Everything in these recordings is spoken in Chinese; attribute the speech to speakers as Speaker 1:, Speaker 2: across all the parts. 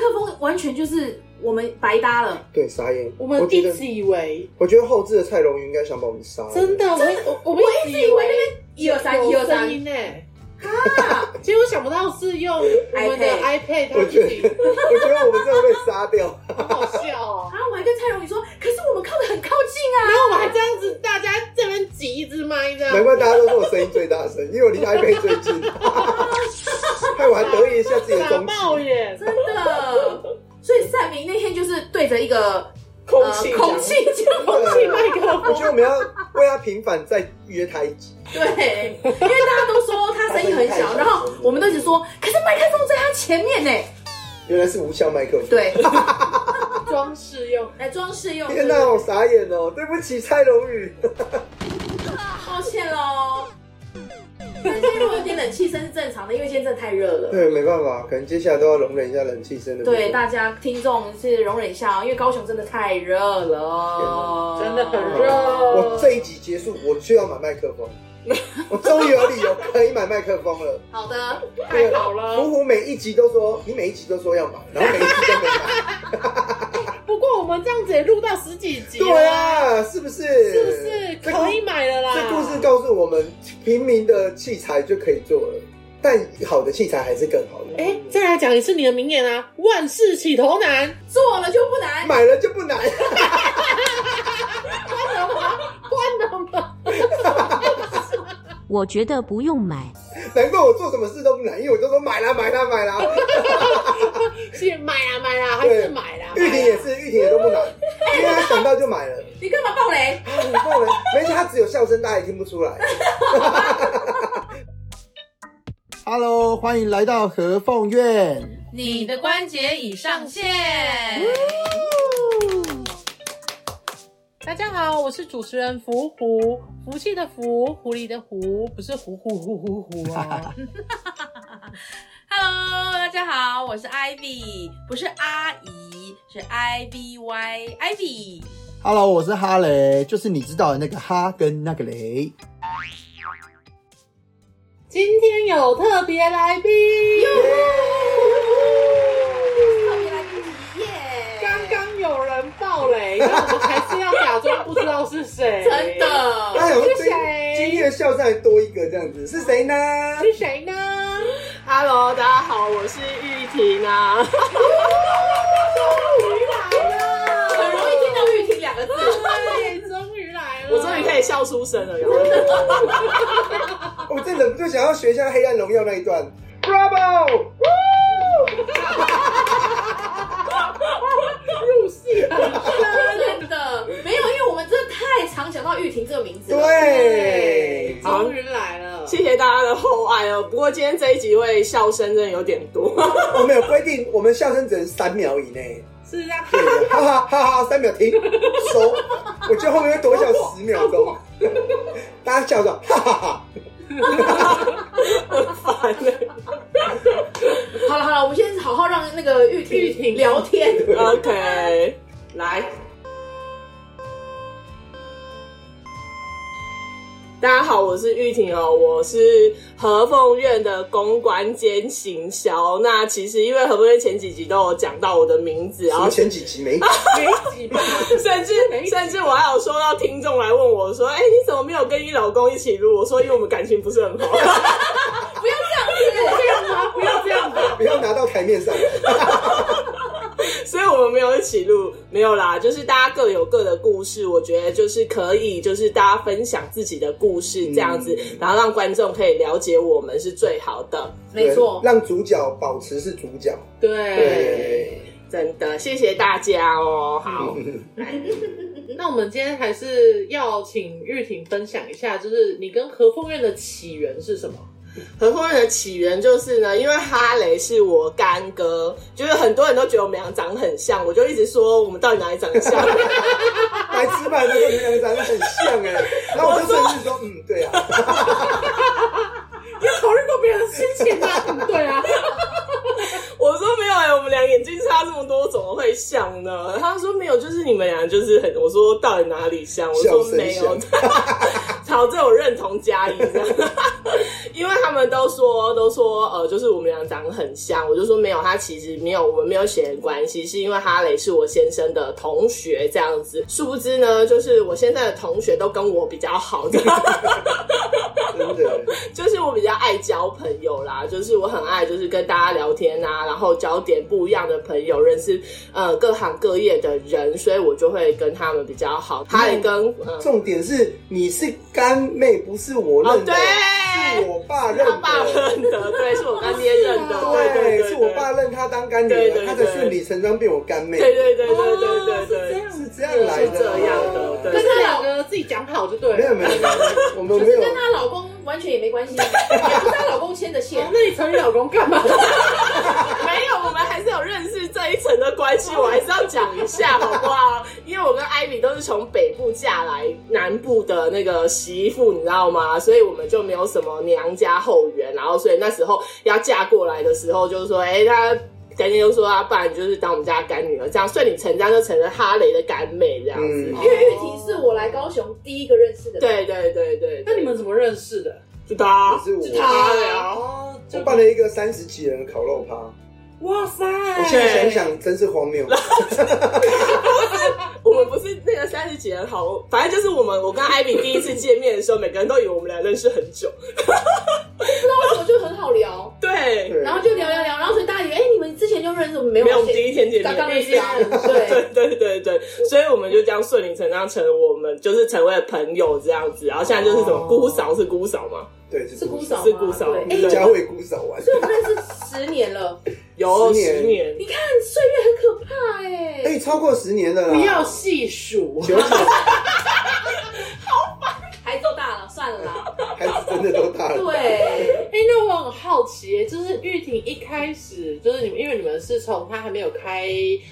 Speaker 1: 克风完全就是我们白搭了，
Speaker 2: 对，傻眼。
Speaker 3: 我
Speaker 2: 我
Speaker 3: 们
Speaker 2: 觉
Speaker 3: 一
Speaker 2: 得，
Speaker 3: 直以为
Speaker 2: 我觉得后置的蔡荣云应该想把我们杀了。
Speaker 3: 真的，我一我我们一直以为
Speaker 1: 一二三，一
Speaker 3: 有
Speaker 1: 二三
Speaker 3: 声，音呢，结果想不到是用我们的 iPad，它
Speaker 2: 我觉得，
Speaker 3: 自己
Speaker 2: 我觉得我们真的被杀掉。
Speaker 3: 很好笑哦。
Speaker 1: 然后我还跟蔡荣宇说，可是我们靠的很靠近啊，
Speaker 3: 然后我们还这样子，大家这边挤一支麦这
Speaker 2: 难
Speaker 3: 样，
Speaker 2: 怪大家都说我声音最大声，因为我离 iPad 最近，害我还得意一下自己的
Speaker 3: 傻
Speaker 2: 东
Speaker 3: 爆
Speaker 2: 西。
Speaker 3: 眼，
Speaker 1: 真的。所以善明那天就是对着一个
Speaker 3: 空
Speaker 1: 呃
Speaker 3: 气
Speaker 1: 空气 讲，
Speaker 3: 空气麦克
Speaker 2: 啊我觉得
Speaker 3: 风，
Speaker 2: 我们要为他平反，再约他一集。
Speaker 1: 对，因为大家都说他声音很小，然后我们都一直说，可是麦克风在他前面呢。
Speaker 2: 原来是无效麦克风。
Speaker 1: 对，
Speaker 3: 装饰用。
Speaker 1: 来装饰用。
Speaker 2: 天哪，好傻眼哦！对不起，蔡荣宇。
Speaker 1: 抱歉喽。但今天如果有点冷气声是正常的，因为今天真的太热了。
Speaker 2: 对，没办法，可能接下来都要容忍一下冷气声的。
Speaker 1: 对，大家听众是容忍一下哦，因为高雄真的太热了，
Speaker 3: 真的很热
Speaker 2: 我这一集结束，我就要买麦克风。我终于有理由可以买麦克风了。
Speaker 1: 好的，
Speaker 3: 太好了
Speaker 2: 芜湖每一集都说，你每一集都说要买，然后每一集都没买。
Speaker 3: 不过我们这样子也录到十几集了，
Speaker 2: 对，啊，是不是？
Speaker 3: 是不是
Speaker 2: 这故
Speaker 3: 可以买了啦？
Speaker 2: 这故事告诉我们，平民的器材就可以做了，但好的器材还是更好的。
Speaker 3: 哎，再来讲一次你的名言啊！万事起头难，
Speaker 1: 做了就不难。
Speaker 2: 买 了就不难。
Speaker 3: 关了吗？关了吗？
Speaker 4: 我觉得不用买。
Speaker 2: 难怪我做什么事都不难，因为我都说买啦买啦买 啦。
Speaker 3: 是买啦买啦，还是买啦？
Speaker 2: 玉婷也是，玉婷也都不难，因为她想到就买了。
Speaker 1: 你干嘛爆雷？
Speaker 2: 啊你爆雷，而且她只有笑声，大家也听不出 来。Hello，欢迎来到和凤苑。
Speaker 1: 你的关节已上线。
Speaker 3: 大家好，我是主持人福虎，福气的福，狐狸的狐，不是虎虎虎虎虎啊！
Speaker 1: Hello，大家好，我是 Ivy，不是阿姨，是 I V Y Ivy。
Speaker 2: Hello，我是哈雷，就是你知道的那个哈跟那个雷。
Speaker 3: 今天有特别来宾，
Speaker 1: 特别来宾耶！
Speaker 3: 刚刚有人爆雷，那我们还是要假装不知道是谁，
Speaker 1: 真的，
Speaker 2: 哎呦，
Speaker 3: 是
Speaker 2: 今
Speaker 3: 谁
Speaker 2: 今天的笑声还多一个这样子，是 谁呢？
Speaker 3: 是谁呢？Hello，大家好，我是玉婷啊。终于来了，
Speaker 1: 很容易听到玉婷两个字。
Speaker 3: 对，终于来了，
Speaker 5: 我终于可以笑出声了，有没有
Speaker 2: 我真的就想要学一下《黑暗荣耀》那一段。Bravo！
Speaker 3: 入戏了。
Speaker 1: 真的没有，因为我们真的太常想到玉婷这个名字了。
Speaker 2: 对，
Speaker 3: 终于来了，
Speaker 5: 谢谢大家的厚爱哦。不过今天这一集会笑声真的有点多，
Speaker 2: 我们有规定，我们笑声只能三秒以内。
Speaker 3: 是让
Speaker 2: 对的，哈哈哈哈，三秒停，收。我觉得后面会多笑十秒钟，大家笑着，哈哈哈。
Speaker 5: 很烦欸
Speaker 1: 好了好了，我们先好好让那个玉婷
Speaker 3: 玉婷
Speaker 1: 聊天。
Speaker 5: OK，来，大家好，我是玉婷哦，我是和凤苑的公关兼行销。那其实因为和凤苑前几集都有讲到我的名字，然
Speaker 2: 然
Speaker 5: 后
Speaker 2: 后前几集没，
Speaker 3: 没几吧，
Speaker 5: 甚至甚至我还有收到听众来问我说：“哎、你怎么没有跟你老公一起录？”我说：“因为我们感情不是很好。
Speaker 1: 不要这样子，
Speaker 3: 这样吗？不要这样吧。
Speaker 2: 不要拿到台面上。
Speaker 5: 所以我们没有一起录，没有啦，就是大家各有各的故事，我觉得就是可以，就是大家分享自己的故事这样子，
Speaker 2: 嗯
Speaker 5: 然后让观众可以了解我们是最好的，
Speaker 1: 没错
Speaker 2: 对。让主角保持是主角。
Speaker 3: 对，
Speaker 1: 哎
Speaker 2: 对，
Speaker 5: 真的，谢谢大家哦。好，
Speaker 3: 那我们今天还是要请玉婷分享一下，就是你跟和凤院的起源是什么？
Speaker 5: 合伙人的起源就是呢，因为哈雷是我干哥，就是很多人都觉得我们俩长得很像，我就一直说我们到底哪里长得像。
Speaker 2: 白痴吧，那个你们长得很像 哎。然后我就甚至说，嗯，对啊，
Speaker 3: 你有考虑过别人的心情 吗？对啊，
Speaker 5: 我说没有哎、我们俩眼睛差这么多，怎么会像呢？他说没有，就是你们俩就是很。我说到底哪里像？我
Speaker 2: 笑
Speaker 5: 说
Speaker 2: 声
Speaker 5: 没有
Speaker 2: 像。。
Speaker 5: 好，这我认同加一这样。 因为他们都说都说呃，就是我们俩长得很像，我就说没有，他其实没有，我们没有血缘关系，是因为哈雷是我先生的同学这样子。殊不知呢，就是我现在的同学都跟我比较好的，
Speaker 2: 真的，
Speaker 5: 就是我比较爱交朋友啦，就是我很爱就是跟大家聊天啊，然后交点不一样的朋友，认识呃各行各业的人，所以我就会跟他们比较好。哈雷跟呃
Speaker 2: 重点是你是干妹，不是我
Speaker 5: 哦
Speaker 2: 认的，
Speaker 5: 对。
Speaker 2: 是我爸认
Speaker 5: 他爸
Speaker 2: 的。
Speaker 5: 认的，对，是我干爹认的，对对对，
Speaker 2: 是我爸认他当干女
Speaker 5: 对对
Speaker 2: 儿，
Speaker 5: 对
Speaker 2: 他才顺理成章变我干妹，
Speaker 5: 对，对对对对对对对，
Speaker 1: 是
Speaker 2: 是这样来
Speaker 5: 是
Speaker 2: 的，哦
Speaker 5: 这样的，
Speaker 3: 跟
Speaker 5: 对。
Speaker 3: 这两个自己讲好就对
Speaker 2: 没有
Speaker 3: 了。
Speaker 2: 没有，没有我
Speaker 1: 这样，
Speaker 2: 们没
Speaker 1: 可是
Speaker 2: 有
Speaker 1: 跟她老公完全也没关系，也不是她老公牵的线
Speaker 3: 哦。那你成你老公干嘛？
Speaker 5: 没有，我们还是有认识这一层的关系，我还是要讲一下，好不好？因为我跟艾比都是从北部嫁来南部的那个媳妇，你知道吗？所以我们就没有什么娘家后援，然后所以那时候要嫁过来的时候，就是说，哎、她干爹就说啊，不然你就是当我们家干女儿，这样顺理成章就成了哈雷的干妹这样子。
Speaker 2: 嗯
Speaker 1: 因为玉婷是我来高雄第一个认识的，，
Speaker 5: 对对对对，
Speaker 3: 那你们怎么认识的？
Speaker 5: 就他
Speaker 2: 不是我
Speaker 5: 就他呀，
Speaker 3: 哦，
Speaker 2: 我办了一个三十几人的烤肉趴，
Speaker 3: 哇塞！
Speaker 2: 我现在想啊想真是荒 谬。
Speaker 5: 我们不是那个三十几人好，反正就是我们，我跟艾比第一次见面的时候，每个人都以为我们俩认识很久。
Speaker 1: 不知道为什么就很好聊，
Speaker 5: 对，
Speaker 2: 对，
Speaker 1: 然后就聊聊聊，然后所以大家以为，哎，你们之前就认识，我们没有
Speaker 5: 没有我们第一天见
Speaker 1: 刚
Speaker 5: 面，
Speaker 1: 刚认识啊，
Speaker 5: 对
Speaker 1: 对，
Speaker 5: 对对对，所以我们就这样顺理成章成为我们就是成为了朋友这样子，然后现在就是什么
Speaker 3: 哦
Speaker 5: 姑嫂是姑嫂吗？
Speaker 2: 对
Speaker 1: 是姑嫂吗，
Speaker 5: 是姑嫂
Speaker 1: 对
Speaker 5: 对
Speaker 1: 哎，
Speaker 2: 家会姑嫂玩。
Speaker 1: 所以我们认识十年了，
Speaker 5: 有
Speaker 2: 十年
Speaker 5: 十年，
Speaker 1: 你看岁月很可怕哎、
Speaker 2: 哎，超过十年了啦，
Speaker 3: 不要细数，
Speaker 2: 九九，
Speaker 1: 孩子都大了，算了啦。
Speaker 2: 孩子真的都大了。
Speaker 1: 对，
Speaker 3: 哎、那我很好奇，就是玉婷一开始就是你们，因为你们是从她还没有开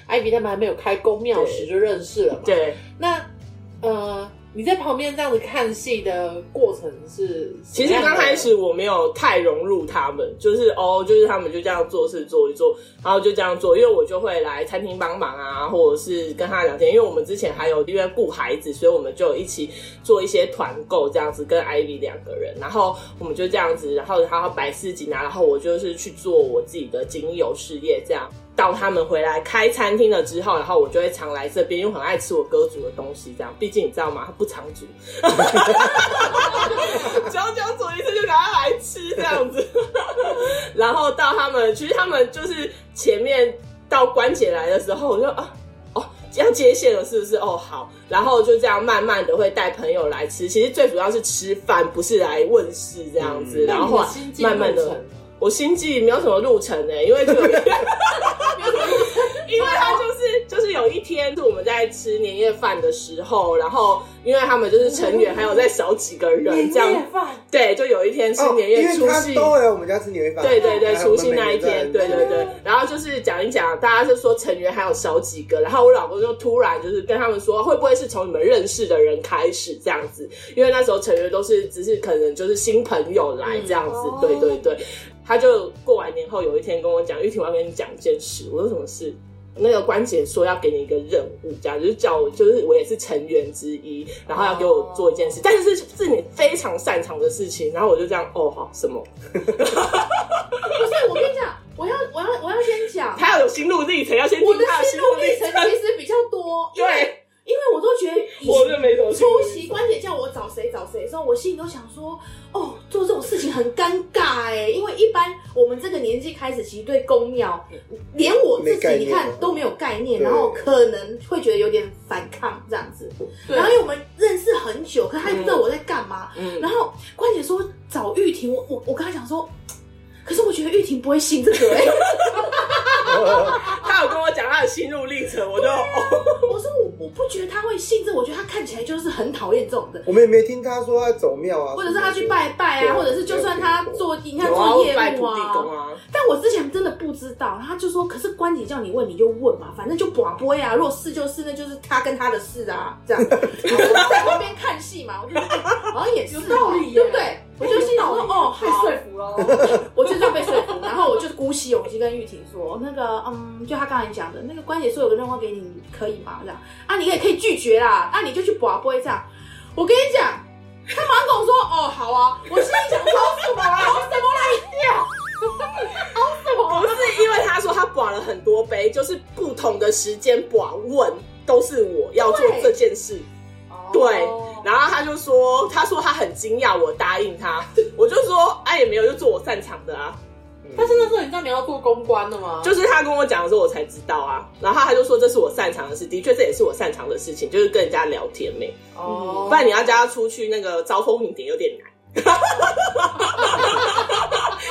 Speaker 3: 艾比，他们还没有开公庙时就认识了嘛。。
Speaker 5: 对。
Speaker 3: 那呃，你在旁边这样子看戏的过程是什
Speaker 5: 其
Speaker 3: 么样的？
Speaker 5: 实刚开始我没有太融入他们，就是哦，就是他们就这样做事做一做，然后就这样做，因为我就会来餐厅帮忙啊，或者是跟他聊天，因为我们之前还有因为顾孩子，所以我们就一起做一些团购这样子，跟艾莉两个人，然后我们就这样子，然后他百事锦啊，然后我就是去做我自己的精油事业这样。到他们回来开餐厅了之后，然后我就会常来这边，因为我很爱吃我哥煮的东西，这样。毕竟你知道吗，他不常煮，久久煮一次就赶快来吃这样子。 然后到他们，其实他们就是前面到关节来的时候，我就啊。哦，要接线了是不是？哦，好，然后就这样慢慢的会带朋友来吃。其实最主要是吃饭，不是来问事这样子。
Speaker 2: 嗯
Speaker 5: 然后
Speaker 3: 那
Speaker 5: 啊
Speaker 3: 你心境
Speaker 5: 慢慢
Speaker 3: 路程
Speaker 5: 的
Speaker 3: 呢，
Speaker 5: 我心计没有什么路程呢、因为就有一因为他就是就是有一天是我们在吃年夜饭的时候，然后因为他们就是成员还有再少几个人这样，
Speaker 3: 饭
Speaker 5: 对，就有一天吃
Speaker 2: 哦，
Speaker 5: 年
Speaker 2: 因
Speaker 5: 夜
Speaker 2: 为
Speaker 5: 除
Speaker 2: 他
Speaker 5: 夕，
Speaker 2: 都来我们家吃年夜饭。
Speaker 5: 对对对，
Speaker 2: 还有
Speaker 5: 除夕
Speaker 2: 我们
Speaker 5: 那
Speaker 2: 每
Speaker 5: 一
Speaker 2: 个
Speaker 5: 天，
Speaker 2: 人嗯
Speaker 5: 对对对。然后就是讲一讲，大家就说成员还有少几个，然后我老公就突然就是跟他们说，会不会是从你们认识的人开始这样子？因为那时候成员都是只是可能就是新朋友来这样子，
Speaker 2: 哦
Speaker 5: 对对对。他就过完年后有一天跟我讲，玉婷，我要跟你讲一件事。我说什么事？那个关姐说要给你一个任务，这样就是叫我，就是我也是成员之一，然后要给我做一件事，但是是是你非常擅长的事情，然后我就这样，哦，好，什么？
Speaker 1: 不是我跟你讲，我要我要我要先讲，
Speaker 5: 他要有心路历程，要 先听
Speaker 1: 我的
Speaker 5: 他
Speaker 1: 心
Speaker 5: 心
Speaker 1: 路历
Speaker 5: 历
Speaker 1: 程其实比较多，因为
Speaker 5: 对，
Speaker 1: 因为我都觉得以
Speaker 5: 我就没什么心路
Speaker 1: 出
Speaker 5: 历程
Speaker 1: 席关姐叫我找谁找谁的时候，我心里都想说，哦，做这种事情很尴尬哎，因为一般我们这个年纪开始，其实对公庙，连我自
Speaker 2: 没
Speaker 1: 己
Speaker 2: 概念啊
Speaker 1: 你看都没有概念，
Speaker 2: 对
Speaker 1: 然后可能会觉得有点反抗这样子。
Speaker 3: 对
Speaker 1: 然后因为我们认识很久，可是他也不知道我在干嘛。
Speaker 5: 嗯
Speaker 1: 然后关姐说找玉婷，我我我跟她讲说，可是我觉得玉婷不会信这个哎、
Speaker 5: 他有跟我讲他的心路历程，我就哦，
Speaker 1: 我说我我不觉得她会信这个，我觉得她看起来就是很讨厌这种的。
Speaker 2: 我们也没听他说他走庙啊，
Speaker 1: 或者是他去拜拜
Speaker 2: 对
Speaker 1: 啊，或者是就算他做你看
Speaker 5: 有啊，
Speaker 1: 做
Speaker 5: 我
Speaker 1: 业
Speaker 5: 拜
Speaker 1: 务
Speaker 5: 土地公
Speaker 1: 啊。
Speaker 5: 啊，
Speaker 1: 但我之前真的不知道，他就说，可是关姐叫你问你就问嘛，反正就寡播呀，如果是就是，那就是他跟他的事啊，这样。我就在旁边看戏嘛，我就觉得好像也是哦
Speaker 3: 有道理耶
Speaker 1: 对不对？我就心想说，哦，
Speaker 3: 被
Speaker 1: 好，
Speaker 3: 说服了。
Speaker 1: 我就这样被说服，然后我就鼓起勇气跟玉婷说，那个，嗯，就他刚才讲的那个关姐说有个任务给你，你可以吗？这样啊，你也可以拒绝啦，啊，你就去寡播这样。我跟你讲，他马上跟我说：“哦，好啊。”我心里想说：“什么啊？好什么
Speaker 5: 哦不是因为他说他刮了很多杯，就是不同的时间刮问都是我要做这件事，
Speaker 1: 啦？”
Speaker 5: 对
Speaker 1: 哦。
Speaker 5: 然后他就说，他说他很惊讶我答应他，我就说哎、也没有，就做我擅长的啊。
Speaker 2: 嗯
Speaker 3: 但是那时候你知道你要做公关的吗？
Speaker 5: 就是他跟我讲的时候我才知道啊，然后他就说这是我擅长的事，的确这也是我擅长的事情，就是跟人家聊天妹。
Speaker 3: 哦
Speaker 5: 嗯不然你要叫他出去那个招蜂引蝶有点难。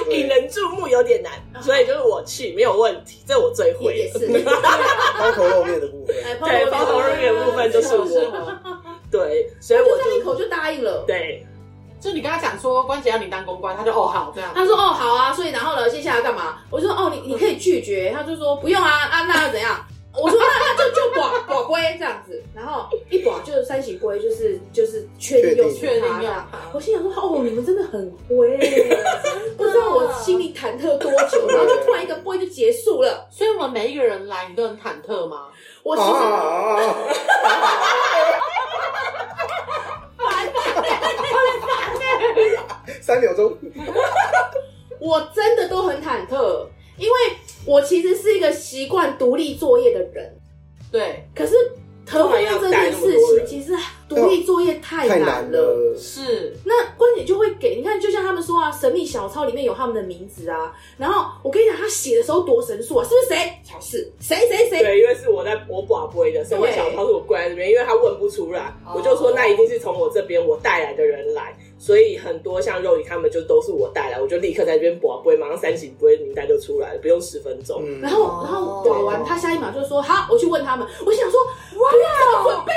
Speaker 2: 对
Speaker 5: 引人注目有点难，所以就是我去没有问题，这我最
Speaker 1: 也
Speaker 5: 会。
Speaker 1: 也是，
Speaker 2: 抛头露面的部分，
Speaker 1: 哎
Speaker 5: 对包头论的部分就是
Speaker 3: 是
Speaker 5: 我，
Speaker 3: 我。
Speaker 5: 对，所以
Speaker 1: 他
Speaker 5: 我
Speaker 1: 就这样一口
Speaker 5: 就
Speaker 1: 就答应了。
Speaker 5: 对，
Speaker 3: 就你跟他讲说关姐要你当公关，他就哦好这样。
Speaker 1: 他说：“哦，好啊。”所以然后呢，接下来干嘛？我就说：“哦，你你可以拒绝。”他就说：“不用啊，啊，那又怎样？”我说：“那那就就寡 寡龟这样子。”然后一寡就是三喜龟，就是就是确定又
Speaker 3: 确定
Speaker 1: 他这
Speaker 3: 要
Speaker 1: 样。我心想说：“哦，你们真的很龟， 不知道我心里忐忑多久。”然后就突然一个龟就结束了。
Speaker 3: 所以我们每一个人来，你都很忐忑吗？
Speaker 1: 我其实
Speaker 2: 啊，三秒钟，
Speaker 1: 我真的都很忐忑，因为我其实是一个习惯独立作业的人，
Speaker 3: 对，
Speaker 1: 可是合伙这件事情，其实独立作业太
Speaker 2: 太
Speaker 1: 难
Speaker 2: 难
Speaker 1: 了。
Speaker 2: 了，
Speaker 3: 是
Speaker 1: 那关姐就会给你看，就像他们说啊，《神秘小抄》里面有他们的名字啊。然后我跟你讲，他写的时候多神速啊，是不是谁？乔氏，谁谁谁？
Speaker 5: 对，因为是我在我寡不的，所以我
Speaker 1: 对
Speaker 5: 小超是我跪在这边，因为他问不出来，
Speaker 3: 哦
Speaker 5: 我就说那一定是从我这边我带来的人来，所以很多像肉姨他们就都是我带来，我就立刻在这边寡不马上三井不名单就出来了，不用十分钟。
Speaker 2: 嗯
Speaker 1: 然，后，
Speaker 5: 哦
Speaker 1: 然后打完，他下一秒就说：“好，我去问他们。”我想说，哇，准备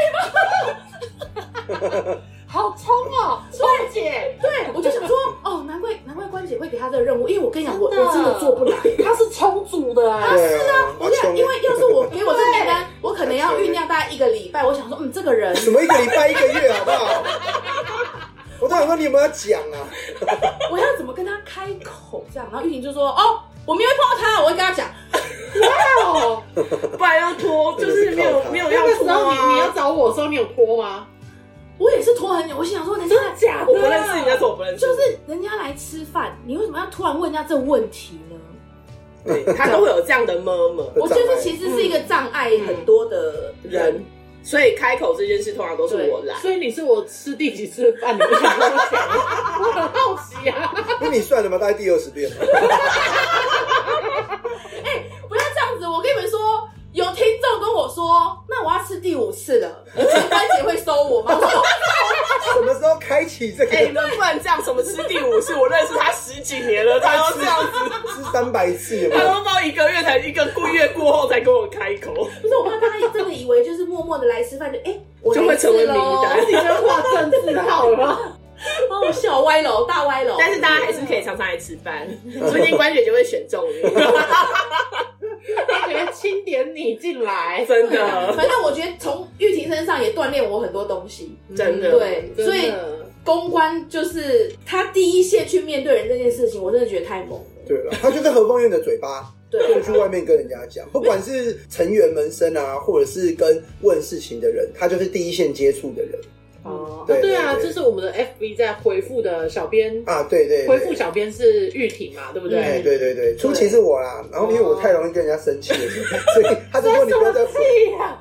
Speaker 3: 好冲哦，冲姐，
Speaker 1: 对，我就想说，哦，难怪难怪关姐会给他这个任务，因为我跟你讲，我
Speaker 3: 真的
Speaker 1: 我真的做不来。
Speaker 3: 她是冲组的哎，
Speaker 2: 对啊，
Speaker 1: 我跟你
Speaker 2: 冲
Speaker 1: 讲，因为要是我给我这个名 单，我可能要
Speaker 2: 对
Speaker 1: 酝酿大概一个礼拜。我想说，嗯，这个人
Speaker 2: 什么一个礼拜一个月好不好？我都想说你有没有要讲啊？
Speaker 1: 我要怎么跟他开口这样？然后玉婷就说：“哦，我明天碰到他，我会跟他讲。
Speaker 5: 啊
Speaker 3: 哦，
Speaker 5: 不然要拖，就是没 有没有要
Speaker 3: 那个
Speaker 5: 拖
Speaker 3: 时候你你要
Speaker 5: 啊。
Speaker 3: 找我的时候，你有拖吗？”
Speaker 1: 我也是拖很久，我心想说，人家
Speaker 5: 假的，我不认识你，
Speaker 1: 啊
Speaker 5: 但是我不认识
Speaker 1: 就
Speaker 5: 你，
Speaker 1: 是人家来吃饭，你为什么要突然问人家这问题呢？
Speaker 5: 对他都会有这嗯样的么么
Speaker 2: 对
Speaker 1: 我就是其实是一个障碍欸很多的人
Speaker 5: 人，，所以开口这件事通常都是我来。
Speaker 3: 所以你是我吃第几次饭，你不想跟我讲？我很好奇啊。
Speaker 2: 那你算了吧，大概第二十遍了。
Speaker 1: 哎不要这样子。我跟你们说，有听众跟我说，那我要吃第五次了，关姐会收我吗？我说
Speaker 2: 什么时候开启这
Speaker 5: 哎，你
Speaker 2: 个？
Speaker 5: 们不能这样，什么吃第五次？我认识他十几年了，他都这样子，
Speaker 2: 吃三百次有没
Speaker 5: 他
Speaker 2: 有？
Speaker 5: 都到一个月才一个月过后才跟我开口，
Speaker 1: 不是，我怕大家真的以为就是默默的来吃饭，就哎、我
Speaker 5: 就会成为名
Speaker 1: 单。
Speaker 3: 你
Speaker 5: 单。
Speaker 3: 在画政治号了，
Speaker 1: 帮我笑歪楼，大歪楼。
Speaker 5: 但是大家还是可以常常来吃 饭，最近关姐就会选中你，
Speaker 3: 他觉得清点你进来，
Speaker 5: 真
Speaker 1: 对
Speaker 5: 的
Speaker 1: 反正我觉得从玉婷身上也锻炼我很多东西。
Speaker 5: 真的。
Speaker 1: 对
Speaker 3: 真的
Speaker 1: 所以公关就是他第一线去面对人这件事情，我真的觉得太猛了。
Speaker 2: 对了，他就是何凤燕的嘴巴，
Speaker 1: 对
Speaker 2: 就，去外面跟人家讲，不管是成员门生啊，或者是跟问事情的人，他就是第一线接触的人
Speaker 3: 哦，
Speaker 2: 对
Speaker 3: 对啊，
Speaker 2: 对对
Speaker 3: 这是我们的 FB 在回复的小编，
Speaker 2: 啊。对对
Speaker 3: 回复
Speaker 2: 对。
Speaker 3: 小编是玉婷嘛，对不对？
Speaker 2: 哎，对对对，初期是我啦，然后因为我太容易跟人家生气了，
Speaker 5: 哦
Speaker 2: 所以他就说你不要再问，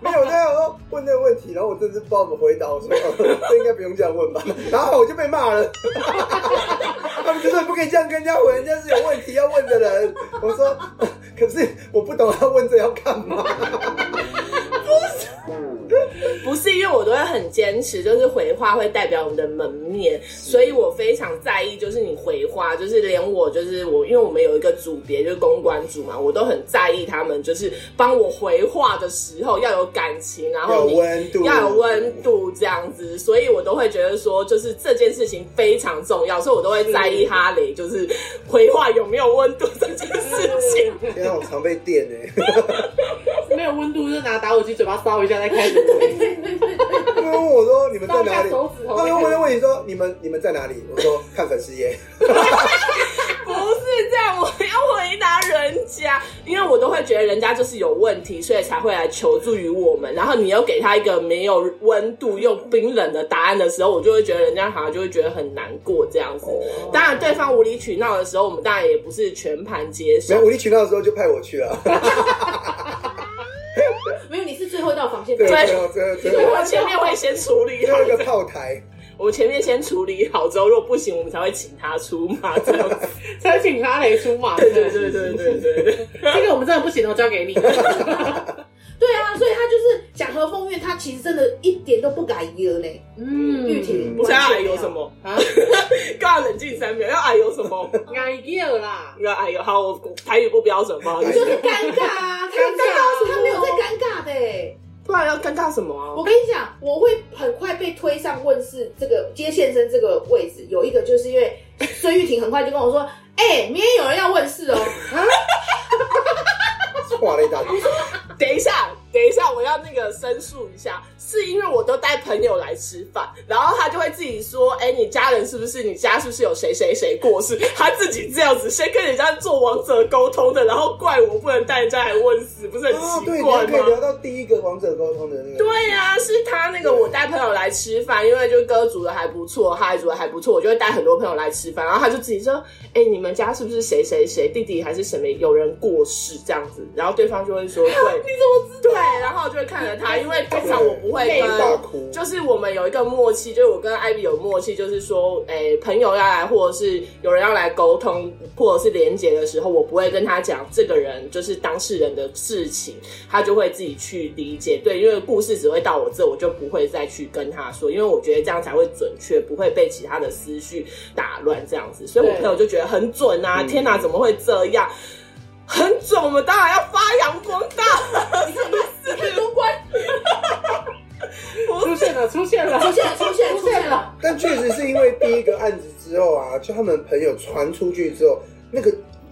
Speaker 2: 没有，他有说问这个问题，然后我真是不知道怎么回答，我说 呃这应该不用这样问吧，然后我就被骂了， 他们就说不可以这样跟人家回，人家是有问题要问的人，我说呃可是我不懂他问这要干嘛，
Speaker 5: 不是因为我都会很坚持，就是回话会代表我们的门面，所以我非常在意，就是你回话，就是连我就是我，因为我们有一个组别就是公关组嘛，我都很在意他们，就是帮我回话的时候要有感情，然
Speaker 2: 要
Speaker 5: 后
Speaker 2: 有
Speaker 5: 你
Speaker 2: 温度，
Speaker 5: 要有温度这样子，所以我都会觉得说，就是这件事情非常重要，所以我都会在意哈雷，就是回话有没有温度这件事情。
Speaker 2: 现在我常被电哎、
Speaker 3: 没有温度就拿打火机嘴巴烧一下再开始，
Speaker 2: 欸，他们问我说你们在
Speaker 3: 烧一
Speaker 2: 哪
Speaker 3: 下
Speaker 2: 里？
Speaker 3: 手指头
Speaker 2: 他
Speaker 3: 再
Speaker 2: 们问
Speaker 3: 开始。
Speaker 2: 问你说你们你们在哪里？我说看粉丝页。
Speaker 5: 不是这样，我要回答人家，因为我都会觉得人家就是有问题，所以才会来求助于我们。然后你又给他一个没有温度又冰冷的答案的时候，我就会觉得人家好像就会觉得很难过这样子。当然，对方无理取闹的时候，我们当然也不是全盘接
Speaker 2: 没
Speaker 5: 受
Speaker 2: 有。无理取闹的时候就派我去了。
Speaker 1: 没有，你是最后一道防线。
Speaker 2: 对，
Speaker 5: 对
Speaker 2: 最后最后
Speaker 5: 所
Speaker 2: 最
Speaker 5: 以
Speaker 2: 后
Speaker 5: 我前面会先处理
Speaker 2: 最
Speaker 5: 好
Speaker 2: 后一，个炮台，
Speaker 5: 我前面先处理好之后，如果不行，我们才会请他出马这样子。
Speaker 3: 才请他雷出马。
Speaker 5: 对对对对对对对。
Speaker 3: 这个我们真的不行，我交给你。
Speaker 1: 对啊，所以他就是讲和风月，他其实真的一点都不敢惹嘞。
Speaker 3: 嗯，
Speaker 1: 玉婷
Speaker 5: 不是要矮有什么？
Speaker 3: 啊，
Speaker 5: 刚好冷静三秒，要矮有什么？
Speaker 3: 矮掉啦，
Speaker 5: 要矮有好，我台语不标准，不好意
Speaker 1: 就
Speaker 5: 思
Speaker 1: 是。尴尬啊，他在告诉他没有在尴尬的、欸。
Speaker 5: 不然要尴尬什么啊
Speaker 1: 我？跟你讲，我会很快被推上问世这个接线生这个位置，有一个就是因为孙玉婷很快就跟我说：“哎、明天有人要问世哦。
Speaker 2: 画了一大堆。
Speaker 5: 等一下，等一下，我要那个申诉一下，是因为我都带朋友来吃饭，然后他就会自己说，哎、你家人是不是？你家是不是有谁谁谁过世？他自己这样子先跟人家做王者沟通的，然后怪我不能带人家来问死，不是很
Speaker 2: 哦，
Speaker 5: 奇
Speaker 2: 对，你
Speaker 5: 怪
Speaker 2: 还可以
Speaker 5: 吗
Speaker 2: 聊？到第一个王者沟通的那个。
Speaker 5: 对呀、是他那个我带朋友来吃饭，因为就哥煮的还不错，他也煮的还不错，我就会带很多朋友来吃饭，然后他就自己说，哎、你们家是不是谁谁谁弟弟还是什么有人过世这样子，然后对方就会说，对，你怎么知道？对，然后我就会看着他，因为通常我不会
Speaker 2: 累
Speaker 5: 跟
Speaker 2: 到哭
Speaker 5: 就是我们有一个默契，就是我跟艾比有默契，就是说，诶、朋友要来，或者是有人要来沟通，或者是连接的时候，我不会跟他讲这个人就是当事人的事情，他就会自己去理解。对，因为故事只会到我这，我就不会再去跟他说，因为我觉得这样才会准确，不会被其他的思绪打乱这样子。所以我
Speaker 3: 对
Speaker 5: 朋友就觉得很准啊！天哪，怎么会这样？很准，我们当然要发扬光大。
Speaker 1: 你看公关
Speaker 3: 出现了，出现了，
Speaker 1: 出现了，出现了，出现了。
Speaker 2: 但确实是因为第一个案子之后啊，就他们朋友传出去之后，那个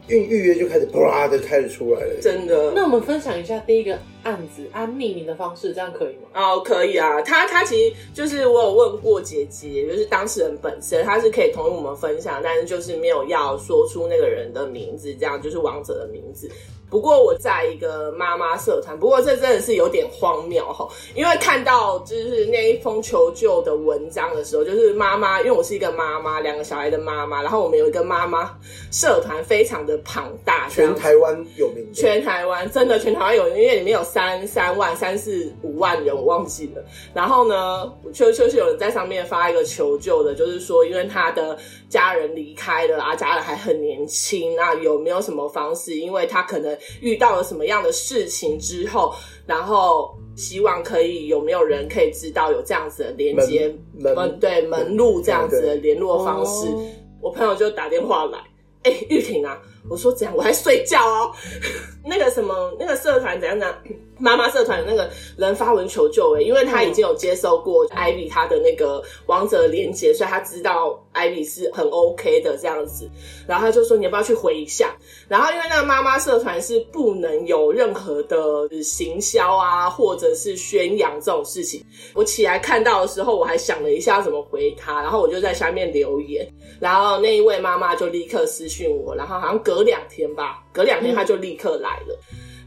Speaker 2: 预预约就开始啪的开始出来了。
Speaker 5: 真的，
Speaker 3: 那我们分享一下第一个案子，按匿名的方式，这样可以吗？
Speaker 5: 哦，可以啊，他他其实就是我有问过姐姐，就是当事人本身，他是可以同意我们分享，但是就是没有要说出那个人的名字，这样就是王者的名字。不过我在一个妈妈社团，不过这真的是有点荒谬哈，因为看到就是那一封求救的文章的时候，就是妈妈，因为我是一个妈妈，两个小孩的妈妈，然后我们有一个妈妈社团，非常的庞大，这样
Speaker 2: 全
Speaker 5: 子
Speaker 2: 台湾有名的，
Speaker 5: 全台湾真的全台湾有人，因为里面有三三万、三四五万人，我忘记了。然后呢，就就是有人在上面发一个求救的，就是说，因为他的家人离开了啊，家人还很年轻，那有没有什么方式？因为他可能遇到了什么样的事情之后，然后希望可以有没有人可以知道有这样子的连接
Speaker 2: 门门
Speaker 5: 对门路这样子的
Speaker 2: 对
Speaker 5: 联络方式。
Speaker 3: 哦
Speaker 5: 我朋友就打电话来，哎、玉婷啊，我说怎样，我还睡觉哦。 那个什么，那个社团怎样怎样，妈妈社团的那个人发文求救哎、因为他已经有接收过艾比他的那个王者连接，所以他知道艾比是很 OK 的这样子。然后他就说你要不要去回一下？然后因为那个妈妈社团是不能有任何的行销啊，或者是宣扬这种事情。我起来看到的时候，我还想了一下怎么回他，然后我就在下面留言。然后那一位妈妈就立刻私讯我，然后好像隔两天吧，隔两
Speaker 2: 嗯
Speaker 5: 天她就立刻来了。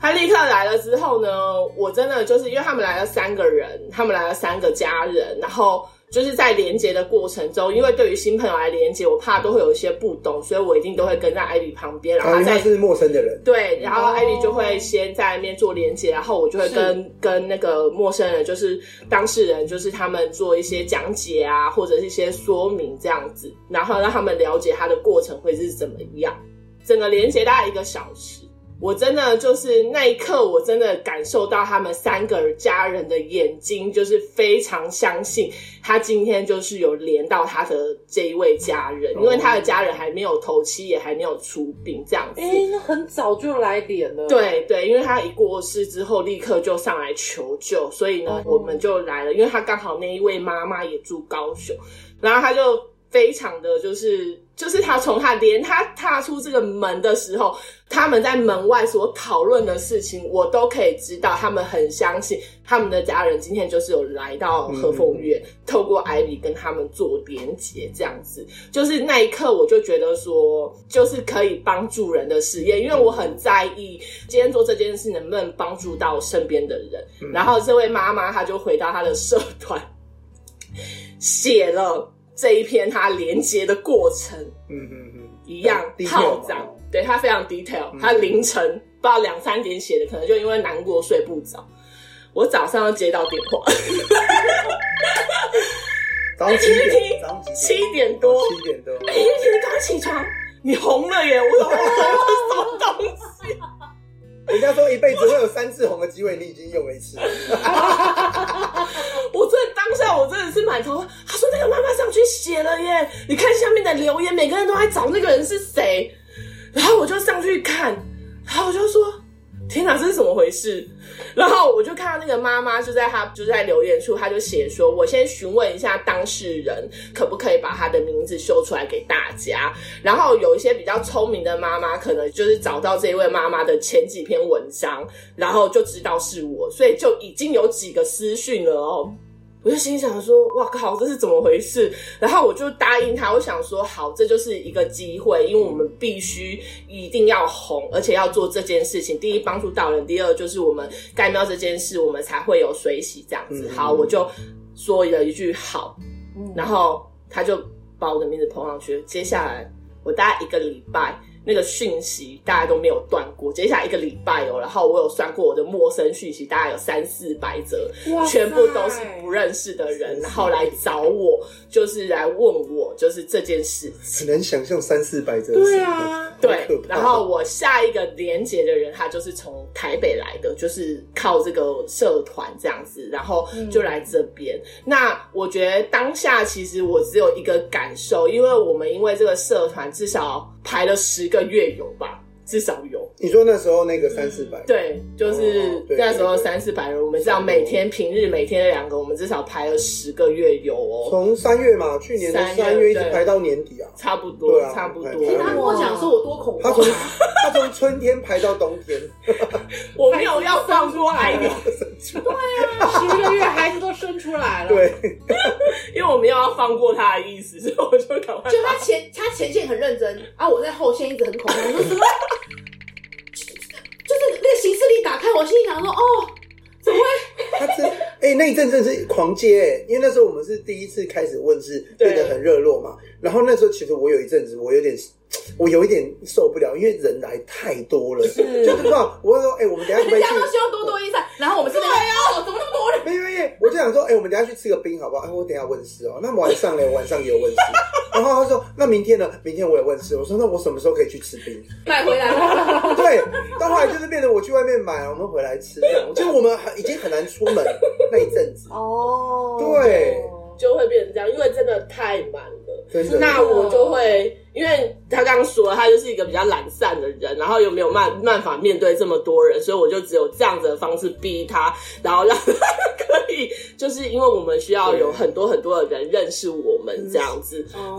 Speaker 5: 她立刻来了之后呢，我真的就是因为他们来了三个人，他们来了三个家人，然后就是在连接的过程中，因为对于新朋友来连接，我怕都会有一些不懂，所以我一定都会跟在艾比旁边，然
Speaker 2: 啊，
Speaker 5: 后她
Speaker 2: 因为
Speaker 5: 在
Speaker 2: 他是陌生的人，
Speaker 5: 对，然后
Speaker 3: 哦
Speaker 5: 艾比就会先在那边做连接，然后我就会跟跟那个陌生人，就是当事人，就是他们做一些讲解啊，或者是一些说明这样子，然后让他们了解他的过程会是怎么样。整个连接大概一个小时，我真的就是那一刻，我真的感受到他们三个家人的眼睛，就是非常相信他今天就是有连到他的这一位家人，因为他的家人还没有头七，也还没有出殡这样子。
Speaker 3: 哎、那很早就来点了。，
Speaker 5: 对对，因为他一过世之后，立刻就上来求救，所以呢，
Speaker 3: 哦
Speaker 5: 我们就来了。因为他刚好那一位妈妈也住高雄，然后他就。非常的就是就是他从他连他踏出这个门的时候，他们在门外所讨论的事情，我都可以知道，他们很相信他们的家人今天就是有来到和凤院，透过艾比跟他们做连接，这样子，就是那一刻我就觉得说，就是可以帮助人的实验，因为我很在意今天做这件事能不能帮助到身边的人。
Speaker 2: 嗯
Speaker 5: 嗯然后这位妈妈她就回到她的社团，写了这一篇她连接的过程，
Speaker 2: 嗯嗯嗯，
Speaker 5: 一样
Speaker 2: 嗯，detail
Speaker 5: 套
Speaker 2: 嘛
Speaker 5: 长，对她非常 detail，她凌晨不知道两三点写的，可能就因为难过睡不着。我早上接到电话，
Speaker 2: 早上几点？早上
Speaker 5: 七
Speaker 2: 几点？
Speaker 5: 点多，
Speaker 2: 七点多。
Speaker 5: 哎，你刚起床，你红了耶！我怎么红了什么东西？
Speaker 2: 人家说一辈子会有三次红的机会，你已经用了一 次。
Speaker 5: 我真的当下我真的是满头问号。他说那个妈妈上去写了耶，你看下面的留言，每个人都在找那个人是谁。然后我就上去看，然后我就说天哪，这是怎么回事？然后我就看到那个妈妈就在她就在留言处，她就写说：“我先询问一下当事人，可不可以把她的名字秀出来给大家。”然后有一些比较聪明的妈妈，可能就是找到这位妈妈的前几篇文章，然后就知道是我，所以就已经有几个私讯了哦。我就心想说：“哇靠，这是怎么回事？”然后我就答应他，我想说：“好，这就是一个机会，因为我们必须一定要红，而且要做这件事情。第一，帮助到人；第二，就是我们盖庙这件事，我们才会有水洗这样子。”
Speaker 2: 嗯
Speaker 5: 好，我就说了一句“好”，然后他就把我的名字捧上去。接下来我大概一个礼拜，那个讯息大概都没有断过。接下来一个礼拜哦，然后我有算过我的陌生讯息，大概有三四百则，
Speaker 1: 哇塞
Speaker 5: 全部都是不认识的人，然后来找我，就是来问我，就是这件事
Speaker 2: 很
Speaker 5: 情。
Speaker 2: 难想象三四百折。
Speaker 1: 对，啊，
Speaker 5: 对
Speaker 2: 可，怕
Speaker 5: 然后我下一个连接的人，他就是从台北来的，就是靠这个社团这样子，然后就来这边。那我觉得当下其实我只有一个感受，因为我们因为这个社团至少排了十个月有吧，至少有。
Speaker 2: 你说那时候那个三四百，，
Speaker 5: 对，就是
Speaker 2: 哦对
Speaker 5: 那时候
Speaker 2: 对对
Speaker 5: 三四百人，我们至少每天平日每天两个，我们至少排了十个月有哦，
Speaker 2: 从三月嘛，去年的
Speaker 5: 三
Speaker 2: 三月
Speaker 5: 月
Speaker 2: 一直排到年底啊。
Speaker 5: 差不多，
Speaker 2: 对啊
Speaker 5: 差不多。
Speaker 2: 对
Speaker 1: 天
Speaker 2: 啊
Speaker 1: 他跟我讲说我多恐
Speaker 2: 他从
Speaker 1: 慌啊，
Speaker 2: 他从春天排到冬 天，
Speaker 5: 我没有要放过艾米，
Speaker 3: 十个月孩子都生出来了，，
Speaker 2: 对，
Speaker 5: 因为我没有要放过他的意思， 所以我就赶快
Speaker 1: 就他前他前线很认真，啊，我在后线一直很恐慌，我说什么？ 就是那个行事历打开，我心里想说，哦，怎么会？
Speaker 2: 他真哎、那一阵真是狂接、欸，因为那时候我们是第一次开始问世，
Speaker 5: 对
Speaker 2: 变得很热络嘛。然后那时候其实我有一阵子我有点我有一点受不了，因为人来太多了，就是不知道我就说哎、我们等一下可不可
Speaker 1: 人
Speaker 2: 以
Speaker 1: 家
Speaker 2: 去
Speaker 1: 都希望多多益善，然后我们是那个，
Speaker 5: 啊
Speaker 1: 哦，怎么那么多人？
Speaker 2: 没有没有，我就想说，哎、我们等一下去吃个冰好不好？
Speaker 5: 嗯
Speaker 2: 哎、我等一下问事哦。那晚上嘞，我晚上也有问事。然后他说，那明天呢？明天我也问事。我说，那我什么时候可以去吃冰？
Speaker 1: 买回来了。
Speaker 2: 对，到后来就是变成我去外面买，我们回来吃这样。就是我们很已经很难出 门那一阵子，
Speaker 1: 哦
Speaker 2: 对
Speaker 5: 就会变成这样，因为真的太满了。
Speaker 2: 真的。
Speaker 5: 那我就会，因为他刚刚说他就是一个比较懒散的人，然后又没有办办法面对这么多人，所以我就只有这样子的方式逼他，然后让他可以，就是因为我们需要有很多很多的人认识我们这样子。
Speaker 3: 哦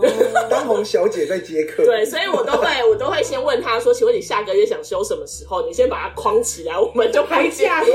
Speaker 2: 当红小姐在接客，
Speaker 5: 对，所以我都会，我都会先问他说：“请问你下个月想休什么时候？你先把它框起来，我们就不
Speaker 3: 排
Speaker 5: 讲
Speaker 3: 假，
Speaker 2: 对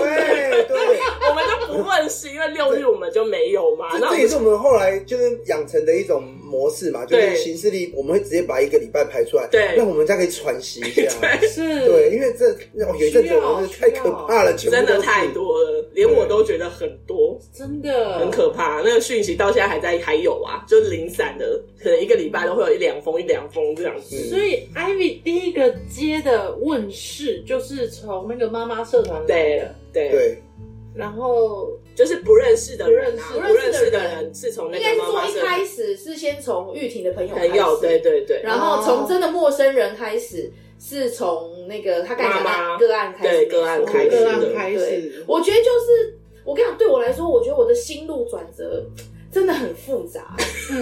Speaker 2: 对。
Speaker 5: 我们就不问是因为六日我们就没有嘛。”
Speaker 2: 这
Speaker 5: 然后
Speaker 2: 这也是我们后来就是养成的一种模式嘛，就
Speaker 5: 对
Speaker 2: 是行事历，我们会直接把一个礼拜排出来，
Speaker 5: 对
Speaker 2: 让我们这样可以喘息一下。
Speaker 3: 是，
Speaker 2: 对，因为这哦有一阵子我们是太可怕了，全部
Speaker 5: 真的
Speaker 2: 都是
Speaker 5: 太多了，连我都觉得很多，
Speaker 3: 真
Speaker 2: 嗯
Speaker 3: 的
Speaker 5: 很可怕。那个讯息到现在还在，还有啊，就是零散的，可能一个礼拜都会有一两封、一两封这样子。
Speaker 2: 嗯
Speaker 3: 所以 Ivy 第一个接的问世就是从那个妈妈社团来
Speaker 5: 对
Speaker 3: 的，
Speaker 5: 对，
Speaker 2: 对，
Speaker 3: 然后
Speaker 5: 就是不认识的人啊，
Speaker 1: 不
Speaker 5: 不
Speaker 1: 认识
Speaker 5: 认
Speaker 1: 不认
Speaker 5: 识
Speaker 1: 识的
Speaker 5: 的
Speaker 1: 人
Speaker 5: 人是从那
Speaker 1: 应该是
Speaker 5: 个妈
Speaker 1: 说
Speaker 5: 妈
Speaker 1: 一
Speaker 5: 社
Speaker 1: 开始是先从玉婷的朋友开
Speaker 5: 朋友，
Speaker 1: 始，
Speaker 5: 对对对，
Speaker 1: 然后从真的陌生人开始，是从那个他刚才讲的
Speaker 5: 妈妈
Speaker 1: 个案开始，
Speaker 5: 对个案
Speaker 1: 没错
Speaker 5: 开始
Speaker 3: 个案
Speaker 5: 的
Speaker 3: 哦啊开
Speaker 1: 对
Speaker 3: 始，，
Speaker 1: 我觉得就是我跟你讲，对我来说，我觉得我的心路转折真的很复杂，
Speaker 3: 嗯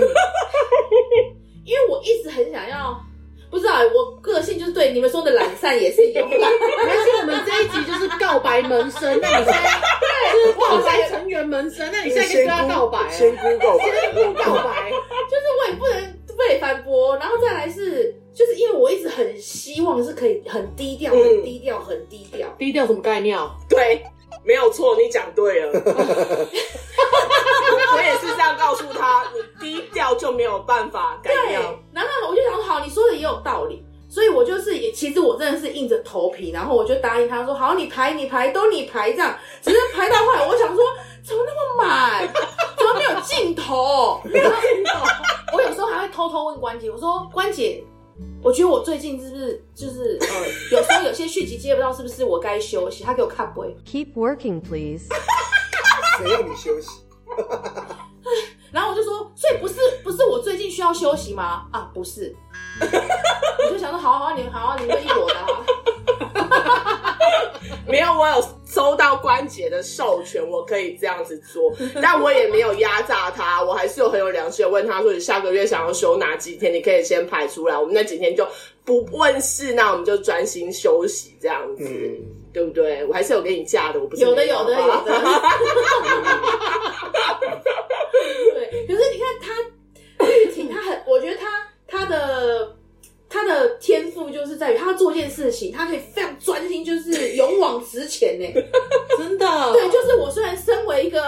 Speaker 1: 因为我一直很想要，不知道我个性就是对你们说的懒散也是有啦，
Speaker 3: 而且我们这一集就是告白门生，那你现在就是告白成员门生，那你现在跟大家告白啊，
Speaker 2: 仙姑告白，
Speaker 3: 先不告白，
Speaker 1: 就是我也不能不被反驳，然后再来是，就是因为我一直很希望是可以很低调、
Speaker 5: 嗯
Speaker 1: 很低调、很低调。
Speaker 3: 低调什么概念？
Speaker 5: 对，没有错，你讲对 了。我也是这样告诉他，你低调就没有办法改
Speaker 1: 对
Speaker 5: 掉。，
Speaker 1: 然后我就想说，好，你说的也有道理，所以我就是也，其实我真的是硬着头皮，然后我就答应他说，好，你排你排都你排这样，只是排到后来，我想说，怎么那么满， 怎么没有尽头？没有尽头。我有时候还会偷偷问关姐，我说关姐。我觉得我最近是不是就是呃，有时候有些续集接不到，是不是我该休息？他给我看不会，
Speaker 4: Keep working, please.
Speaker 2: 谁要你休息？
Speaker 1: 然后我就说，所以不是不是我最近需要休息吗？啊，不是。我就想说，好啊好啊，你好啊，你会一我的、啊。
Speaker 5: 没有，我有收到关节的授权，我可以这样子 做，但我也没有压榨他，我还是有很有良心的问他说，你下个月想要休哪几天，你可以先排出来，我们那几天就不问事，那我们就专心休息这样子，
Speaker 2: 嗯，
Speaker 5: 对不对？我还是有给你假的，我不是
Speaker 1: 有的
Speaker 5: 没
Speaker 1: 有的
Speaker 5: 好不好
Speaker 1: 有的。 对，可是你看他玉婷，他很，我觉得他他的他的天赋就是在于他做一件事情，他可以非常专心，就是勇往直前呢。
Speaker 3: 真的，
Speaker 1: 对，就是我虽然身为一个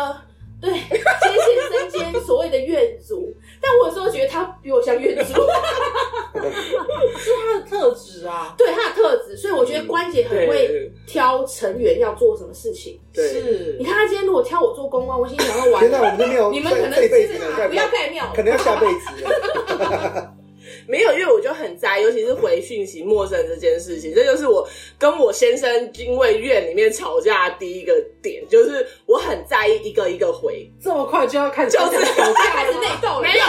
Speaker 1: 对接线生兼所谓的院主，但我有时候觉得他比我像院主，
Speaker 3: 是他的特质啊，
Speaker 1: 对他的特质，所以我觉
Speaker 2: 嗯
Speaker 1: 得关姐很会
Speaker 5: 对
Speaker 1: 挑成员要做什么事情。
Speaker 5: 对。
Speaker 3: 是
Speaker 1: 你看他今天如果挑我做公关，我心里想到完
Speaker 2: 天哪，我
Speaker 1: 了，
Speaker 2: 们都没有，
Speaker 1: 你们可能
Speaker 2: 这一辈
Speaker 1: 是
Speaker 2: 子
Speaker 1: 不要盖庙了，
Speaker 2: 可能要下辈 子了。
Speaker 5: 没有，因为我就很在意，尤其是回讯息陌生人这件事情，这就是我跟我先生因为院里面吵架的第一个点，就是我很在意一个一个回，
Speaker 3: 这么快就要看
Speaker 5: 就是
Speaker 3: 吵架
Speaker 1: 开始
Speaker 3: 了
Speaker 1: 内
Speaker 3: 吗，
Speaker 1: 斗了，
Speaker 5: 没有，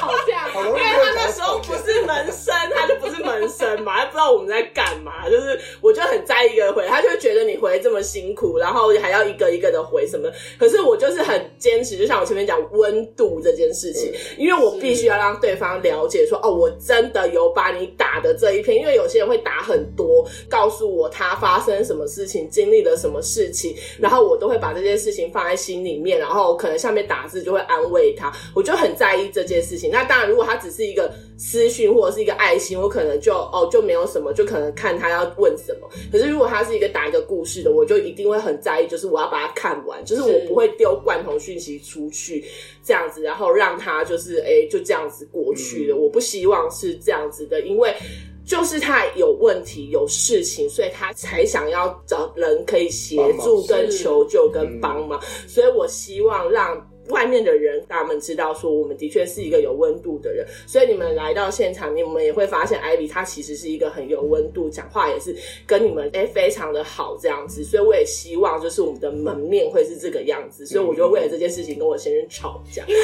Speaker 3: 吵架
Speaker 2: 好
Speaker 3: 了，
Speaker 2: 容易
Speaker 5: 因为
Speaker 2: 就
Speaker 5: 他那时候不是门生，他就不是门生嘛，他不知道我们在干嘛。就是我就很在意一个回，他就觉得你回这么辛苦，然后还要一个一个的回什么的。可是我就是很坚持，就像我前面讲温度这件事情，因为我必须要让对方了解说，哦，我真的有把你打的这一篇，因为有些人会打很多，告诉我他发生什么事情，经历了什么事情，然后我都会把这件事情放在心里面，然后可能下面打字就会安慰他，我就很在意这件事情。那当然，如果他只是一个私讯或者是一个爱心，我可能就哦就没有什么，就可能看他要问什么。可是如果他是一个打一个故事的，我就一定会很在意，就是我要把它看完，就是我
Speaker 3: 是
Speaker 5: 不会丢罐头讯息出去这样子，然后让他就是哎、就这样子过去了。我不希望是这样子的，因为。就是他有问题、有事情，所以他才想要找人可以协助、
Speaker 3: 帮忙
Speaker 5: 跟
Speaker 3: 是嗯
Speaker 5: 求救、跟帮忙。所以我希望让外面的人他们知道，说我们的确是一个有温度的人。所以你们来到现场，你们也会发现艾比她其实是一个很有温度，讲话也是跟你们哎、非常的好这样子。所以我也希望就是我们的门面会是这个样子。所以我就为了这件事情跟我先生吵架。
Speaker 1: 因为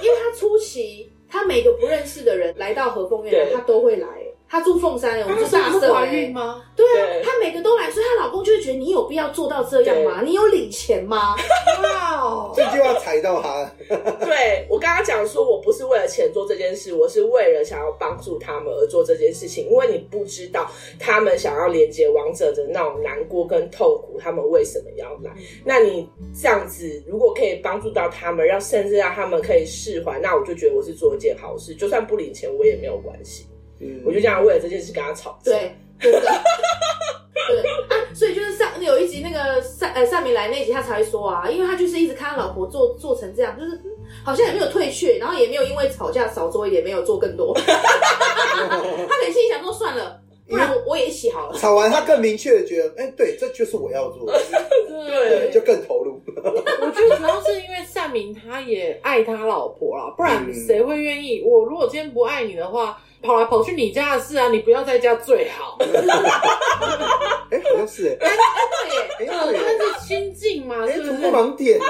Speaker 1: 因为他初期，他每个不认识的人来到和风院
Speaker 5: 对，
Speaker 1: 他都会来。他住凤山欸我们住大社
Speaker 3: 怀
Speaker 1: 欸
Speaker 3: 孕吗？
Speaker 1: 对啊
Speaker 5: 对，
Speaker 1: 他每个都来，所以她老公就会觉得你有必要做到这样吗？你有领钱吗？
Speaker 3: 哇哦，
Speaker 2: 这句话踩到他，
Speaker 5: 对我跟他讲说，我不是为了钱做这件事，我是为了想要帮助他们而做这件事情，因为你不知道他们想要连接王者的那种难过跟痛苦，他们为什么要来？
Speaker 1: 嗯
Speaker 5: 那你这样子，如果可以帮助到他们，让甚至让他们可以释怀，那我就觉得我是做一件好事，就算不领钱我也没有关系。
Speaker 2: 嗯
Speaker 5: 我就这样为了这件事跟他吵架。
Speaker 1: 对，对对对啊，所以就是上有一集那个善呃善明来那集，他才会说啊，因为他就是一直看他老婆做做成这样，就是嗯好像也没有退却，然后也没有因为吵架少做一点，没有做更多。 他可能心里想说，算了，不然我我也一起好了。
Speaker 2: 吵完，他更明确的觉得，哎，对，这就是我要做的，
Speaker 5: 对
Speaker 2: 就更投 入。
Speaker 3: 我觉得主要是因为善明他也爱他老婆啦，不然谁会愿意？我如果今天不爱你的话，跑来跑去你家的事啊，你不要在家最好。
Speaker 2: 哎，好像是哎，
Speaker 1: 对耶，
Speaker 2: 哎，
Speaker 3: 那
Speaker 2: 对耶，
Speaker 3: 啊是亲近嘛，
Speaker 2: 哎，
Speaker 3: 是
Speaker 2: 突破
Speaker 3: 不是？
Speaker 2: 盲点哎，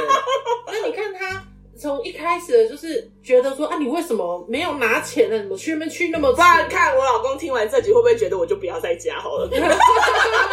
Speaker 3: 那你看他从一开始就是觉得说啊，你为什么没有拿钱呢？你们去那边去那么
Speaker 5: 不然看我老公听完这集会不会觉得我就不要在家好 了？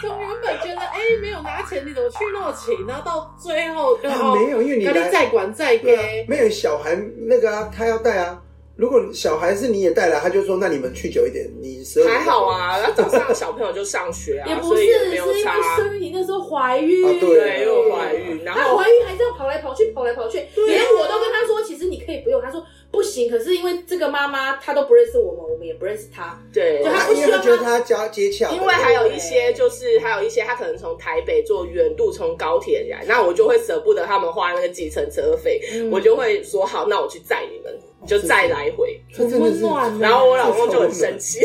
Speaker 3: 从原本觉得哎、没有拿钱，你怎么去那么勤？然后到最后就
Speaker 2: 啊没有因为你
Speaker 3: 咖
Speaker 2: 来
Speaker 3: 喱再管再
Speaker 2: 对啊
Speaker 3: 给，，
Speaker 2: 没有小孩那个啊，他要带啊。如果小孩是你也带了，他就说那你们去久一点，你十二点
Speaker 5: 还好啊，那早上小朋友就上学啊，
Speaker 1: 也不
Speaker 5: 所以
Speaker 1: 是，
Speaker 5: 也
Speaker 1: 是因
Speaker 5: 没有
Speaker 1: 为
Speaker 5: 差。啊
Speaker 1: 孙怡那时候怀孕，
Speaker 2: 啊对
Speaker 5: 对，又怀孕，然
Speaker 1: 她
Speaker 5: 后啊
Speaker 1: 怀孕还这样跑来跑去，跑来跑去，连我都跟她说，其实你可以不用。她说不行，可是因为这个妈妈她都不认识我们，我们也不认识她，
Speaker 5: 对
Speaker 1: 就。他不
Speaker 2: 因为
Speaker 1: 需要
Speaker 2: 他觉得他交接洽的，
Speaker 5: 因为还有一些就是还有一些他可能从台北坐远渡从高铁来，那我就会舍不得他们花那个计程车费，我就会说好，那我去载你们，就载来回。
Speaker 2: 这真的
Speaker 3: 温
Speaker 2: 是，
Speaker 3: 暖呢
Speaker 5: 然后我老公就很生气，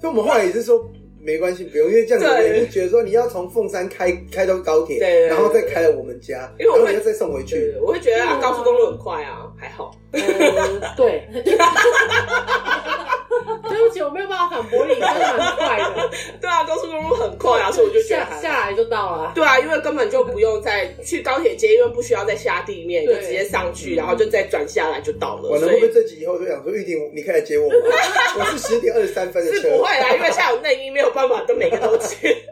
Speaker 2: 所以我们后来也是说。没关系，不用，因为这样子我
Speaker 5: 对
Speaker 2: 们也是觉得说，你要从凤山开开到高铁，
Speaker 5: 对对对
Speaker 2: 然后再开来我们家，
Speaker 5: 因
Speaker 2: 然
Speaker 5: 为我
Speaker 2: 后
Speaker 5: 们
Speaker 2: 你要再送回
Speaker 5: 对
Speaker 2: 去，，
Speaker 5: 我会觉得啊，高速公路很快啊，还好。
Speaker 3: 呃对， 对不起，我没有办法反驳你，真的蛮快的，
Speaker 5: 对啊，高速公路很快啊，所以我就觉得
Speaker 3: 下
Speaker 5: 还好。
Speaker 3: 下来就到了。
Speaker 5: 对啊，因为根本就不用再去高铁街，因为不需要再下地面，就
Speaker 3: 对
Speaker 5: 直接上去，然后就再转下来就到嗯了。
Speaker 2: 完了
Speaker 5: 所
Speaker 2: 会不会
Speaker 5: 以
Speaker 2: 这集以后就想说玉婷，你可以来接 我吗？我是十点二十三分的
Speaker 5: 是
Speaker 2: 车，
Speaker 5: 不会啦，因为下午内衣没有办法，都每个都去。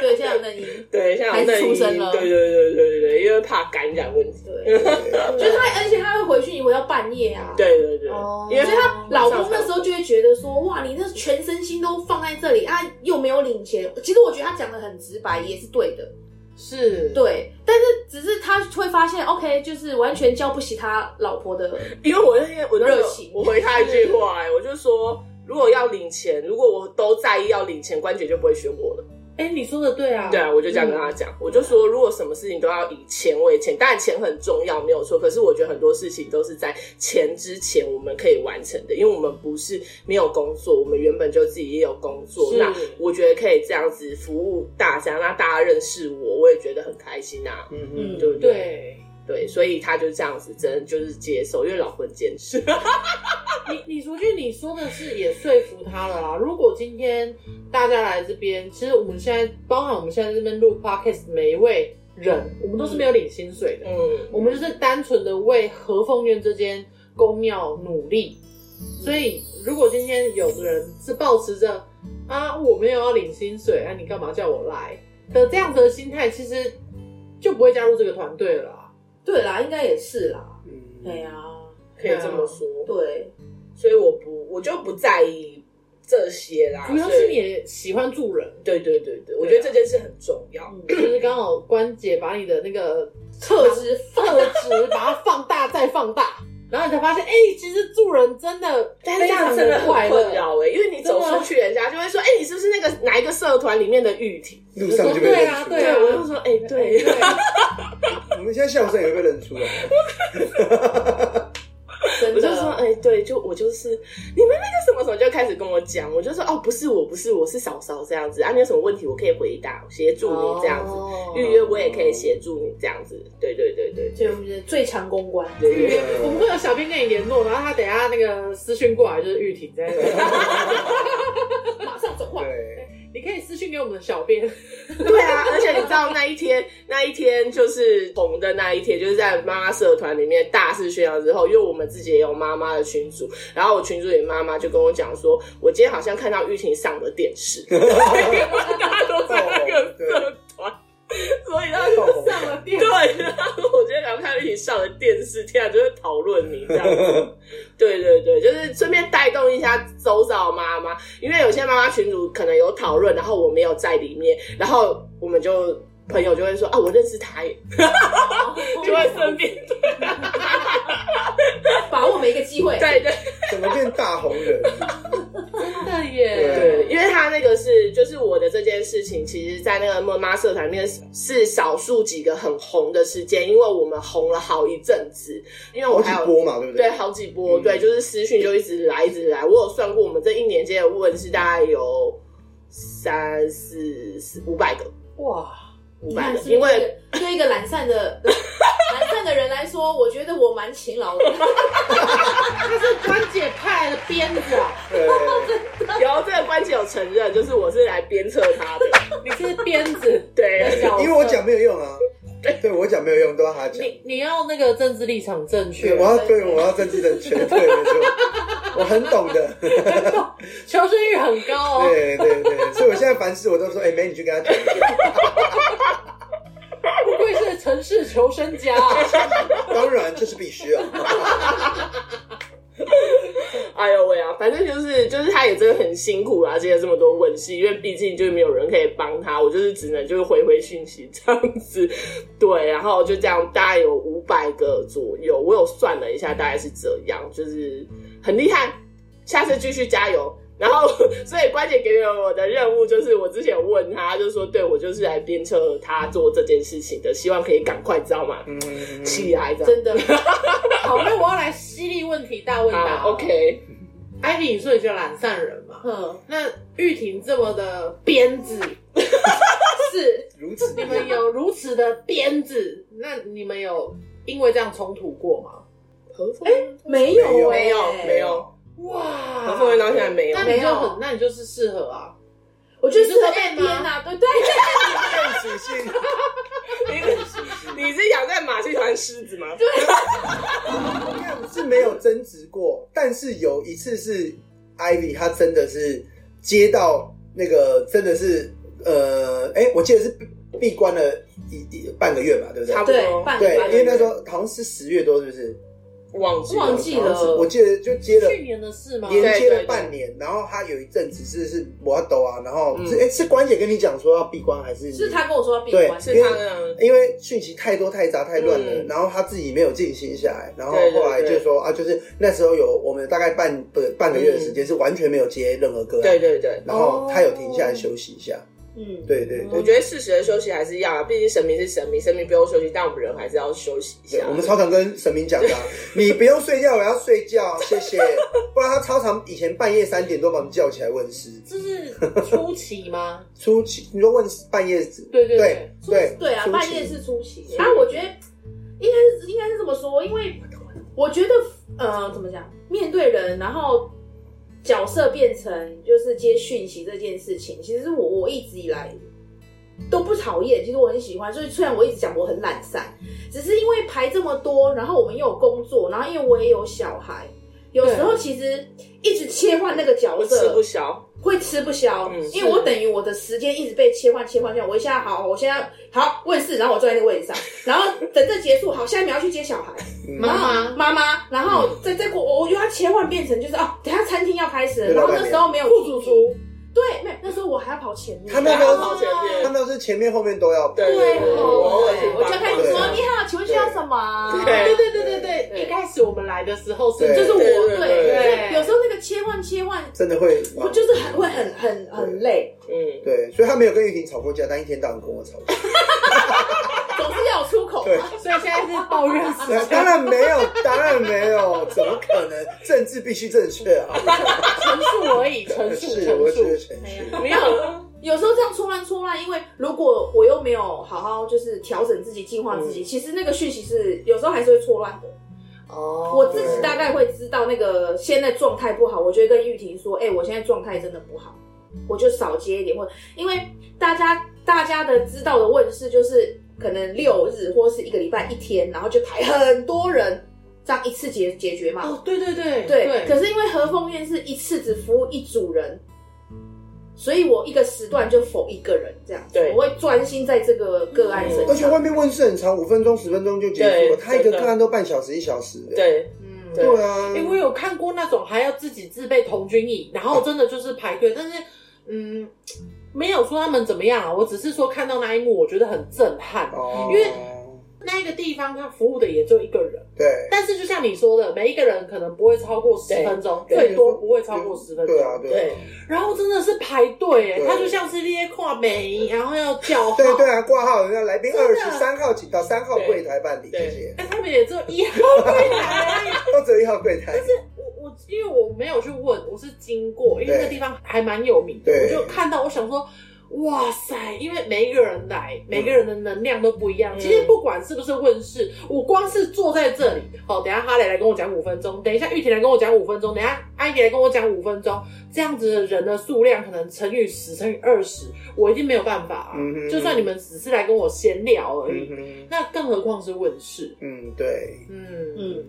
Speaker 1: 对，这样的音。
Speaker 5: 对，下午内
Speaker 1: 还是
Speaker 5: 衣，
Speaker 1: 出
Speaker 5: 对
Speaker 1: 生了
Speaker 5: 对对对对对，因为怕感染问题。
Speaker 1: 对，就是她，而且她会回去，你回到半夜啊。
Speaker 5: 对对对，
Speaker 3: 哦
Speaker 5: 因为
Speaker 1: 所以她老公那时候就会觉得说，哇，你那全身心都放在这里啊，又没有领钱。其实我觉得她讲的很直白，也是对的，
Speaker 3: 是，
Speaker 1: 对。但是只是她会发现，OK，就是完全浇不熄她老婆的，
Speaker 5: 因为我那天我那
Speaker 1: 热
Speaker 5: 个
Speaker 1: 情
Speaker 5: 我回他一句话、哎我就说，如果要领钱，如果我都在意要领钱，关姐就不会选我了。
Speaker 3: 哎，你说的对啊，
Speaker 5: 对啊，我就这样跟他讲，我就说，如果什么事情都要以钱为前，当然钱很重要，没有错。可是我觉得很多事情都是在钱之前我们可以完成的，因为我们不是没有工作，我们原本就自己也有工作。
Speaker 3: 是
Speaker 5: 那我觉得可以这样子服务大家，那大家认识我，我也觉得很开心啊，
Speaker 2: 嗯嗯
Speaker 1: 嗯，
Speaker 5: 对不对？
Speaker 3: 对，
Speaker 5: 对，所以他就这样子，真的就是接受，因为老婚 坚持。
Speaker 3: 你你出去，你说的是也说服他了啦。如果今天大家来这边，其实我们现在，包含我们现在这边录 podcast，每一位人，我们都是没有领薪水的，
Speaker 5: 嗯，
Speaker 3: 我们就是单纯的为和凤院这间公庙努力。所以，如果今天有的人是抱持着啊，我没有要领薪水，啊，你干嘛叫我来的这样子的心态，其实就不会加入这个团队了啦。
Speaker 1: 对啦，应该也是啦，
Speaker 2: 嗯，
Speaker 1: 对啊，
Speaker 5: 可以这么说。
Speaker 1: 对，
Speaker 3: 啊
Speaker 5: 所以我不，我就不在意这些啦。
Speaker 3: 主要
Speaker 5: 所
Speaker 3: 是你
Speaker 5: 以
Speaker 3: 啊也喜欢助人，
Speaker 5: 对对对对，我觉得这件事很重要。
Speaker 1: 嗯，
Speaker 3: 就是刚好关节把你的那个
Speaker 1: 特质放
Speaker 3: 特质把它放大再放大，然后你才发现，哎、其实助人真的
Speaker 5: 但是
Speaker 3: 非
Speaker 5: 这样
Speaker 3: 常
Speaker 5: 真的
Speaker 3: 的
Speaker 5: 很
Speaker 3: 快
Speaker 5: 困
Speaker 3: 乐。啊
Speaker 5: 扰哎、因为你走出去，人家就会说：“哎、你是不是那个哪一个社团里面的玉婷
Speaker 2: 路上就被
Speaker 3: 对
Speaker 2: 认
Speaker 3: 啊
Speaker 2: 出
Speaker 3: 对
Speaker 2: 来，
Speaker 3: 啊
Speaker 5: 我就说：“哎、对，
Speaker 2: 我们现在相声也会被认 出来，
Speaker 1: 真的
Speaker 5: 我就说：“哎、对，就我就是你们那个什么什么，就开始跟我讲。”我就说：“哦，不是我，不是我是嫂嫂这样子啊，你有什么问题我可以回答，协助你这样子，
Speaker 3: 哦
Speaker 5: 预约我也可以协助你这样子。”对对对对
Speaker 1: 所以我们的最强公关，
Speaker 5: 对对对。
Speaker 3: 我们会有小编跟你联络，然后他等一下那个私讯过来就是玉婷在 那边，
Speaker 1: 马上转换，
Speaker 2: 对，
Speaker 3: 你可以私讯给我们的小编，
Speaker 5: 对啊，而且你知道那一天，那一天就是红的那一天，就是在妈妈社团里面大肆宣扬之后，因为我们自己也有妈妈的群组，然后我群组里妈妈就跟我讲说，我今天好像看到玉婷上了电视， 因为大家都在那个社团，所以那时候
Speaker 3: 上了电
Speaker 5: 对，然后我今天好像看到玉婷上了电视，天啊，就会讨论你这样子。对对对，就是顺便带动一下周遭妈妈，因为有些妈妈群主可能有讨论，然后我没有在里面，然后我们就朋友就会说啊，我认识他耶，就会顺便
Speaker 1: 把握每一个机会，
Speaker 5: 对对
Speaker 2: 怎么变大红 人？
Speaker 3: 真的耶，
Speaker 5: 对，因为他那个是就是我的这件事情，其实，在那个妈妈社团里面是是少数几个很红的时间，因为我们红了好一阵子，因为我
Speaker 2: 好几
Speaker 5: 还有
Speaker 2: 波嘛，对不
Speaker 5: 对，
Speaker 2: 对？
Speaker 5: 好几波，
Speaker 2: 嗯
Speaker 5: 对，就是私讯就一直来，一直来。我有算过，我们这一年间的问是大概有三四四五百个，
Speaker 3: 哇，
Speaker 5: 五
Speaker 1: 你
Speaker 5: 百
Speaker 1: 看
Speaker 5: 个
Speaker 1: 是，不是
Speaker 5: 因为
Speaker 1: 对一个懒散的懒散的人来说，我觉得我蛮勤劳的。
Speaker 3: 他是关姐派来的鞭子啊，
Speaker 2: 对，
Speaker 5: 然后这个关姐有承认，就是我是来鞭策他的，
Speaker 3: 你是鞭子，
Speaker 5: 对。
Speaker 3: 角色
Speaker 2: 因为我讲没有用啊，对我讲没有用，都要他讲。
Speaker 3: 你你要那个政治立场正确
Speaker 2: 对，我，要对我要政治正确，对，没错，我很懂的，
Speaker 3: 求生欲很高哦。
Speaker 2: 对对对，所以我现在凡事我都说，哎，没你去跟他讲一下。
Speaker 3: 不愧是城市求生家、
Speaker 2: 当然这是必须啊，
Speaker 5: 哎呦喂啊，反正就是就是他也真的很辛苦啦，接了这么多吻戏，因为毕竟就是没有人可以帮他，我就是只能就是回回讯息这样子，对，然后就这样大概有五百个左右，我有算了一下，大概是这样，就是很厉害，下次继续加油。然后，所以关姐给予我的任务就是，我之前有问他，就说对我就是来鞭策他做这件事情的，希望可以赶快，知道吗？
Speaker 2: 嗯，
Speaker 5: 起来的。
Speaker 3: 真的。好，那我要来犀利问题大问答。
Speaker 5: 好，OK，
Speaker 3: 艾丽，你说你是个懒散人嘛？
Speaker 1: 嗯，
Speaker 3: 那玉婷这么的鞭子，
Speaker 1: 是
Speaker 2: 如此
Speaker 3: 你们有如此的鞭子，那你们有因为这样冲突过吗？
Speaker 5: 何风哎，
Speaker 1: 没
Speaker 2: 没
Speaker 1: 有
Speaker 2: 有
Speaker 1: 哎、
Speaker 5: 没有没有，
Speaker 3: 哇
Speaker 5: 何风云到现在没有
Speaker 3: 那。你就很，那你就是适合啊。
Speaker 1: 我就是
Speaker 3: 你是
Speaker 1: 被
Speaker 3: M
Speaker 1: 编
Speaker 3: 吗
Speaker 1: 啊，对对，
Speaker 2: 暗属性，
Speaker 5: 你是养在马戏团狮子吗？对，
Speaker 2: 是没有争执过，但是有一次是 Ivy，她真的是接到那个真的是呃，哎、我记得是闭闭关了一一半个月吧，对不对
Speaker 5: 差？不
Speaker 1: 对，
Speaker 5: 多。
Speaker 1: 半
Speaker 2: 对
Speaker 1: 年，半
Speaker 2: 因为
Speaker 1: 年
Speaker 2: 那时候好像是十月多，是不是？
Speaker 5: 忘记了
Speaker 1: 忘记
Speaker 2: 好像是
Speaker 1: 了
Speaker 2: 我记得就接了。
Speaker 3: 去年的事吗？
Speaker 2: 连接
Speaker 5: 对
Speaker 2: 了
Speaker 5: 对
Speaker 2: 半年，然后她有一阵子是是我要抖啊，然后是
Speaker 5: 嗯
Speaker 2: 哎、是关姐跟你讲说要闭关还是你？
Speaker 1: 是他跟我说要闭
Speaker 2: 对
Speaker 1: 关，
Speaker 5: 是他的
Speaker 2: 因为讯息太多太杂太乱了，
Speaker 5: 嗯
Speaker 2: 然后他自己没有静心下来，然后
Speaker 5: 对对
Speaker 2: 后来就
Speaker 5: 对嗯
Speaker 2: 说啊，就是那时候有我们大概半不半个月的时间是完全没有接任何歌、啊，
Speaker 5: 对对对，
Speaker 2: 然后他有停下来休息一下，
Speaker 1: 嗯，
Speaker 2: 对对对
Speaker 5: 我，觉得适时的休息还是要啊，毕竟神明是神明，神明不用休息，但我们人还是要休息一
Speaker 2: 对
Speaker 5: 下。
Speaker 2: 我们超常跟神明讲的、 啊，你不用睡觉，我要睡觉，谢谢，不然他超常以前半夜三点都把我们叫起来问 诗，
Speaker 3: 这是初期吗？
Speaker 2: 初期你说问半夜
Speaker 3: 对对
Speaker 2: 对
Speaker 3: 对
Speaker 1: 初
Speaker 2: 对
Speaker 1: 对啊，
Speaker 2: 初
Speaker 1: 半
Speaker 2: 期
Speaker 1: 夜是初期，啊，我觉得应该是应该是这么说，因为我觉得呃，怎么讲，面对人，然后角色变成就是接讯息这件事情，其实我我一直以来都不讨厌，其实我很喜欢，所以虽然我一直讲我很懒散，只是因为排这么多，然后我们又有工作，然后因为我也有小孩。有时候其实一直切换那个角
Speaker 5: 我
Speaker 1: 色，
Speaker 5: 吃不消，
Speaker 1: 会吃不消，
Speaker 5: 嗯
Speaker 1: 因为我等于我的时间一直被切换切换切换。我一下好，我现在好问事，然后我坐在那个位置上，然后等这结束，好，下一秒要去接小孩，
Speaker 3: 妈
Speaker 1: 然后
Speaker 3: 妈
Speaker 1: 妈妈，然后再再过，我我又要切换变成就是哦，等一下餐厅要开始了，
Speaker 2: 对
Speaker 1: 然后
Speaker 2: 老板
Speaker 1: 那时候没有
Speaker 3: 副主，厨，
Speaker 1: 对，没有，那时候我还要跑前面，
Speaker 2: 他那
Speaker 5: 个
Speaker 1: 然
Speaker 5: 跑
Speaker 1: 后
Speaker 5: 前面
Speaker 2: 他们都是前面后面都要，
Speaker 5: 对
Speaker 1: 对
Speaker 5: 对
Speaker 1: 吼，
Speaker 5: 我偶尔是
Speaker 1: 我就开始说
Speaker 2: 对
Speaker 1: 你好，请问需要什么？
Speaker 5: 对
Speaker 3: 对对对对
Speaker 1: 对
Speaker 3: 对，一开始我们来的时候是
Speaker 2: 对
Speaker 1: 就是我
Speaker 5: 对对
Speaker 1: 对，
Speaker 3: 对
Speaker 1: 所以有时候那个切换切换，
Speaker 2: 真的会
Speaker 1: 我就是很会很很很累，
Speaker 5: 嗯，
Speaker 2: 对，所以他没有跟玉婷吵过架，但一天到晚跟我吵架。
Speaker 1: 总是要有出口
Speaker 2: 对
Speaker 1: 嘛。
Speaker 3: 所以现在是 抱怨时间，
Speaker 2: 当然没有，当然没有，怎么可能？政治必须正确啊！
Speaker 3: 陈述而已，陈述
Speaker 2: 是，我
Speaker 3: 陈
Speaker 2: 觉得
Speaker 3: 述。
Speaker 2: 程
Speaker 1: 哎
Speaker 2: 序
Speaker 1: 呀。
Speaker 5: 没有，
Speaker 1: 有时候这样出乱出乱，因为如果我又没有好好就是调整自己、净化自己，其实那个讯息是有时候还是会错乱的。
Speaker 3: 哦
Speaker 1: 我自己大概会知道那个现在状态不好，我就会跟玉婷说：“哎、我现在状态真的不好，我就少接一点。”或因为大家大家的知道的问世就是可能六日或是一个礼拜一天，然后就排很多人，这样一次解解决嘛。
Speaker 3: 哦，对对对
Speaker 1: 对，
Speaker 3: 对，
Speaker 1: 可是因为和风院是一次只服务一组人，所以我一个时段就否一个人这样子，
Speaker 5: 对
Speaker 1: 我会专心在这个个案身
Speaker 2: 嗯而且外
Speaker 1: 上。
Speaker 2: 面问世很长，五分钟、十分钟就结束
Speaker 5: 对
Speaker 2: 了，他一个
Speaker 5: 真的
Speaker 2: 个案都半小时、一小时的。
Speaker 5: 对，
Speaker 1: 嗯，
Speaker 5: 对
Speaker 2: 对啊，
Speaker 3: 因为我有看过那种还要自己自备童军椅，然后真的就是排队，但是嗯，没有说他们怎么样啊，我只是说看到那一幕，我觉得很震撼。
Speaker 2: 哦，
Speaker 3: 因为那一个地方他服务的也就一个人，
Speaker 2: 对，
Speaker 3: 但是就像你说的，每一个人可能不会超过十
Speaker 5: 对
Speaker 3: 分钟，
Speaker 5: 对
Speaker 3: 最多不会超过十分钟。
Speaker 2: 对啊，对
Speaker 5: 对
Speaker 2: 啊，
Speaker 3: 然后真的是排队，
Speaker 2: 对
Speaker 3: 哎，他就像是列跨美，然后要叫号。
Speaker 2: 对对啊，挂号人家来宾
Speaker 3: 真
Speaker 2: 二
Speaker 3: 的
Speaker 2: 十三号请到三号
Speaker 5: 对
Speaker 2: 柜台办理，
Speaker 5: 对
Speaker 2: 谢谢。
Speaker 3: 哎，他们也只有一号柜台。啊
Speaker 2: 到只有一号柜台，
Speaker 3: 我我因为我没有去问，我是经过，因为
Speaker 2: 对
Speaker 3: 那个地方还蛮有名的，
Speaker 2: 对
Speaker 3: 我就看到，我想说。哇塞！因为每一个人来，每个人的能量都不一样。
Speaker 5: 嗯
Speaker 3: 其实不管是不是问世，我光是坐在这里，哦，等一下哈雷来跟我讲五分钟，等一下玉婷来跟我讲五分钟，等一下艾迪来跟我讲五分钟，这样子的人的数量可能乘以十，乘以二十，我一定没有办法啊！
Speaker 2: 嗯哼
Speaker 3: 就算你们只是来跟我闲聊而
Speaker 2: 嗯
Speaker 3: 已，
Speaker 2: 哼，
Speaker 3: 那更何况是问世？
Speaker 2: 嗯，对，
Speaker 3: 嗯
Speaker 1: 嗯，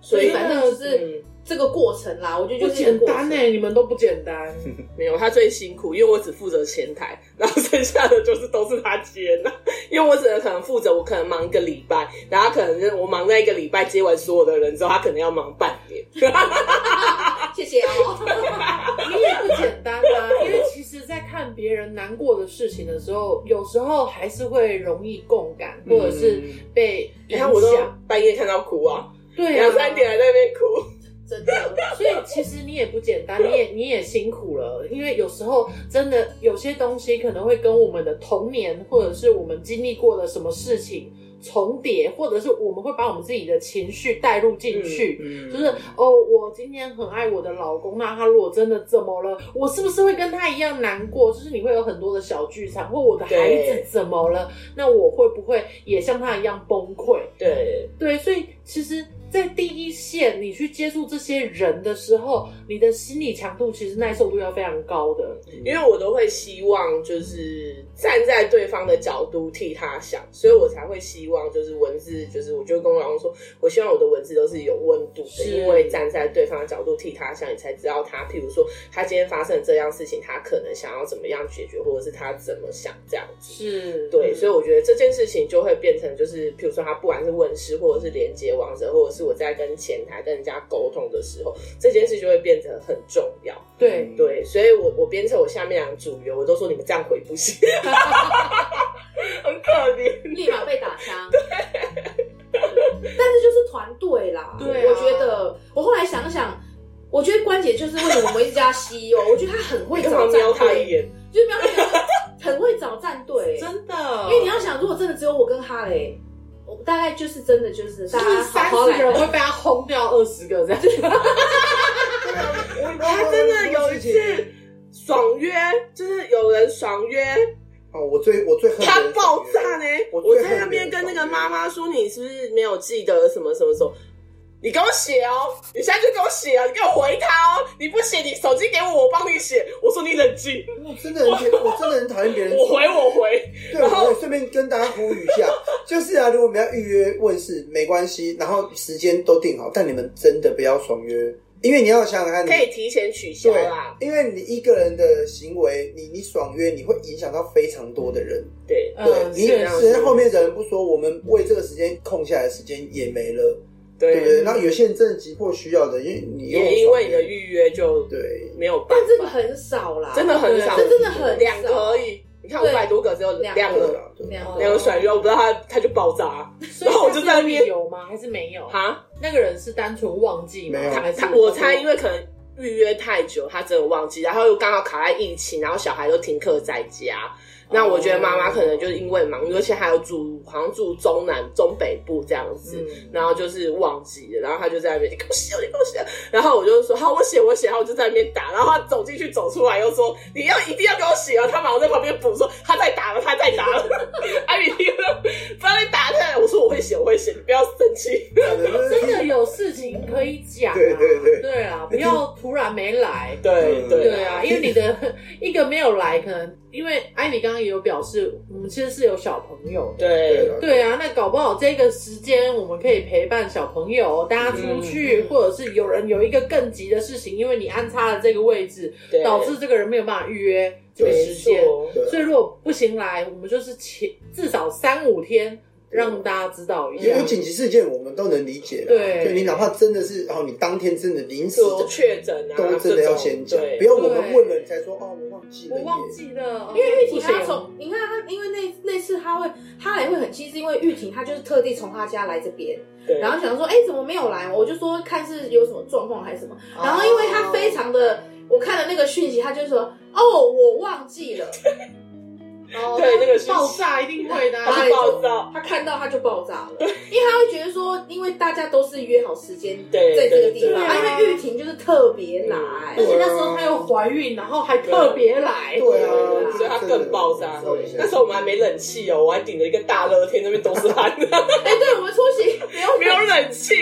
Speaker 5: 所
Speaker 1: 所
Speaker 5: 以
Speaker 1: 以
Speaker 3: 真
Speaker 1: 反
Speaker 3: 的
Speaker 1: 正就是
Speaker 5: 嗯，
Speaker 1: 这个过程啦，我觉得
Speaker 3: 不
Speaker 1: 就是这
Speaker 3: 简
Speaker 1: 个过
Speaker 3: 单欸
Speaker 1: 程
Speaker 3: 呢、你们都不简单。
Speaker 5: 没有，他最辛苦，因为我只负责前台，然后剩下的就是都是他接的，因为我只能可能负责，我可能忙一个礼拜，然后他可能是我忙在一个礼拜接完所有的人之后，他可能要忙半年，
Speaker 1: 啊谢谢哦。
Speaker 3: 你也不简单啊，因为其实，在看别人难过的事情的时候，有时候还是会容易共感，或者是被
Speaker 5: 嗯你
Speaker 3: 影
Speaker 5: 看我都
Speaker 3: 响。
Speaker 5: 半夜看到哭啊，
Speaker 3: 对啊
Speaker 5: 两，三点还在那边哭。
Speaker 1: 真的，
Speaker 3: 所以其实你也不简单，你也你也辛苦了，因为有时候真的有些东西可能会跟我们的童年或者是我们经历过的什么事情重叠，或者是我们会把我们自己的情绪带入进去。
Speaker 5: 嗯
Speaker 3: 就是哦，我今天很爱我的老公，那他如果真的怎么了，我是不是会跟他一样难过？就是你会有很多的小剧场，或我的孩子
Speaker 5: 对
Speaker 3: 怎么了，那我会不会也像他一样崩溃？
Speaker 5: 对，
Speaker 3: 对，所以其实，在第一线你去接触这些人的时候，你的心理强度其实耐受度要非常高的。
Speaker 5: 因为我都会希望就是站在对方的角度替他想，所以我才会希望就是文字，就是我就跟我老公说，我希望我的文字都是有温度的，
Speaker 3: 是
Speaker 5: 因为站在对方的角度替他想，你才知道他，譬如说他今天发生这样事情，他可能想要怎么样解决，或者是他怎么想这样子。
Speaker 3: 是
Speaker 5: 对，所以
Speaker 3: 以
Speaker 5: 我觉得这件事情就会变成，就是譬如说，他不管是问世，或者是连接王者，或者是我在跟前台跟人家沟通的时候，这件事就会变成很重要。
Speaker 3: 对，
Speaker 5: 对，所以我我鞭策我下面两个组员，我都说你们这样回不 行，很可怜。
Speaker 1: 立马被打枪。但是就是团队啦，
Speaker 3: 对啊
Speaker 1: 我觉得我后来想想，我觉得关姐就是为什么我们一直叫她 E CEO，我觉得她很会
Speaker 5: 干嘛
Speaker 1: 找
Speaker 5: 瞄
Speaker 1: 战
Speaker 5: 他一
Speaker 1: 队，
Speaker 5: 眼？
Speaker 1: 就是喵喵很会找战队，
Speaker 3: 真的，
Speaker 1: 因为你要想，如果真的只有我跟他嘞，我大概就是真的就是大
Speaker 3: 就是
Speaker 1: 家
Speaker 3: 三
Speaker 1: 好好
Speaker 3: 十个
Speaker 1: 来
Speaker 3: 人会被他轰掉二十个这 样。
Speaker 5: 他啊真的有一次爽约，就是有人爽约，
Speaker 2: 哦，我最我最恨
Speaker 5: 他爆炸呢
Speaker 2: 呢！。我
Speaker 5: 我
Speaker 2: 最
Speaker 5: 在那边跟那个妈妈说，你是不是没有记得什么什么什么？你给我写哦！你现在就给我写哦！你给我回他哦！你不写，你手机给我，我帮你写。我说你冷静，
Speaker 2: 我真的很我真的很讨厌别人。
Speaker 5: 我回我回。
Speaker 2: 对，我顺便跟大家呼吁一下， 就是啊，如果我们要预约问世，没关系，然后时间都定好，但你们真的不要爽约，因为你要想想看，
Speaker 5: 可以提前取消
Speaker 2: 对
Speaker 5: 啦，。
Speaker 2: 因为你一个人的行为，你你爽约，你会影响到非常多的人。
Speaker 5: 对，
Speaker 2: 对
Speaker 3: 嗯，
Speaker 2: 你
Speaker 3: 确
Speaker 5: 实
Speaker 2: 只是后面的人不说，我们为这个时间空下来的时间也没了，对不对？然后有些人真的急迫需要的，因为你又
Speaker 5: 也因为你的
Speaker 2: 爽约
Speaker 5: 预约就
Speaker 2: 对
Speaker 5: 没有办
Speaker 1: 但
Speaker 5: 法，
Speaker 1: 这个很少啦，
Speaker 5: 真的很少，
Speaker 1: 这真的很少
Speaker 5: 两个而已。你看五
Speaker 1: 对
Speaker 5: 百多个，只有两
Speaker 1: 两
Speaker 2: 对
Speaker 5: 个，
Speaker 2: 啦，对
Speaker 1: 两个
Speaker 5: 两
Speaker 1: 哦
Speaker 5: 个甩约，我不知道他他就爆炸
Speaker 3: 所以
Speaker 5: 然后我就
Speaker 3: 他是
Speaker 5: 在那
Speaker 3: 有
Speaker 5: 边
Speaker 3: 理由吗？还是没有？
Speaker 5: 哈，
Speaker 3: 那个人是单纯忘记吗？
Speaker 2: 没有
Speaker 3: 哦还是
Speaker 5: 他我猜，因
Speaker 3: 为
Speaker 5: 为可能预约太久，他真的忘记，然后又刚好卡在疫情，然后小孩都停课在家。那我觉得妈妈可能就是因为
Speaker 3: 哦
Speaker 5: 忙，因为现在还有住，好像住中南、中北部这样
Speaker 3: 嗯
Speaker 5: 子，然后就是忘记了，然后他就在那边你给我写，你给我写，然后我就说好，我写我写，然后我就在那边打，然后他走进去走出来又说你要一定要给我写啊，他马上在旁边补说他在打了，他在打了，艾米丽说不要再打他了，我说我会写我会写，你不要生气，
Speaker 3: 真的有事情可以讲、啊，
Speaker 2: 对对对
Speaker 3: 对啊，不要突然没来。
Speaker 5: 对
Speaker 2: 嗯
Speaker 5: 对
Speaker 3: 对啊，因为你的 一个没有来，可能因为艾米刚刚也有表示，我们其实是有小朋友的。
Speaker 5: 对
Speaker 2: 对
Speaker 3: 对啊，那搞不好这个时间我们可以陪伴小朋友，大家出去，或者是有人有一个更急的事情，因为你安插了这个位置，
Speaker 5: 对，
Speaker 3: 导致这个人没有办法预约这个
Speaker 5: 没
Speaker 3: 时间。
Speaker 5: 错
Speaker 2: 对啊
Speaker 3: 所以如果不行来，我们就是前至少三五天让大家知道一
Speaker 2: 因为
Speaker 3: 下
Speaker 2: 有。紧急事件，我们都能理解啦。
Speaker 3: 对
Speaker 2: 你哪怕真的是哦，你当天真的临时
Speaker 5: 有
Speaker 2: 的，
Speaker 5: 确诊啊，
Speaker 2: 都真的要先讲，
Speaker 5: 对
Speaker 2: 不要我们问了你才说哦，我忘记了
Speaker 3: 我
Speaker 2: 耶。
Speaker 3: 忘记了，哦
Speaker 1: 因为玉
Speaker 3: 不
Speaker 1: 婷
Speaker 3: 行
Speaker 1: 她从你看她，因为那那次她会，她也会很气，是因为玉婷她就是特地从她家来这边，
Speaker 5: 对，
Speaker 1: 然后想说，哎、怎么没有来？我就说看是有什么状况还是什么。
Speaker 5: 哦
Speaker 1: 然后因为她非常的，我看了那个讯息，她就说，哦，我忘记了，
Speaker 3: 哦
Speaker 5: 对那个是
Speaker 3: 爆炸一定会的啊，
Speaker 5: 他
Speaker 1: 哎
Speaker 5: 就暴躁，
Speaker 1: 她看到她就爆炸了，因为她会觉得说，因为大家都是约好时间
Speaker 5: 对
Speaker 1: 在这个
Speaker 5: 对
Speaker 1: 地方，嗯
Speaker 3: 对
Speaker 1: 啊，因为玉婷就是特别来，
Speaker 3: 而且那时候她又怀孕，然后还特别来，
Speaker 2: 对啊，
Speaker 5: 所以他更爆炸
Speaker 2: 真的是
Speaker 5: 那时候我们还没冷气哦，我还顶着一个大热天，那边都是汗，
Speaker 1: 哎、对我们出席没有
Speaker 5: 没有冷气，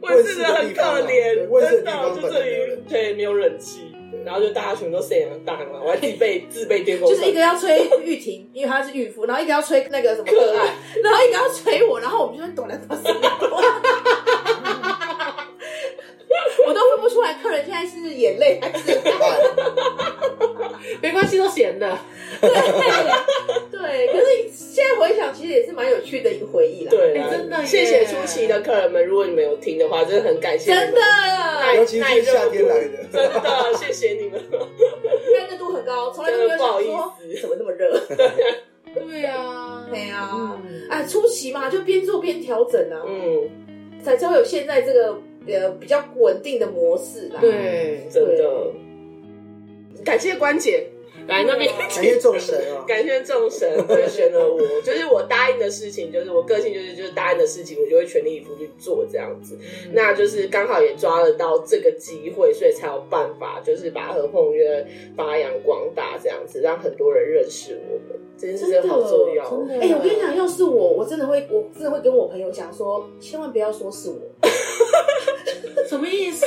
Speaker 5: 问世的很可 怜，
Speaker 2: 问世
Speaker 5: 真
Speaker 2: 的地
Speaker 5: 的，啊
Speaker 2: 方
Speaker 5: 就这里对没有冷气，然后就大家全部都晒阳大了，我还自备自备电风
Speaker 1: 就
Speaker 5: 扇，
Speaker 1: 是一个要吹玉婷，因为她是孕妇，然后一个要吹那个什么
Speaker 5: 可 爱，
Speaker 1: 然后一个要吹我，然后我们就会躲来躲去。 我都分不出来客人现在是眼泪还是
Speaker 3: 没关系，都闲的。
Speaker 1: 对，可是现在回想，其实也是蛮有趣的一个回忆啦。，
Speaker 5: 对啊，
Speaker 3: 哎真的耶
Speaker 5: 谢谢出奇的客人们，如果你们有听的话，真的很感谢你们
Speaker 1: 真的，
Speaker 5: 耐
Speaker 2: 哎尤其
Speaker 5: 耐
Speaker 2: 是
Speaker 5: 热
Speaker 2: 夏天
Speaker 5: 度
Speaker 2: 来 的
Speaker 5: 真的谢谢你们，
Speaker 1: 但热度很高，从来都没有
Speaker 5: 真的不好
Speaker 1: 想
Speaker 5: 意
Speaker 1: 说
Speaker 5: 思，怎么那么热？
Speaker 3: 对啊，
Speaker 1: 对啊
Speaker 3: 嗯，
Speaker 1: 哎，初期嘛，就边做边调整啊，
Speaker 5: 嗯，
Speaker 1: 才才会有现在这个呃比较稳定的模式啦。
Speaker 3: 对，
Speaker 5: 真的，感谢关姐来那边，
Speaker 2: 感谢众神啊！
Speaker 5: 感谢众神对选了我，就是我答应的事情，就是我个性就是就是答应的事情，我就会全力以赴去做这样子。
Speaker 3: 嗯
Speaker 5: 那就是刚好也抓得到这个机会，所以才有办法就是把和凤约发扬光大这样子，让很多人认识我们，这件事真的好重要哦。
Speaker 1: 哎、我跟你讲，要是我，我真的会，我真的会跟我朋友讲说，千万不要说是我。
Speaker 3: 什么意 思？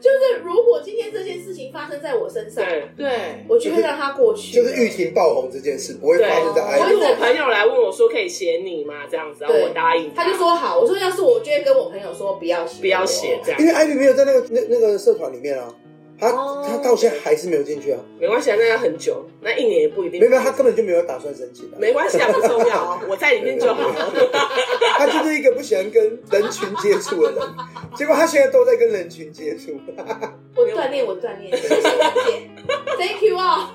Speaker 1: 就是如果今天这件事情发生在我身上，
Speaker 5: 对，
Speaker 3: 对，
Speaker 1: 我就会让它过去。
Speaker 2: 就是玉婷爆红这件事不会发生
Speaker 1: 对
Speaker 2: 在
Speaker 5: 我
Speaker 2: 爱
Speaker 5: 有我朋友来问我说可以写你吗？这样子，然后我答应
Speaker 1: 他就说好，我说要是我，我就会跟我朋友说不要写，
Speaker 5: 不要写这样
Speaker 2: 因，为艾比没有在那个那那个社团里面啊，他
Speaker 3: 哦
Speaker 2: 他到现在还是没有进去啊，
Speaker 5: 没关系，啊，那要很久，那一年也不一定
Speaker 2: 没。有，他根本就没有打算申请的，
Speaker 5: 没关系啊，不重要 啊，我在里面就好了。
Speaker 2: 他就是一个不喜欢跟人群接触的人，结果他现在都在跟人群接触。
Speaker 1: 我锻炼，我锻炼，谢谢 姐，Thank you 啊、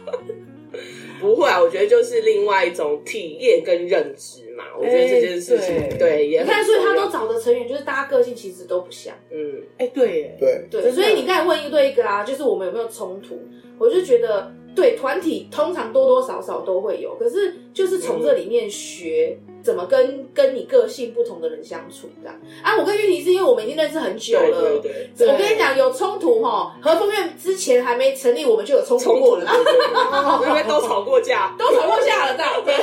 Speaker 5: 不会啊，我觉得就是另外一种体验跟认知嘛。我觉得这件事情，
Speaker 3: 对
Speaker 5: 对，也
Speaker 1: 你
Speaker 5: 很
Speaker 1: 看，所以他
Speaker 5: 重要
Speaker 1: 都找的成员就是大家个性其实都不像。
Speaker 5: 嗯，
Speaker 3: 哎，对耶，
Speaker 2: 对，
Speaker 1: 对，
Speaker 3: 真的
Speaker 1: 所以你刚才问一对一个啊，就是我们有没有冲突？我就觉得，对团体通常多多少少都会有，可是就是从这里面学怎么跟跟你个性不同的人相处这样。啊，我跟玉婷是因为我们已经认识很久
Speaker 5: 对
Speaker 1: 了。
Speaker 5: 对对，
Speaker 3: 对
Speaker 1: 我跟你讲，有冲突哈，和风院之前还没成立，我们就 有冲突
Speaker 5: 冲
Speaker 1: 过
Speaker 5: 过
Speaker 1: 了
Speaker 5: 了，
Speaker 1: 啦，
Speaker 5: 对对对因为 都吵过架，
Speaker 1: 都吵过架了这 样。对，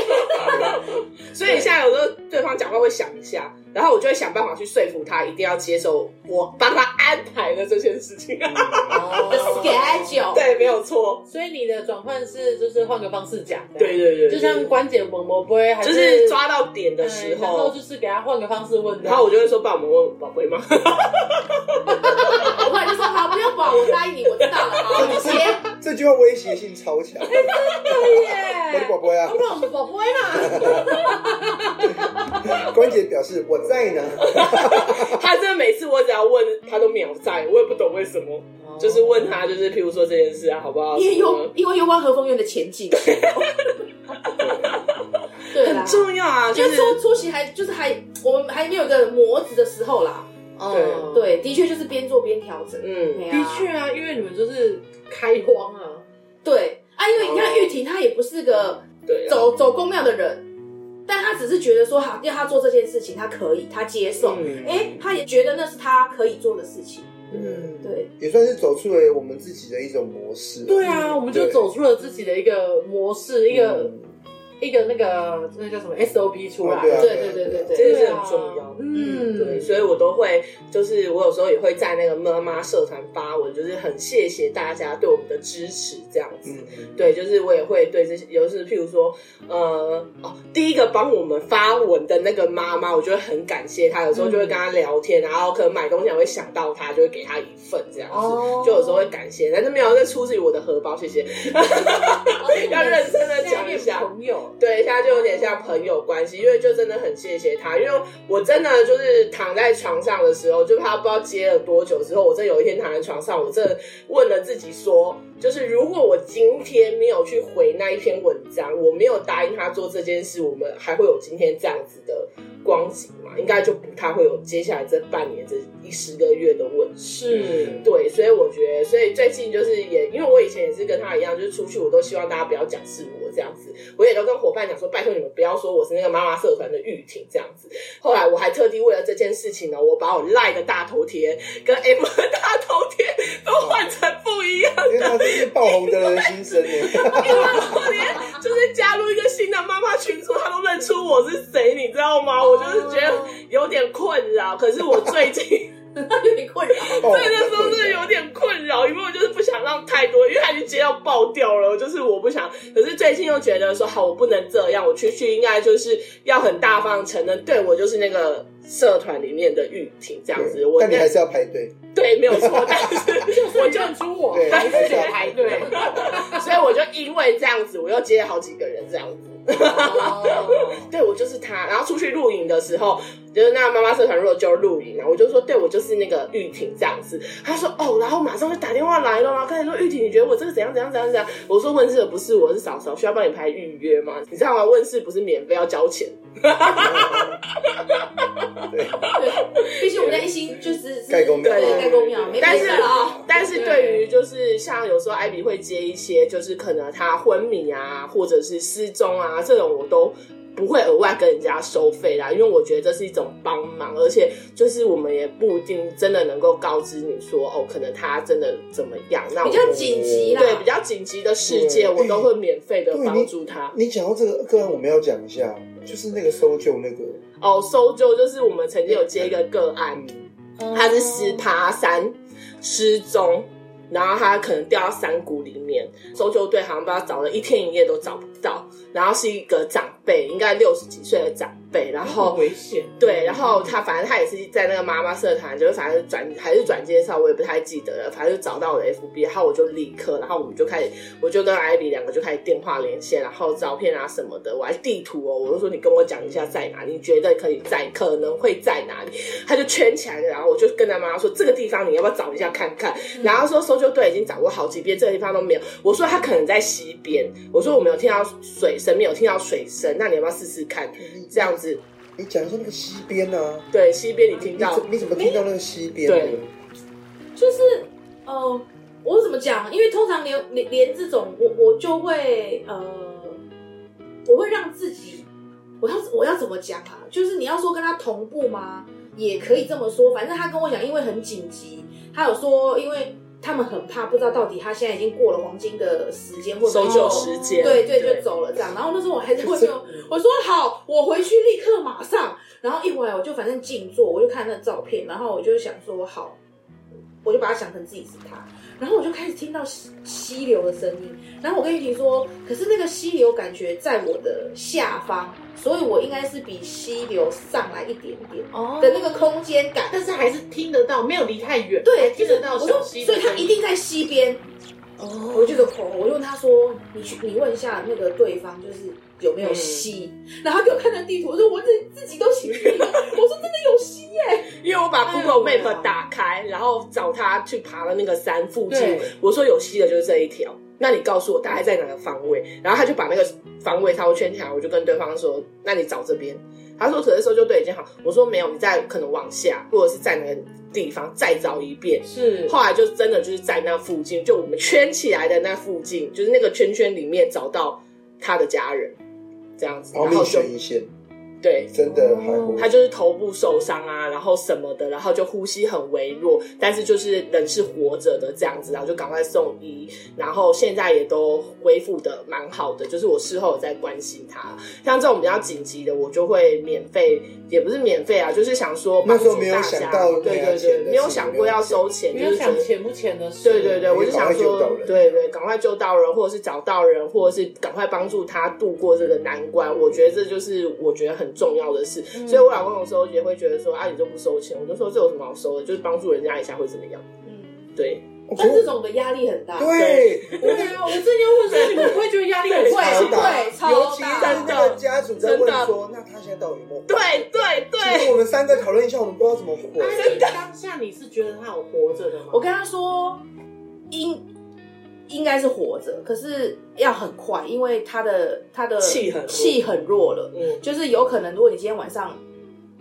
Speaker 5: 所以现在有时候对方讲话会想一下，然后我就会想办法去说服他，一定要接受我帮他安排的这件事情。
Speaker 3: 哦
Speaker 1: 给他酒。
Speaker 5: 对，没有错，
Speaker 3: 所以你的转换是就是换个方式讲，这样
Speaker 5: 对对对，
Speaker 3: 就像关姐问我不会，还
Speaker 5: 就是抓到点的
Speaker 3: 的
Speaker 5: 时
Speaker 3: 然后
Speaker 5: 候
Speaker 3: 就。是给他换个方式问的，
Speaker 5: 然后我就会说：“爸，我们问宝贝吗？
Speaker 1: 我后来就说好，不用管，我答应你， 我知道了，好，你接。
Speaker 2: 这句话威胁性超强。
Speaker 3: 对
Speaker 2: 我的宝
Speaker 3: 耶，
Speaker 2: 贝啊
Speaker 3: 不，然我们宝贝啦，
Speaker 2: 关姐表示我在呢。
Speaker 5: 他真的每次我只要问他都秒在，我也不懂为什么。就是问他，就是譬如说这件事啊，好不好？
Speaker 1: 因为
Speaker 5: 什么
Speaker 1: 哦有因为有关和风院的前景。对啦
Speaker 5: 很，重要啊，就
Speaker 1: 就是是说出席还就是还我们还没有一个模子的时候啦。
Speaker 3: 哦，
Speaker 1: 对，的确就是边做边调整。
Speaker 5: 嗯，
Speaker 1: 对啊
Speaker 3: 的确啊，因为你们就是开荒啊，
Speaker 1: 对啊，因为你看玉婷她也不是个
Speaker 5: 对啊，
Speaker 1: 走走公庙的人，但她只是觉得说好要她做这件事情，她可以，她接受。
Speaker 5: 嗯
Speaker 1: 哎，她也觉得那是她可以做的事情。
Speaker 3: 嗯，
Speaker 1: 对，
Speaker 2: 也算是走出了我们自己的一种模式。
Speaker 3: 对啊，我们就
Speaker 2: 对
Speaker 3: 走出了自己的一个模式，一个
Speaker 2: 嗯，
Speaker 3: 一个那个那叫什么 SOP 出来
Speaker 2: 哦，对啊
Speaker 1: 对对对对
Speaker 5: 这
Speaker 1: 对。
Speaker 5: 件事很重要。
Speaker 3: 嗯，
Speaker 5: 对，所以我都会，就是我有时候也会在那个妈妈社团发文，就是很谢谢大家对我们的支持，这样子。
Speaker 2: 嗯，
Speaker 5: 对，就是我也会对这些，尤其是譬如说，呃，哦，第一个帮我们发文的那个妈妈，我就会很感谢她。有时候就会跟她聊天，然后可能买东西我会想到她，就会给她一份这样子。
Speaker 3: 哦
Speaker 5: 就有时候会感谢，但是没有，那出自于我的荷包，谢谢。 要认真的讲一下
Speaker 3: 现在变朋友，
Speaker 5: 对，现在就有点像朋友关系，因为就真的很谢谢他，因为我真的就是躺在床上的时候，就他不知道接了多久之后，我真的有一天躺在床上，我真的问了自己说，就是如果我今天没有去回那一篇文章，我没有答应他做这件事，我们还会有今天这样子的光景吗？应该就不太会有接下来这半年这一十个月的问题。
Speaker 3: 是
Speaker 5: 对，所以我觉得，所以最近就是也，因为我以前也是跟他一样，就是出去我都希望大家不要讲是我这样子，我也都跟伙伴讲说，拜托你们不要说我是那个妈妈社团的玉婷这样子。后来我还特地为了这件事情呢，我把我赖的大头贴跟 M 的大头贴都换成不一样，
Speaker 2: 因为他是一个爆红的人的心声呢。
Speaker 5: 因为我连就是加入一个新的妈妈群组，他都认出我是谁，你知道吗？我就是觉得有点困扰，可是我最近。
Speaker 1: 有点困扰，
Speaker 2: 爆红
Speaker 5: 对，那时候真的有点困扰，因为我就是不想让太多，因为他已经接到爆掉了，就是我不想。可是最近又觉得说，好，我不能这样，我出去应该就是要很大方承认，对我就是那个社团里面的玉婷这样子。我
Speaker 2: 但你
Speaker 5: 那
Speaker 2: 还是要排队。
Speaker 5: 对没有错，但是
Speaker 3: 我
Speaker 5: 我
Speaker 3: 就
Speaker 5: 就
Speaker 3: 认出我，
Speaker 2: 对
Speaker 3: 还是得
Speaker 1: 哎
Speaker 3: 排队，
Speaker 5: 所以我就因为这样子，我又接了好几个人这样子。
Speaker 3: 哦
Speaker 5: 对，我就是他。然后出去露营的时候，就是那妈妈社团如果就露营啊，我就说对，我就是那个玉婷这样子。他说哦，然后马上就打电话来了，然后开始说玉婷，你觉得我这个怎样怎样怎样怎样？我说问世的不是我，是嫂嫂，需要帮你排预约吗？你知道吗？问世不是免费要交钱，
Speaker 1: 毕竟我们在一心就是
Speaker 2: 盖公庙
Speaker 1: 对盖公庙，没
Speaker 5: 但是
Speaker 1: 别的了啊。
Speaker 5: 但是对于就是像有时候艾比会接一些，就是可能他昏迷啊，或者是失踪啊这种，我都不会额外跟人家收费啦，因为我觉得这是一种帮忙，而且就是我们也不一定真的能够告知你说哦，可能他真的怎么样，那我
Speaker 1: 比较紧急啦，
Speaker 5: 对比较紧急的事件，
Speaker 2: 嗯
Speaker 5: 我都会免费的
Speaker 2: 对
Speaker 5: 帮助他。
Speaker 2: 你讲到这个个案，我们要讲一下，就是那个搜救那个，
Speaker 5: 哦，搜救就是我们曾经有接一个个案，他是失爬山失踪，然后他可能掉到山谷里面，搜救队好像不知道找了一天一夜都找不到，然后是一个长辈，应该六十几岁的长辈，然后
Speaker 3: 危险。
Speaker 5: 对，然后他反正他也是在那个妈妈社团，就是反正转还是转介绍，我也不太记得了，反正就找到我的 FB，然后我就立刻，然后我们就开始，我就跟艾比两个就开始电话连线，然后照片啊什么的，我还地图哦，我就说你跟我讲一下在哪，你觉得可以在可能会在哪里，他就圈起来了，然后我就跟他妈妈说这个地方你要不要找一下看看，然后说搜救队已经找过好几遍，这个地方都没有，我说他可能在西边，我说我没有听到水声，没有听到水声，那你要不要试试看？这样子，
Speaker 2: 你讲一下那个西边啊，
Speaker 5: 对，西边你听
Speaker 2: 你
Speaker 5: 到
Speaker 1: 哦
Speaker 2: 怎。你怎么听到那个西边的
Speaker 5: 对？
Speaker 1: 就是呃，我怎么讲？因为通常连连连这种，我我就会呃，我会让自己，我要我要怎么讲啊？就是你要说跟他同步吗？也可以这么说，反正他跟我讲，因为很紧急，他有说，因为他们很怕，不知道到底他现在已经过了黄金的时间，或者
Speaker 5: 搜救时间，
Speaker 1: 对对，就走了这样。然后那时候我还在 问朋友，我说好，我回去立刻马上。然后一回来我就反正静坐，我就看那照片，然后我就想说好，我就把它想成自己是他。然后我就开始听到溪溪流的声音，然后我跟玉婷说，可是那个溪流感觉在我的下方，所以我应该是比溪流上来一点点
Speaker 3: 哦
Speaker 1: 的那个空间感。
Speaker 3: 但是还是听得到，没有离太远，
Speaker 1: 对，
Speaker 3: 听得到
Speaker 1: 我说，
Speaker 3: 小溪
Speaker 1: 所
Speaker 3: 的
Speaker 1: 以
Speaker 3: 声音。
Speaker 1: 他一定在溪边。
Speaker 3: 哦，
Speaker 1: 我就有个口红，我就问他说：“你去，你问一下那个对方，就是有
Speaker 3: 嗯
Speaker 1: 没有吸？”然后他给我看那地图，我说：“我自自己 都醒了。”我说：“真的有吸耶、
Speaker 5: 因为我把
Speaker 1: 嗯
Speaker 3: 哎
Speaker 5: Google
Speaker 3: 呦
Speaker 5: Map 打开，然后找他去爬了那个山附近
Speaker 3: 对，
Speaker 5: 我说有溪的就是这一条，那你告诉我大概在哪个方位，然后他就把那个方位稍微圈起来，我就跟对方说，那你找这边。他说：“可是搜救队已经好。”我说：“没有，你再可能往下，或者是在哪个地方再找一遍。”
Speaker 3: 是
Speaker 5: 后来就真的就是在那附近，就我们圈起来的那附近，就是那个圈圈里面找到他的家人，这样子，
Speaker 2: 然后
Speaker 5: 然
Speaker 2: 命
Speaker 5: 后就
Speaker 2: 悬一线，
Speaker 5: 对，
Speaker 2: 真的还活
Speaker 5: 他嗯就是头部受伤啊，然后什么的，然后就呼吸很微弱，但是就是人是活着的这样子，然后就赶快送医，然后现在也都恢复的蛮好的，就是我事后有在关心他。像这种比较紧急的，我就会免费，也不是免费啊，就是想说
Speaker 2: 那时候
Speaker 5: 帮助
Speaker 2: 没有
Speaker 5: 大
Speaker 2: 想
Speaker 5: 家
Speaker 2: 到
Speaker 5: 对
Speaker 2: 那样
Speaker 5: 对
Speaker 2: 钱
Speaker 5: 对
Speaker 2: 的，
Speaker 5: 没有
Speaker 2: 事
Speaker 5: 想
Speaker 2: 没
Speaker 5: 过
Speaker 2: 有
Speaker 5: 要
Speaker 2: 钱
Speaker 5: 收钱，
Speaker 3: 没
Speaker 5: 就
Speaker 3: 有
Speaker 5: 是
Speaker 3: 想
Speaker 5: 觉得
Speaker 3: 钱不钱的事。
Speaker 5: 对对对，我就想
Speaker 2: 赶快救到
Speaker 5: 说
Speaker 2: 人，
Speaker 5: 对对，赶快救到人，或者是找到人，或者是赶快帮助他度过这个难关。我觉得这就是我觉得很重要的事。所以我老公有时候也会觉得说，啊，你都不收钱，我就说这有什么好收的，就是帮助人家一下会怎么样？
Speaker 1: 嗯，
Speaker 5: 对，
Speaker 2: 我
Speaker 1: 但这
Speaker 2: 说
Speaker 1: 种的压力很大，
Speaker 2: 对，
Speaker 3: 对啊，我之前问说你们不会觉得压力很
Speaker 1: 会
Speaker 3: 大
Speaker 2: 超
Speaker 3: 吗？
Speaker 2: 大
Speaker 1: 会
Speaker 2: 尤
Speaker 1: 超
Speaker 2: 其
Speaker 1: 大
Speaker 2: 是
Speaker 5: 真。
Speaker 2: 那
Speaker 5: 的
Speaker 2: 个家属在
Speaker 5: 真
Speaker 2: 问
Speaker 5: 的
Speaker 2: 说，那他现在到底有没有？
Speaker 5: 对对
Speaker 2: 其
Speaker 5: 对
Speaker 2: 实我们三个讨论一下，我们不知道怎么回。
Speaker 3: 那你当下你是觉得他有活着的吗？
Speaker 1: 我跟他说，应应该是活着，可是要很快，因为他的他的
Speaker 5: 气很弱
Speaker 1: 气很弱了。
Speaker 5: 嗯，
Speaker 1: 就是有可能，如果你今天晚上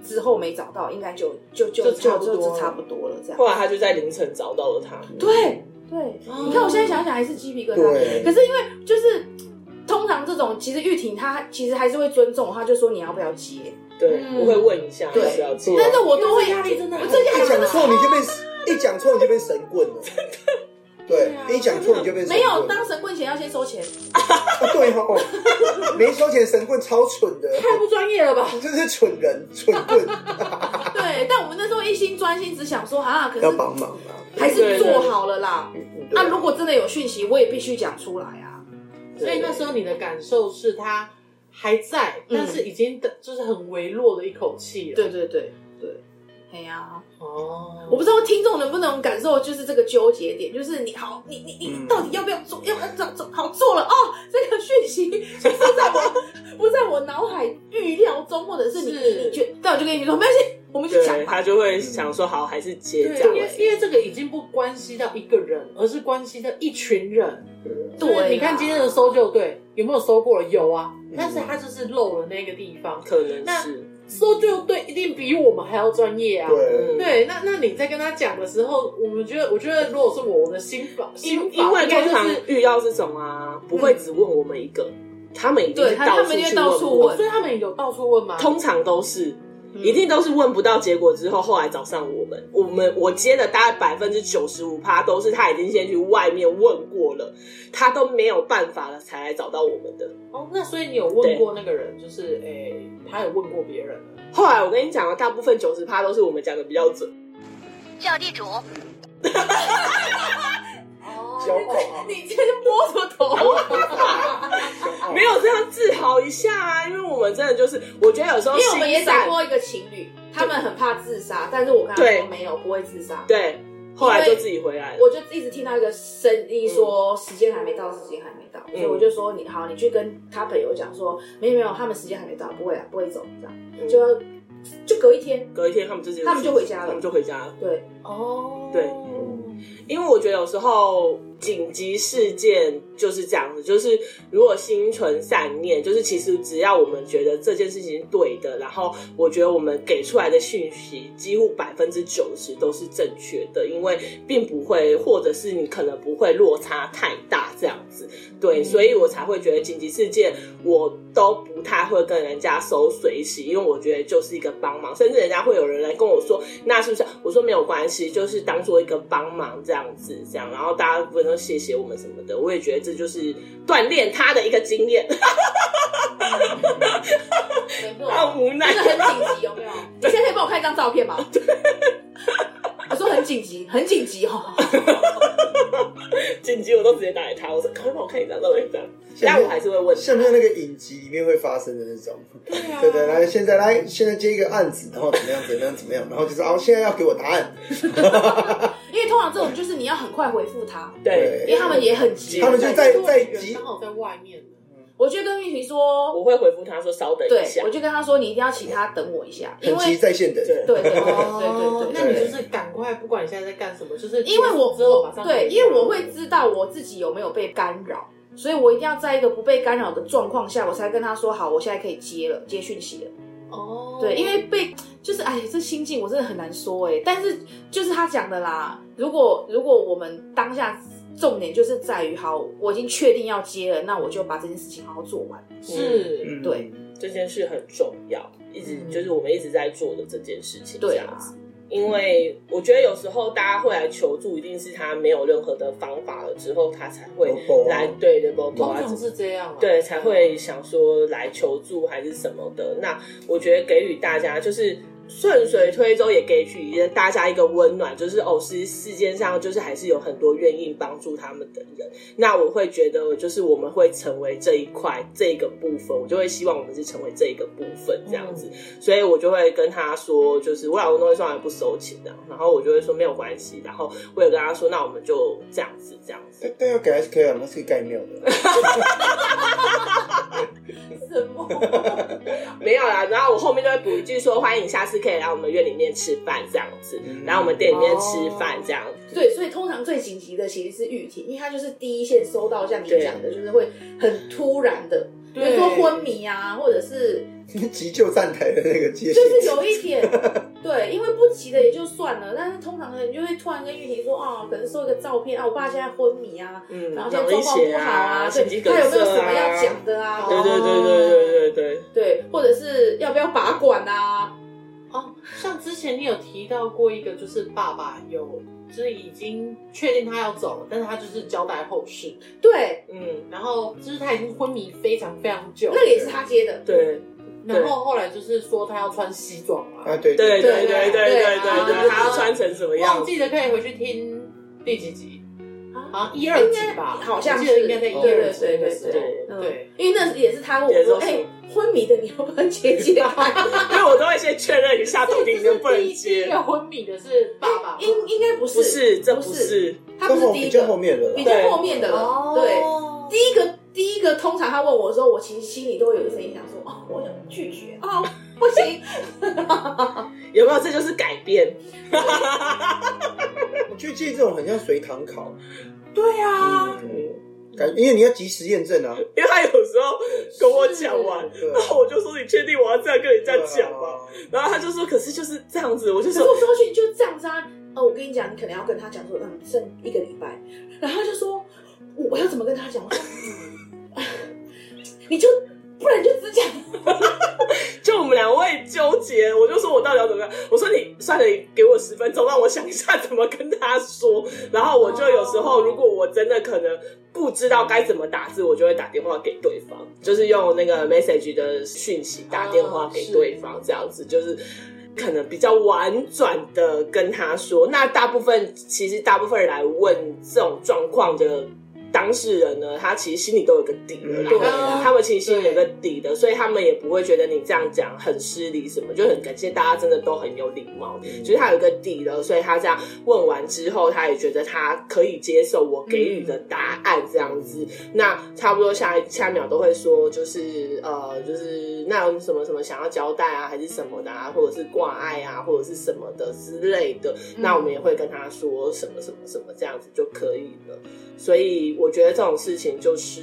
Speaker 1: 之后没找到，应该就就就就
Speaker 3: 就差不多
Speaker 1: 就就
Speaker 3: 了
Speaker 1: 差不多了这样
Speaker 5: 后。来他就在凌晨找到了他。
Speaker 1: 对对，
Speaker 3: 哦
Speaker 1: 你看我现在想想还是鸡皮疙瘩。
Speaker 2: 对
Speaker 1: 可是因为就是通常这种，其实玉婷她其实还是会尊重我，她就说你要不要接，
Speaker 5: 对，
Speaker 3: 嗯
Speaker 5: 我会问一下，
Speaker 1: 对
Speaker 5: 就是要做。
Speaker 1: 但是我都会
Speaker 3: 因为这压力真的很
Speaker 1: 我这压
Speaker 2: 一
Speaker 1: 力真
Speaker 2: 讲
Speaker 1: 的
Speaker 2: 错你就被一讲错你就被神棍了。对，一讲错你就被神棍
Speaker 1: 没有当神棍前要先收钱，
Speaker 2: 啊对哦，没收钱神棍超蠢的，
Speaker 3: 太不专业了吧？
Speaker 2: 你真是蠢人蠢 棍，
Speaker 1: 对。但我们那时候一心专心只想说啊，可
Speaker 2: 要
Speaker 1: 是
Speaker 2: 帮忙啊。
Speaker 1: 还是做好了啦。
Speaker 2: 嗯对啊
Speaker 1: 那、啊如果真的有讯息，我也必须讲出来啊。
Speaker 5: 对
Speaker 3: 所以那时候你的感受是他还在，但是已经就是很微弱的一口气了。
Speaker 1: 对对对对，哎呀、
Speaker 3: 哦，
Speaker 1: 我不知道听众能不能感受，就是这个纠结点，就是你好，你你你
Speaker 2: 嗯
Speaker 1: 到底要不要做？要不要做？做好做了哦，这个讯息就是在我不在我脑海预料中，或者是你
Speaker 3: 是
Speaker 1: 你觉，但我就跟你说没关系，我们去讲
Speaker 5: 对，
Speaker 1: 吧
Speaker 5: 他。就会想说好，还是接
Speaker 3: 对，
Speaker 5: 这样
Speaker 3: 因。为因为这欸个已经不关系到一个人，而是关系到一群人。就是
Speaker 1: 对啦
Speaker 3: 你看今天的搜救队有没有搜过了？有啊，但是他就是漏了那个地方。
Speaker 5: 可能
Speaker 3: 那
Speaker 5: 是
Speaker 3: 搜救队一定比我们还要专业啊。
Speaker 2: 对，
Speaker 3: 对，那那你在跟他讲的时候，我们觉得，我觉得如果是我，我的心法，心
Speaker 5: 因
Speaker 3: 法
Speaker 5: 因为
Speaker 3: 应该
Speaker 5: 通
Speaker 3: 就
Speaker 5: 常
Speaker 3: 是，
Speaker 5: 遇到这种啊，不会只问我们一个，他们一定
Speaker 1: 嗯对他他们一定
Speaker 5: 去
Speaker 1: 到处
Speaker 5: 问
Speaker 1: 问嗯
Speaker 3: 所以他们有到处问吗？
Speaker 5: 通常都是。一定都是问不到结果之后，后来找上我们，我们我接的大概百分之九十五趴都是他已经先去外面问过了，他都没有办法了才来找到我们的。
Speaker 3: 哦，那所以你有问过那个人，就是诶、他有问过别人了。
Speaker 5: 后来我跟你讲啊，大部分九十趴都是我们讲的比较准。
Speaker 6: 叫地主，
Speaker 1: 哦
Speaker 2: 骄傲
Speaker 1: 你今天摸什么头？啊
Speaker 2: 骄
Speaker 1: 哦
Speaker 2: 傲
Speaker 5: 没有这样自豪一下啊，因为我们真的就是，我觉得有时候
Speaker 1: 因为我们也
Speaker 5: 心散
Speaker 1: 找过一个情侣，他们很怕自杀，但是我跟他
Speaker 5: 对
Speaker 1: 说没有，不会自杀。
Speaker 5: 对，后来就自己回来了。
Speaker 1: 我就一直听到一个声音说、时间还没到，时间还没到，所以我就说你好，你去跟他朋友讲说，没有没有，他们时间还没到，不会啊，不会走，这样就就隔一天，
Speaker 5: 隔一天他们就直接
Speaker 1: 他们就回家了
Speaker 5: 他们就回家了。
Speaker 1: 对，
Speaker 3: 哦，
Speaker 5: 对因为我觉得有时候紧急事件就是这样子，就是如果心存善念，就是其实只要我们觉得这件事情是对的，然后我觉得我们给出来的讯息几乎百分之九十都是正确的，因为并不会，或者是你可能不会落差太大这样子。对，所以我才会觉得紧急事件我都不太会跟人家收水洗，因为我觉得就是一个帮忙，甚至人家会有人来跟我说，那是不是？我说没有关系，就是当做一个帮忙这样子，这样，然后大家不能谢谢我们什么的，我也觉得这就是锻炼他的一个 经验，
Speaker 1: 没错，
Speaker 5: 好无 奈
Speaker 1: 真。的很紧急，有没有？你现在可以帮我看一张照片吗？我说很紧急，很紧急哦，
Speaker 5: 紧急我都直接打给他，我说赶快帮我看一张照片，这样，
Speaker 2: 现在
Speaker 5: 但我还是会问他
Speaker 2: 像不像那个影集里面会发生的那种？对啊，对对，来，现在来，现在接一个案子，然后怎么样，怎么样，怎么样，然后就是哦，现在要给我答案，
Speaker 1: 因为通常这种就是你要很快回复他，
Speaker 5: 对，
Speaker 1: 因为他们也很急
Speaker 2: 他。们就在
Speaker 3: 对
Speaker 2: 在
Speaker 3: 人
Speaker 2: 急
Speaker 3: 刚好在外面呢。
Speaker 1: 我就跟玉婷说，
Speaker 5: 我会回复他说稍等
Speaker 1: 对
Speaker 5: 一下
Speaker 1: 我，就跟他说，你一定要请他等我一下，因
Speaker 2: 很
Speaker 1: 为
Speaker 2: 急在线等，
Speaker 5: 对，
Speaker 1: 对对对对
Speaker 3: 哦
Speaker 1: 对对
Speaker 3: 那你就是赶快，不管你现在在干什么，就是
Speaker 1: 因为我
Speaker 3: 之后马上
Speaker 1: 对，因为我会知道我自己有没有被干扰，所以我一定要在一个不被干扰的状况下，我才跟他说好，我现在可以接了，接讯息了。
Speaker 3: 哦，
Speaker 1: 对，因为被就是哎，这心境我真的很难说哎、但是就是他讲的啦，如果如果我们当下重点就是在于好，我已经确定要接了，那我就把这件事情好好做完。
Speaker 3: 是
Speaker 2: 嗯
Speaker 1: 对，
Speaker 5: 这件事很重要，一直就是我们一直在做的这件事情，这
Speaker 1: 对
Speaker 5: 样
Speaker 1: 啊
Speaker 5: 子。，因为我觉得有时候大家会来求助，一定是他没有任何的方法了之后，他才会
Speaker 1: 啊
Speaker 2: 哦
Speaker 5: 来对的包
Speaker 3: 通
Speaker 5: 包啊
Speaker 3: 常，是这样啊，
Speaker 5: 对才会想说来求助还是什么的。那我觉得给予大家就是。顺水推舟也给予大家一个温暖，就是哦，是世界上就是还是有很多愿意帮助他们的人。那我会觉得，就是我们会成为这一块这个部分，我就会希望我们是成为这一个部分这样子。所以我就会跟他说，就是我老公都会说哎还不收钱的，然后我就会说没有关系，然后我也跟他说，那我们就这样子，这样子。
Speaker 2: 但但要给还是可以啊，那是可以盖庙的，
Speaker 1: 什么？
Speaker 5: 没有啦，然后我后面就会补一句说，欢迎下次可以来我们院里面吃饭这样子
Speaker 2: 嗯，
Speaker 5: 来我们店里面吃饭这样子。
Speaker 1: 对，所以通常最紧急的其实是玉婷，因为她就是第一线收到像你
Speaker 5: 对
Speaker 1: 讲的，就是会很突然的，比
Speaker 3: 对
Speaker 1: 如说昏迷啊，或者是
Speaker 2: 急救站台的那个接线，
Speaker 1: 就是有一点对，因为不急的也就算了，但是通常的你就会突然跟玉婷说啊，可能收一个照片啊，我爸现在昏迷啊，
Speaker 5: 嗯，
Speaker 1: 然后现在
Speaker 5: 容易
Speaker 1: 状况
Speaker 5: 血
Speaker 1: 不好
Speaker 5: 啊，
Speaker 1: 对
Speaker 5: 心肌，梗
Speaker 1: 他有没有什
Speaker 5: 塞
Speaker 1: 么要
Speaker 5: 啊
Speaker 1: 讲。的啊？
Speaker 5: 对对对对对对对，
Speaker 1: 对，或者是要不要拔管啊？
Speaker 3: 哦，像之前你有提到过一个，就是爸爸有就是已经确定他要走了，但是他就是交代后事，
Speaker 1: 对，
Speaker 5: 嗯，
Speaker 3: 然后就是他已经昏迷非常非常久，
Speaker 1: 那个也是他接的，
Speaker 5: 对
Speaker 3: 然后后来就是说他要穿西装
Speaker 2: 啊，
Speaker 1: 呃
Speaker 3: 啊，
Speaker 2: 对
Speaker 5: 对对对
Speaker 1: 对
Speaker 5: 对对对
Speaker 1: 啊
Speaker 5: 对，他要穿成什么样
Speaker 3: 忘
Speaker 5: 子？
Speaker 3: 记了可以回去听第几集
Speaker 1: 啊，
Speaker 3: 啊，一二集吧，
Speaker 1: 好像
Speaker 3: 我
Speaker 1: 是
Speaker 3: 记得应该在一
Speaker 1: 对
Speaker 3: 二
Speaker 1: 对
Speaker 3: 集
Speaker 1: 对嗯
Speaker 3: 的
Speaker 1: 对
Speaker 3: 时候，
Speaker 1: 对
Speaker 3: 对，
Speaker 1: 因为那也是他问我说，哎、昏迷的你要不要接接 看？
Speaker 5: 因为我都会先确认一下到底能不能
Speaker 3: 这
Speaker 5: 接。
Speaker 3: 个昏迷的是爸爸吗，
Speaker 1: 应应该 不是，
Speaker 5: 不是，这不
Speaker 1: 不
Speaker 5: 是，
Speaker 1: 他不是第一
Speaker 2: 比
Speaker 1: 个
Speaker 2: 较后，面了
Speaker 1: 比
Speaker 2: 啦。
Speaker 1: 较后面的了。对，
Speaker 3: 哦
Speaker 1: 第一个第一个，通常他问我的时候，我其实心里都会有一个声音想说，哦，我想拒绝，哦，不 行，
Speaker 5: 有没有？这就是改变。
Speaker 2: 我觉得这种很像随堂考，
Speaker 5: 对啊，
Speaker 2: 嗯感因为你要及时验证啊。
Speaker 5: 因为他有时候跟我讲完，
Speaker 2: 对 啊
Speaker 5: 然后我就说：“你确定我要这样跟人家讲
Speaker 2: 对
Speaker 5: 吗
Speaker 2: 啊？”
Speaker 5: 然后他就说：“可是就是这样子。”我就
Speaker 1: 可是我
Speaker 5: 说
Speaker 1: 说去就这样子啊。哦，我跟你讲，你可能要跟他讲说，嗯，剩一个礼拜，然后他就说，我我要怎么跟他讲？我说，嗯 你就不然你就只讲，：“
Speaker 5: 就我们两位纠结。”我就说：“我到底要怎么样？”我说：“你算了，你给我十分钟，让我想一下怎么跟他说。”然后我就有时候，如果我真的可能不知道该怎么打字，我就会打电话给对方，就是用那个 message 的讯息打电话给对方，这样子就是。可能比较婉转的跟他说，那大部分其实大部分人来问这种状况的当事人呢，他其实心里都有个底了啦，
Speaker 2: 对
Speaker 1: 啊
Speaker 5: 他们其实心里有个底的，所以他们也不会觉得你这样讲很失礼什么，就很感谢大家真的都很有礼貌，就是他有一个底了，所以他这样问完之后，他也觉得他可以接受我给予的答案这样子，那差不多下一下一秒都会说，就是呃，就是那有什么什么想要交代啊，还是什么的啊，或者是挂碍啊，或者是什么的之类的。那我们也会跟他说什么什么什么这样子就可以了。所以我觉得这种事情就是，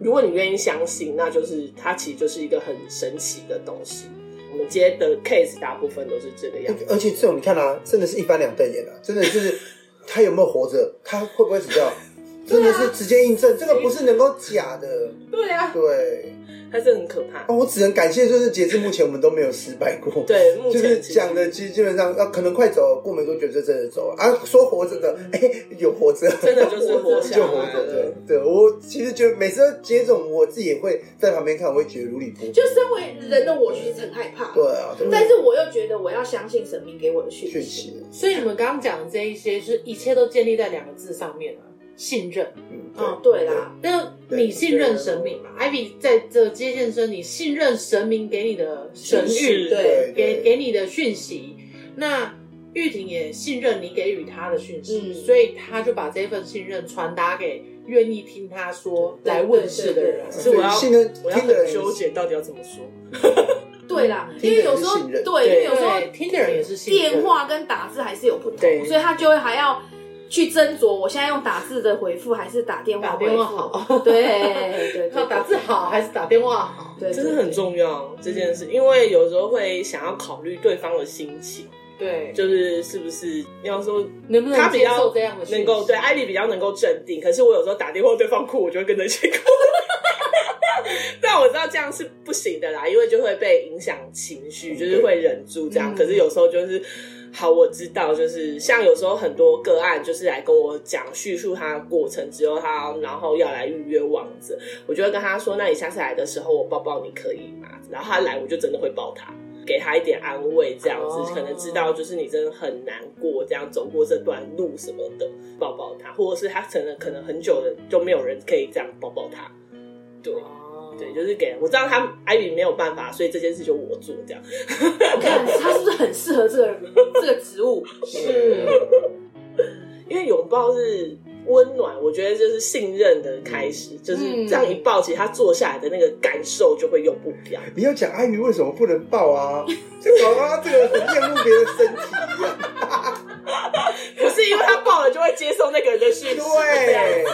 Speaker 5: 如果你愿意相信，那就是它其实就是一个很神奇的东西。我们接的 case 大部分都是这个样子。
Speaker 2: 而且这种你看啊，真的是一翻两瞪眼啊，真的就是他有没有活着，他会不会死掉，真的是直接印证，这个不是能够假的。
Speaker 1: 对啊，
Speaker 2: 对，
Speaker 5: 它是很可怕
Speaker 2: 啊，。我只能感谢，就是截至目前我们都没有失败过。。
Speaker 5: 对，目
Speaker 2: 就
Speaker 5: 前
Speaker 2: 是
Speaker 5: 其实
Speaker 2: 讲的，其实基本上啊，可能快走，过没多久就真的走了啊。说活着的，哎、有活着，
Speaker 5: 真的就是活下
Speaker 2: 就
Speaker 5: 来
Speaker 2: 活着。
Speaker 5: 了
Speaker 2: 对，对我其实觉得每次都接这种，我自己也会在旁边看，我会觉得如履薄冰。
Speaker 1: 就身为人的我其实很害怕，
Speaker 2: 对啊，对啊
Speaker 1: 但是我又觉得我要相信神明给我的讯
Speaker 2: 确
Speaker 1: 息。
Speaker 2: 实，
Speaker 3: 所以你们刚刚讲的这一些，就是一切都建立在两个字上面啊，信任。
Speaker 2: 嗯，对
Speaker 1: 哦，对啦，
Speaker 3: 那你信任神明嘛？Ivy
Speaker 5: 啊
Speaker 3: 在这接线生，你信任神明给你的神谕，
Speaker 5: 是
Speaker 1: 对
Speaker 3: 给给你的讯息。那玉婷也信任你给予他的讯息，
Speaker 1: 嗯
Speaker 3: 所以他就把这份信任传达给愿意听他说
Speaker 1: 对
Speaker 3: 来问事的人。
Speaker 5: 对对对是我要
Speaker 2: 信任
Speaker 5: 我要
Speaker 2: 听的
Speaker 5: 很
Speaker 2: 人
Speaker 5: 纠结，到底要怎么说？
Speaker 1: 对啦，
Speaker 2: 听
Speaker 1: 因为有时
Speaker 2: 的人是
Speaker 1: 候
Speaker 2: 信任
Speaker 1: 对，因为有时候
Speaker 3: 对，听的人也是信任。
Speaker 1: 电话跟打字还是有不同，
Speaker 5: 对
Speaker 1: 所以他就会还要去斟酌，我现在用打字的回复还是打电话
Speaker 3: 打
Speaker 1: 回
Speaker 3: 电话
Speaker 1: 复？
Speaker 3: 好，
Speaker 1: 对 对对
Speaker 3: 要
Speaker 1: 对，
Speaker 3: 打字好还是打电话好？
Speaker 1: 对，对
Speaker 5: 真的很。重要这件事，因为有时候会想要考虑对方的心情，
Speaker 3: 对，
Speaker 5: 就是是不是要说
Speaker 3: 能不
Speaker 5: 他
Speaker 3: 能
Speaker 5: 比
Speaker 3: 接
Speaker 5: 较
Speaker 3: 受这样的讯息？
Speaker 5: 能够对艾莉比较能够镇定，可是我有时候打电话对方哭，我就会跟着一起哭。 但我知道这样是不行的啦，因为就会被影响情绪，就是会忍住这样。
Speaker 3: 嗯
Speaker 5: 可是有时候就是，好，我知道，就是像有时候很多个案，就是来跟我讲叙述他的过程之后，他然后要来预约王者，我就会跟他说，那你下次来的时候我抱抱你可以吗？然后他来，我就真的会抱他。给他一点安慰，这样子、
Speaker 3: 哦
Speaker 5: 可能知道就是你真的很难过，这样走过这段路什么的，抱抱他，或者是他可能可能很久了就没有人可以这样抱抱他，对
Speaker 3: 哦
Speaker 5: 对，就是给我知道他艾比没有办法，所以这件事就我做这样，
Speaker 1: 你看 他是不是很适合这个人这个职 务？
Speaker 5: 是因为拥抱是温暖，我觉得就是信任的开始，
Speaker 3: 嗯
Speaker 5: 就是这样一抱，其实他坐下来的那个感受就会又不一样。
Speaker 2: 你要讲安于为什么不能抱啊？就搞到他这个很厌恶别人身体一样。
Speaker 5: 不是因为他抱了就会接受那个人的 讯息，这样
Speaker 2: 对，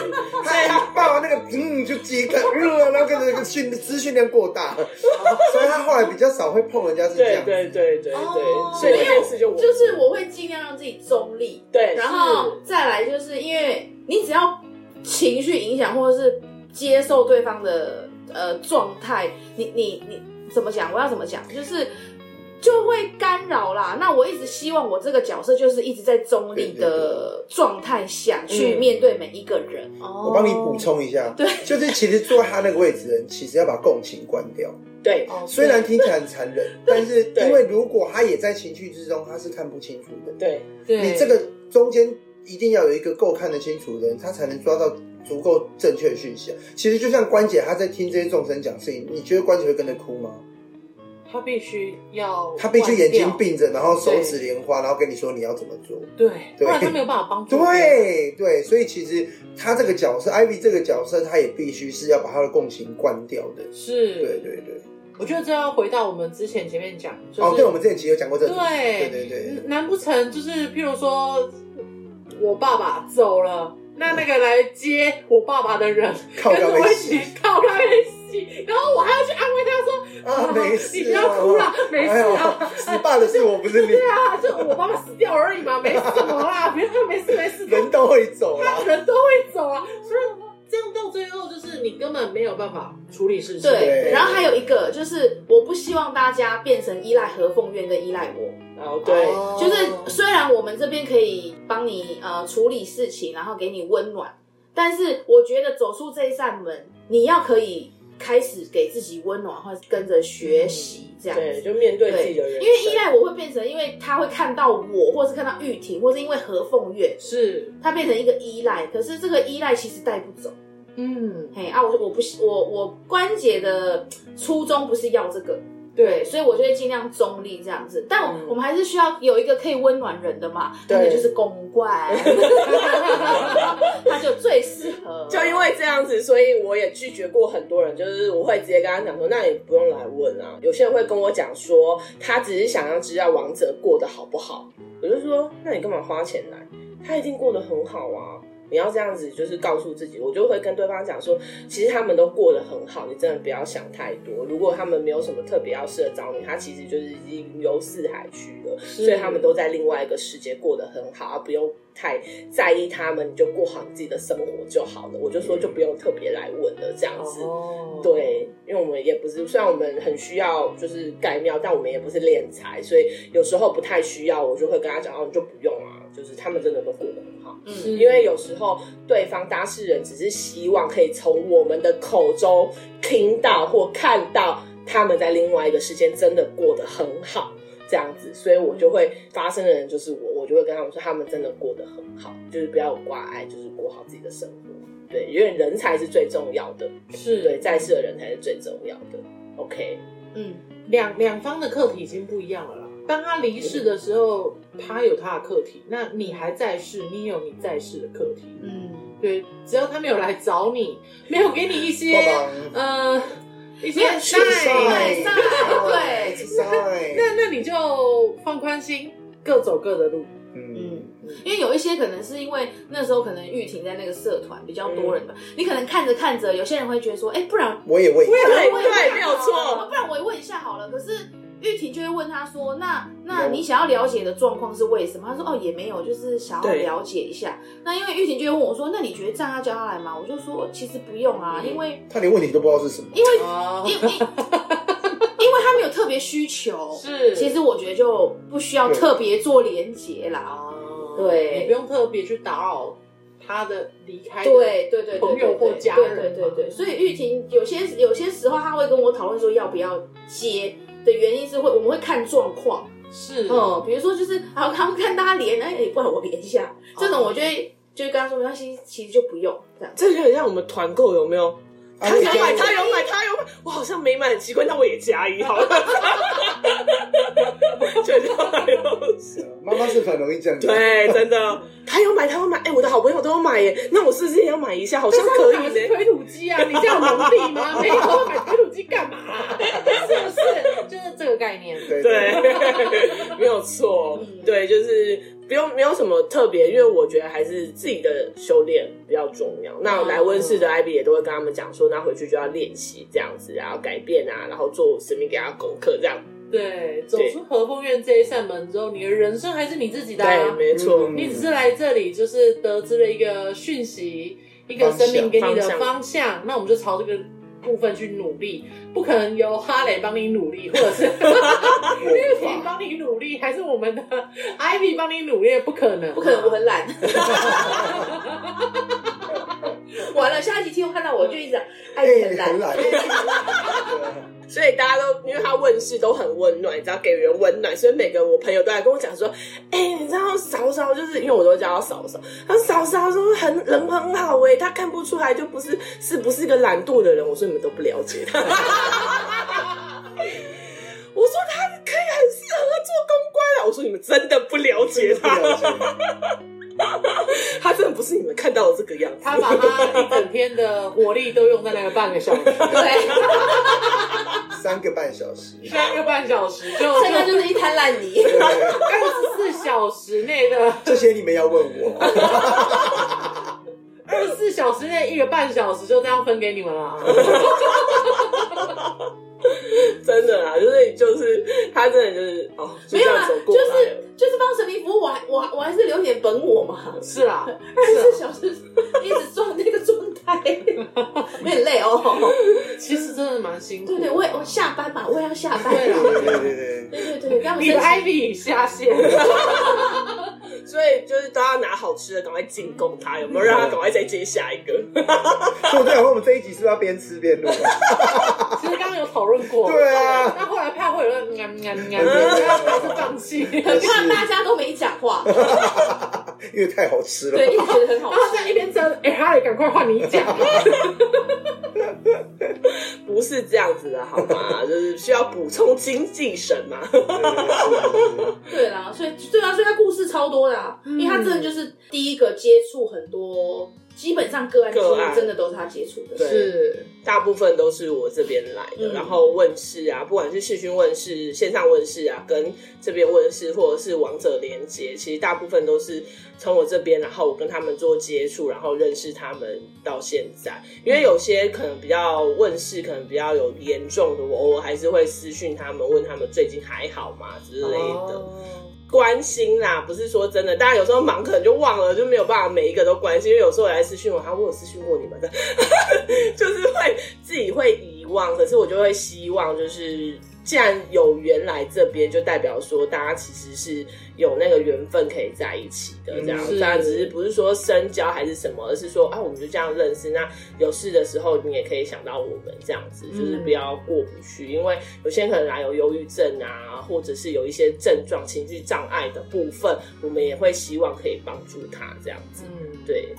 Speaker 2: 他一抱那个嗯就接开，嗯，然后跟着那个训资讯量过大，所以他后来比较少会碰人家是这
Speaker 5: 哦对
Speaker 2: 样。
Speaker 5: 对对对对，
Speaker 3: 哦
Speaker 5: 所以这件事就我
Speaker 1: 就是我会尽量让自己中立，
Speaker 5: 对，
Speaker 1: 然后再来就是因为你只要情绪影响或者是接受对方的呃状态，你你你怎么讲？我要怎么讲？就是就会干扰啦。那我一直希望我这个角色就是一直在中立的状态下去
Speaker 5: 嗯
Speaker 1: 面对每一个人。
Speaker 3: 哦
Speaker 2: 我帮你补充一
Speaker 5: 哦
Speaker 2: 下，对，就是其实坐在他那个位置的人，其实要把共情关掉。
Speaker 5: 对
Speaker 3: 哦，
Speaker 2: 虽然听起来很残忍，但是
Speaker 5: 对
Speaker 2: 因为如果他也在情绪之中，他是看不清楚的。
Speaker 5: 对
Speaker 3: 对
Speaker 2: 你这个中间一定要有一个够看得清楚的人，他才能抓到足够正确的讯息啊。其实就像关姐她在听这些众生讲事情，你觉得关姐会跟着哭吗？
Speaker 3: 嗯他必须要
Speaker 2: 她必须眼睛闭着，然后手指
Speaker 3: 对
Speaker 2: 莲花，然后跟你说你要怎么做。
Speaker 3: 对，
Speaker 2: 对
Speaker 3: 不然他没有办法帮助别人。
Speaker 2: 对对，所以其实她这个角色，Ivy 这个角色，她也必须是要把她的共情关掉的。
Speaker 3: 是，
Speaker 2: 对对对。
Speaker 3: 我觉得这要回到我们之前前面讲，就是、
Speaker 2: 哦，对，我们之前其实有讲过这个。
Speaker 3: 对
Speaker 2: 对对 对。
Speaker 3: 难不成就是譬如说，我爸爸走了，那那个来接我爸爸的人
Speaker 2: 靠
Speaker 3: 跟着
Speaker 2: 腰
Speaker 3: 我
Speaker 2: 没
Speaker 3: 一
Speaker 2: 事
Speaker 3: 起靠他一起，然后我还要去安慰他说
Speaker 2: 啊，没事啊，
Speaker 3: 你不要哭啦，没
Speaker 2: 哎
Speaker 3: 事
Speaker 2: 呦
Speaker 3: 啊。，
Speaker 2: 死爸的是我，不是你，
Speaker 3: 对啊，就我爸爸死掉而已嘛，没什么啦，别没事没事，
Speaker 2: 人都会走啦
Speaker 3: 他。人都会走啊，
Speaker 1: 嗯
Speaker 3: 所以这样到最后就是你根本没有办法处理事情。
Speaker 1: 对，然后还有一个就是，我不希望大家变成依赖和凤院跟依赖我。
Speaker 5: 哦，对，
Speaker 3: 哦
Speaker 1: 就是虽然我们这边可以帮你呃处理事情，然后给你温暖，但是我觉得走出这一扇门，你要可以开始给自己温暖，或者跟着学习这样
Speaker 5: 对，
Speaker 1: 子。
Speaker 5: 就面对自
Speaker 1: 对，
Speaker 5: 己的人生，
Speaker 1: 因为依赖我会变成，因为他会看到我，或是看到玉婷，或是因为何凤月，
Speaker 3: 是，
Speaker 1: 他变成一个依赖。可是这个依赖其实带不走。
Speaker 3: 嗯，
Speaker 1: 嘿啊，我我不喜我我关节的初衷不是要这个，对，
Speaker 3: 对，
Speaker 1: 所以我就会尽量中立这样子，但我,、
Speaker 5: 嗯
Speaker 1: 我们还是需要有一个可以温暖人的嘛，
Speaker 5: 对
Speaker 1: 那个就是公关， 他就最适合。
Speaker 5: 就因为这样子，所以我也拒绝过很多人，就是我会直接跟他讲说，那你不用来问啊。有些人会跟我讲说，他只是想要知道王者过得好不好，我就说，那你干嘛花钱来？他一定过得很好啊。你要这样子，就是告诉自己，我就会跟对方讲说，其实他们都过得很好，你真的不要想太多。如果他们没有什么特别要事的找你，他其实就是已经云游四海去了，所以他们都在另外一个世界过得很好，啊，不用太在意他们，你就过好你自己的生活就好了。我就说就不用特别来问了，这样子。
Speaker 3: 哦，
Speaker 5: 对，因为我们也不是，虽然我们很需要就是盖庙，但我们也不是敛财，所以有时候不太需要，我就会跟他讲，哦，你就不用啊，就是他们真的都过得很好。
Speaker 1: 嗯，
Speaker 5: 因为有时候对方当事人只是希望可以从我们的口中听到或看到他们在另外一个世界真的过得很好，这样子，所以我就会发生的人就是我，我就会跟他们说，他们真的过得很好，就是不要有挂碍，就是过好自己的生活。对，因为人才是最重要的，
Speaker 3: 是
Speaker 5: 对，在世的人才是最重要的。OK，
Speaker 1: 嗯，
Speaker 3: 两两方的课题已经不一样了啦。当他离世的时候，他有他的课题，那你还在世，你有你在世的课题。
Speaker 1: 嗯，
Speaker 3: 对，只要他没有来找你，没有给你一 些
Speaker 2: 爸爸
Speaker 3: 呃一些
Speaker 1: 没有
Speaker 3: 善，
Speaker 1: 对上海对
Speaker 2: 对，
Speaker 3: 那那你就放宽心，各走各的路。
Speaker 2: 嗯，
Speaker 1: 嗯，因为有一些可能是因为那时候可能玉婷在那个社团比较多人吧，你可能看着看着，有些人会觉得说，哎、不然
Speaker 2: 我也问一下，
Speaker 5: 对
Speaker 1: 我也问一下
Speaker 5: 对没有错
Speaker 1: 好了不然我也问一下好了。可是玉婷就会问他说：“那那
Speaker 2: 有
Speaker 1: 你想要了解的状况是为什么？”他说：“哦，也没有，就是想要
Speaker 5: 对
Speaker 1: 了解一下。”那因为玉婷就会问我说：“那你觉得这样要叫他来吗？”我就说：“哦其实不用
Speaker 3: 嗯
Speaker 1: 啊，因为
Speaker 2: 他连问题都不知道是什么。
Speaker 1: 因为
Speaker 3: 哦
Speaker 1: 因因因为他没有特别需求，
Speaker 3: 是，
Speaker 1: 其实我觉得就不需要
Speaker 2: 对
Speaker 1: 特别做连接啦。
Speaker 3: 哦
Speaker 1: 对
Speaker 3: 你不用特别去打扰他的离”开。
Speaker 1: 对对对对，对
Speaker 3: 朋友或家
Speaker 1: 对
Speaker 3: 人
Speaker 1: 对对
Speaker 3: 嘛
Speaker 1: 对，所以玉婷有些有些时候她会跟我讨论说要不要接的原因是会我们会看状况，
Speaker 3: 是，
Speaker 1: 嗯，比如说就是好，他们看大家连，哎、不然我连一下，这种我就会就会跟他说没关系，其实就不用这样。
Speaker 5: 这就很像我们团购有没有？
Speaker 2: 啊
Speaker 5: 他
Speaker 2: 你
Speaker 5: 有
Speaker 2: 觉
Speaker 5: 买，
Speaker 2: 得
Speaker 5: 他有买，他有买，我好像没买很奇怪，那我也加一 好了。觉得还有
Speaker 2: 妈妈是很容易这样子，
Speaker 5: 对，真的，他有买，他有买，哎、我的好朋友都有买耶，那我是不是也要买一下？好像可以
Speaker 3: 买的是
Speaker 5: 呢。
Speaker 3: 推土 机啊，你这样能力吗？没有，买推土机干嘛、是不是？就是这个概念。
Speaker 2: 对对，
Speaker 5: 对，没有错，对，就是不用没有什么特别，因为我觉得还是自己的修炼比较重要。那来温室的艾比也都会跟他们讲说，那回去就要练习这样子，然后改变啊，然后做神明给他功课这样。
Speaker 3: 对，走出和风院这一扇门之后，你的人生还是你自己的、
Speaker 5: 对，
Speaker 3: 啊。
Speaker 5: 没错。
Speaker 2: 嗯
Speaker 3: 你只是来这里，就是得知了一个讯息，一个生命给你的
Speaker 5: 方向
Speaker 3: 方向，那我们就朝这个部分去努力。不可能由哈雷帮你努力，或者 是
Speaker 2: 哎
Speaker 3: 玉婷 帮你努力，还是我们的 Ivy 帮你努力，不可能，
Speaker 1: 不可能，我。很懒。完了，下一集听我看到我就一直讲，艾
Speaker 2: 哎
Speaker 1: 比很懒
Speaker 2: 很，懒，
Speaker 5: 所以大家都因为他问世都很温暖，你知道给人温暖，所以每个我朋友都来跟我讲说，哎、你知道嫂嫂就是因为我都叫她嫂嫂，她说嫂嫂说很人很好哎、她看不出来就不是是不是个懒惰的人，我说你们都不了解她。我说她可以很适合做公关啊！我说你们真的不了解
Speaker 2: 不了
Speaker 5: 她，
Speaker 2: 解。
Speaker 5: 她真的不是你们看到的这个样子。
Speaker 3: 他把他一整天的活力都用在那个半个小时，
Speaker 1: 对，
Speaker 2: 三个半小时，
Speaker 3: 三个半小时就
Speaker 1: 现在就是一滩烂泥。
Speaker 3: 二十四小时内的
Speaker 2: 这些你们要问我。
Speaker 3: 二十四小时内一个半小时就这样分给你们了啊。
Speaker 5: 真的啦，就是就是他真的就是哦，
Speaker 1: 没有啊
Speaker 5: 啦
Speaker 1: 啦，，就是就是帮神明服务，我还我还我还是留点本我嘛，
Speaker 3: 是啦，
Speaker 1: 二十四小时一直转那个状态，有点累哦。
Speaker 3: 其实真的蛮辛苦
Speaker 1: 对
Speaker 3: 的。
Speaker 1: 对，我也我下班嘛，我也要下班。
Speaker 3: 对
Speaker 2: 对
Speaker 3: 啦，
Speaker 2: 对对对，
Speaker 1: 对对对，跟他们
Speaker 3: 你
Speaker 1: 生
Speaker 3: 的
Speaker 1: 气
Speaker 3: Ivy 下线，
Speaker 5: 所以就是都要拿好吃的赶快进攻他，有没有让他赶快再接下一个？
Speaker 2: 所以我在想说，我们这一集是不是要边吃边录啊？
Speaker 3: 其实刚刚有讨论过。
Speaker 2: 对啊，
Speaker 3: 那后来怕会有人嗯嗯嗯，然后是放弃。
Speaker 1: 很怕大家都没讲话，
Speaker 2: 因为太好吃了
Speaker 1: 对，。一直觉得很好
Speaker 3: 然后
Speaker 1: 吃。
Speaker 3: 在一边争，哎、哈利，赶快换你讲。
Speaker 5: 不是这样子的好吗？就是需要补充精气神嘛。
Speaker 2: 对对对
Speaker 1: 对啦，所以对啊，所以他故事超多的、啊，因为他真的就是第一个接触很多，基本上个案几
Speaker 5: 个
Speaker 1: 乎
Speaker 5: 案
Speaker 1: 真的都是他接触的。
Speaker 5: 对
Speaker 3: 是，
Speaker 5: 大部分都是我这边来的，
Speaker 1: 嗯
Speaker 5: 然后问世啊，不管是视讯问世、线上问世啊，跟这边问世或者是王者连接，其实大部分都是从我这边，然后我跟他们做接触，然后认识他们到现在。因为有些可能比较问世，可能比较有严重的，我偶尔还是会私讯他们，问他们最近还好吗之类的。
Speaker 3: 哦
Speaker 5: 关心啦，不是说真的，大家有时候忙可能就忘了，就没有办法每一个都关心。因为有时候有来私讯我，他问我有私讯过你们的， 就是会自己会遗忘。可是我就会希望，就是既然有缘来这边，就代表说大家其实是有那个缘分可以在一起的。这样
Speaker 3: 嗯，是
Speaker 5: 这样只是不是说深交还是什么，而是说啊，我们就这样认识。那有事的时候，你也可以想到我们这样子，
Speaker 3: 嗯
Speaker 5: 就是不要过不去，因为有些人可能啊有忧郁症啊，或者是有一些症状、情绪障碍的部分，我们也会希望可以帮助他这样子。
Speaker 3: 嗯，
Speaker 5: 对，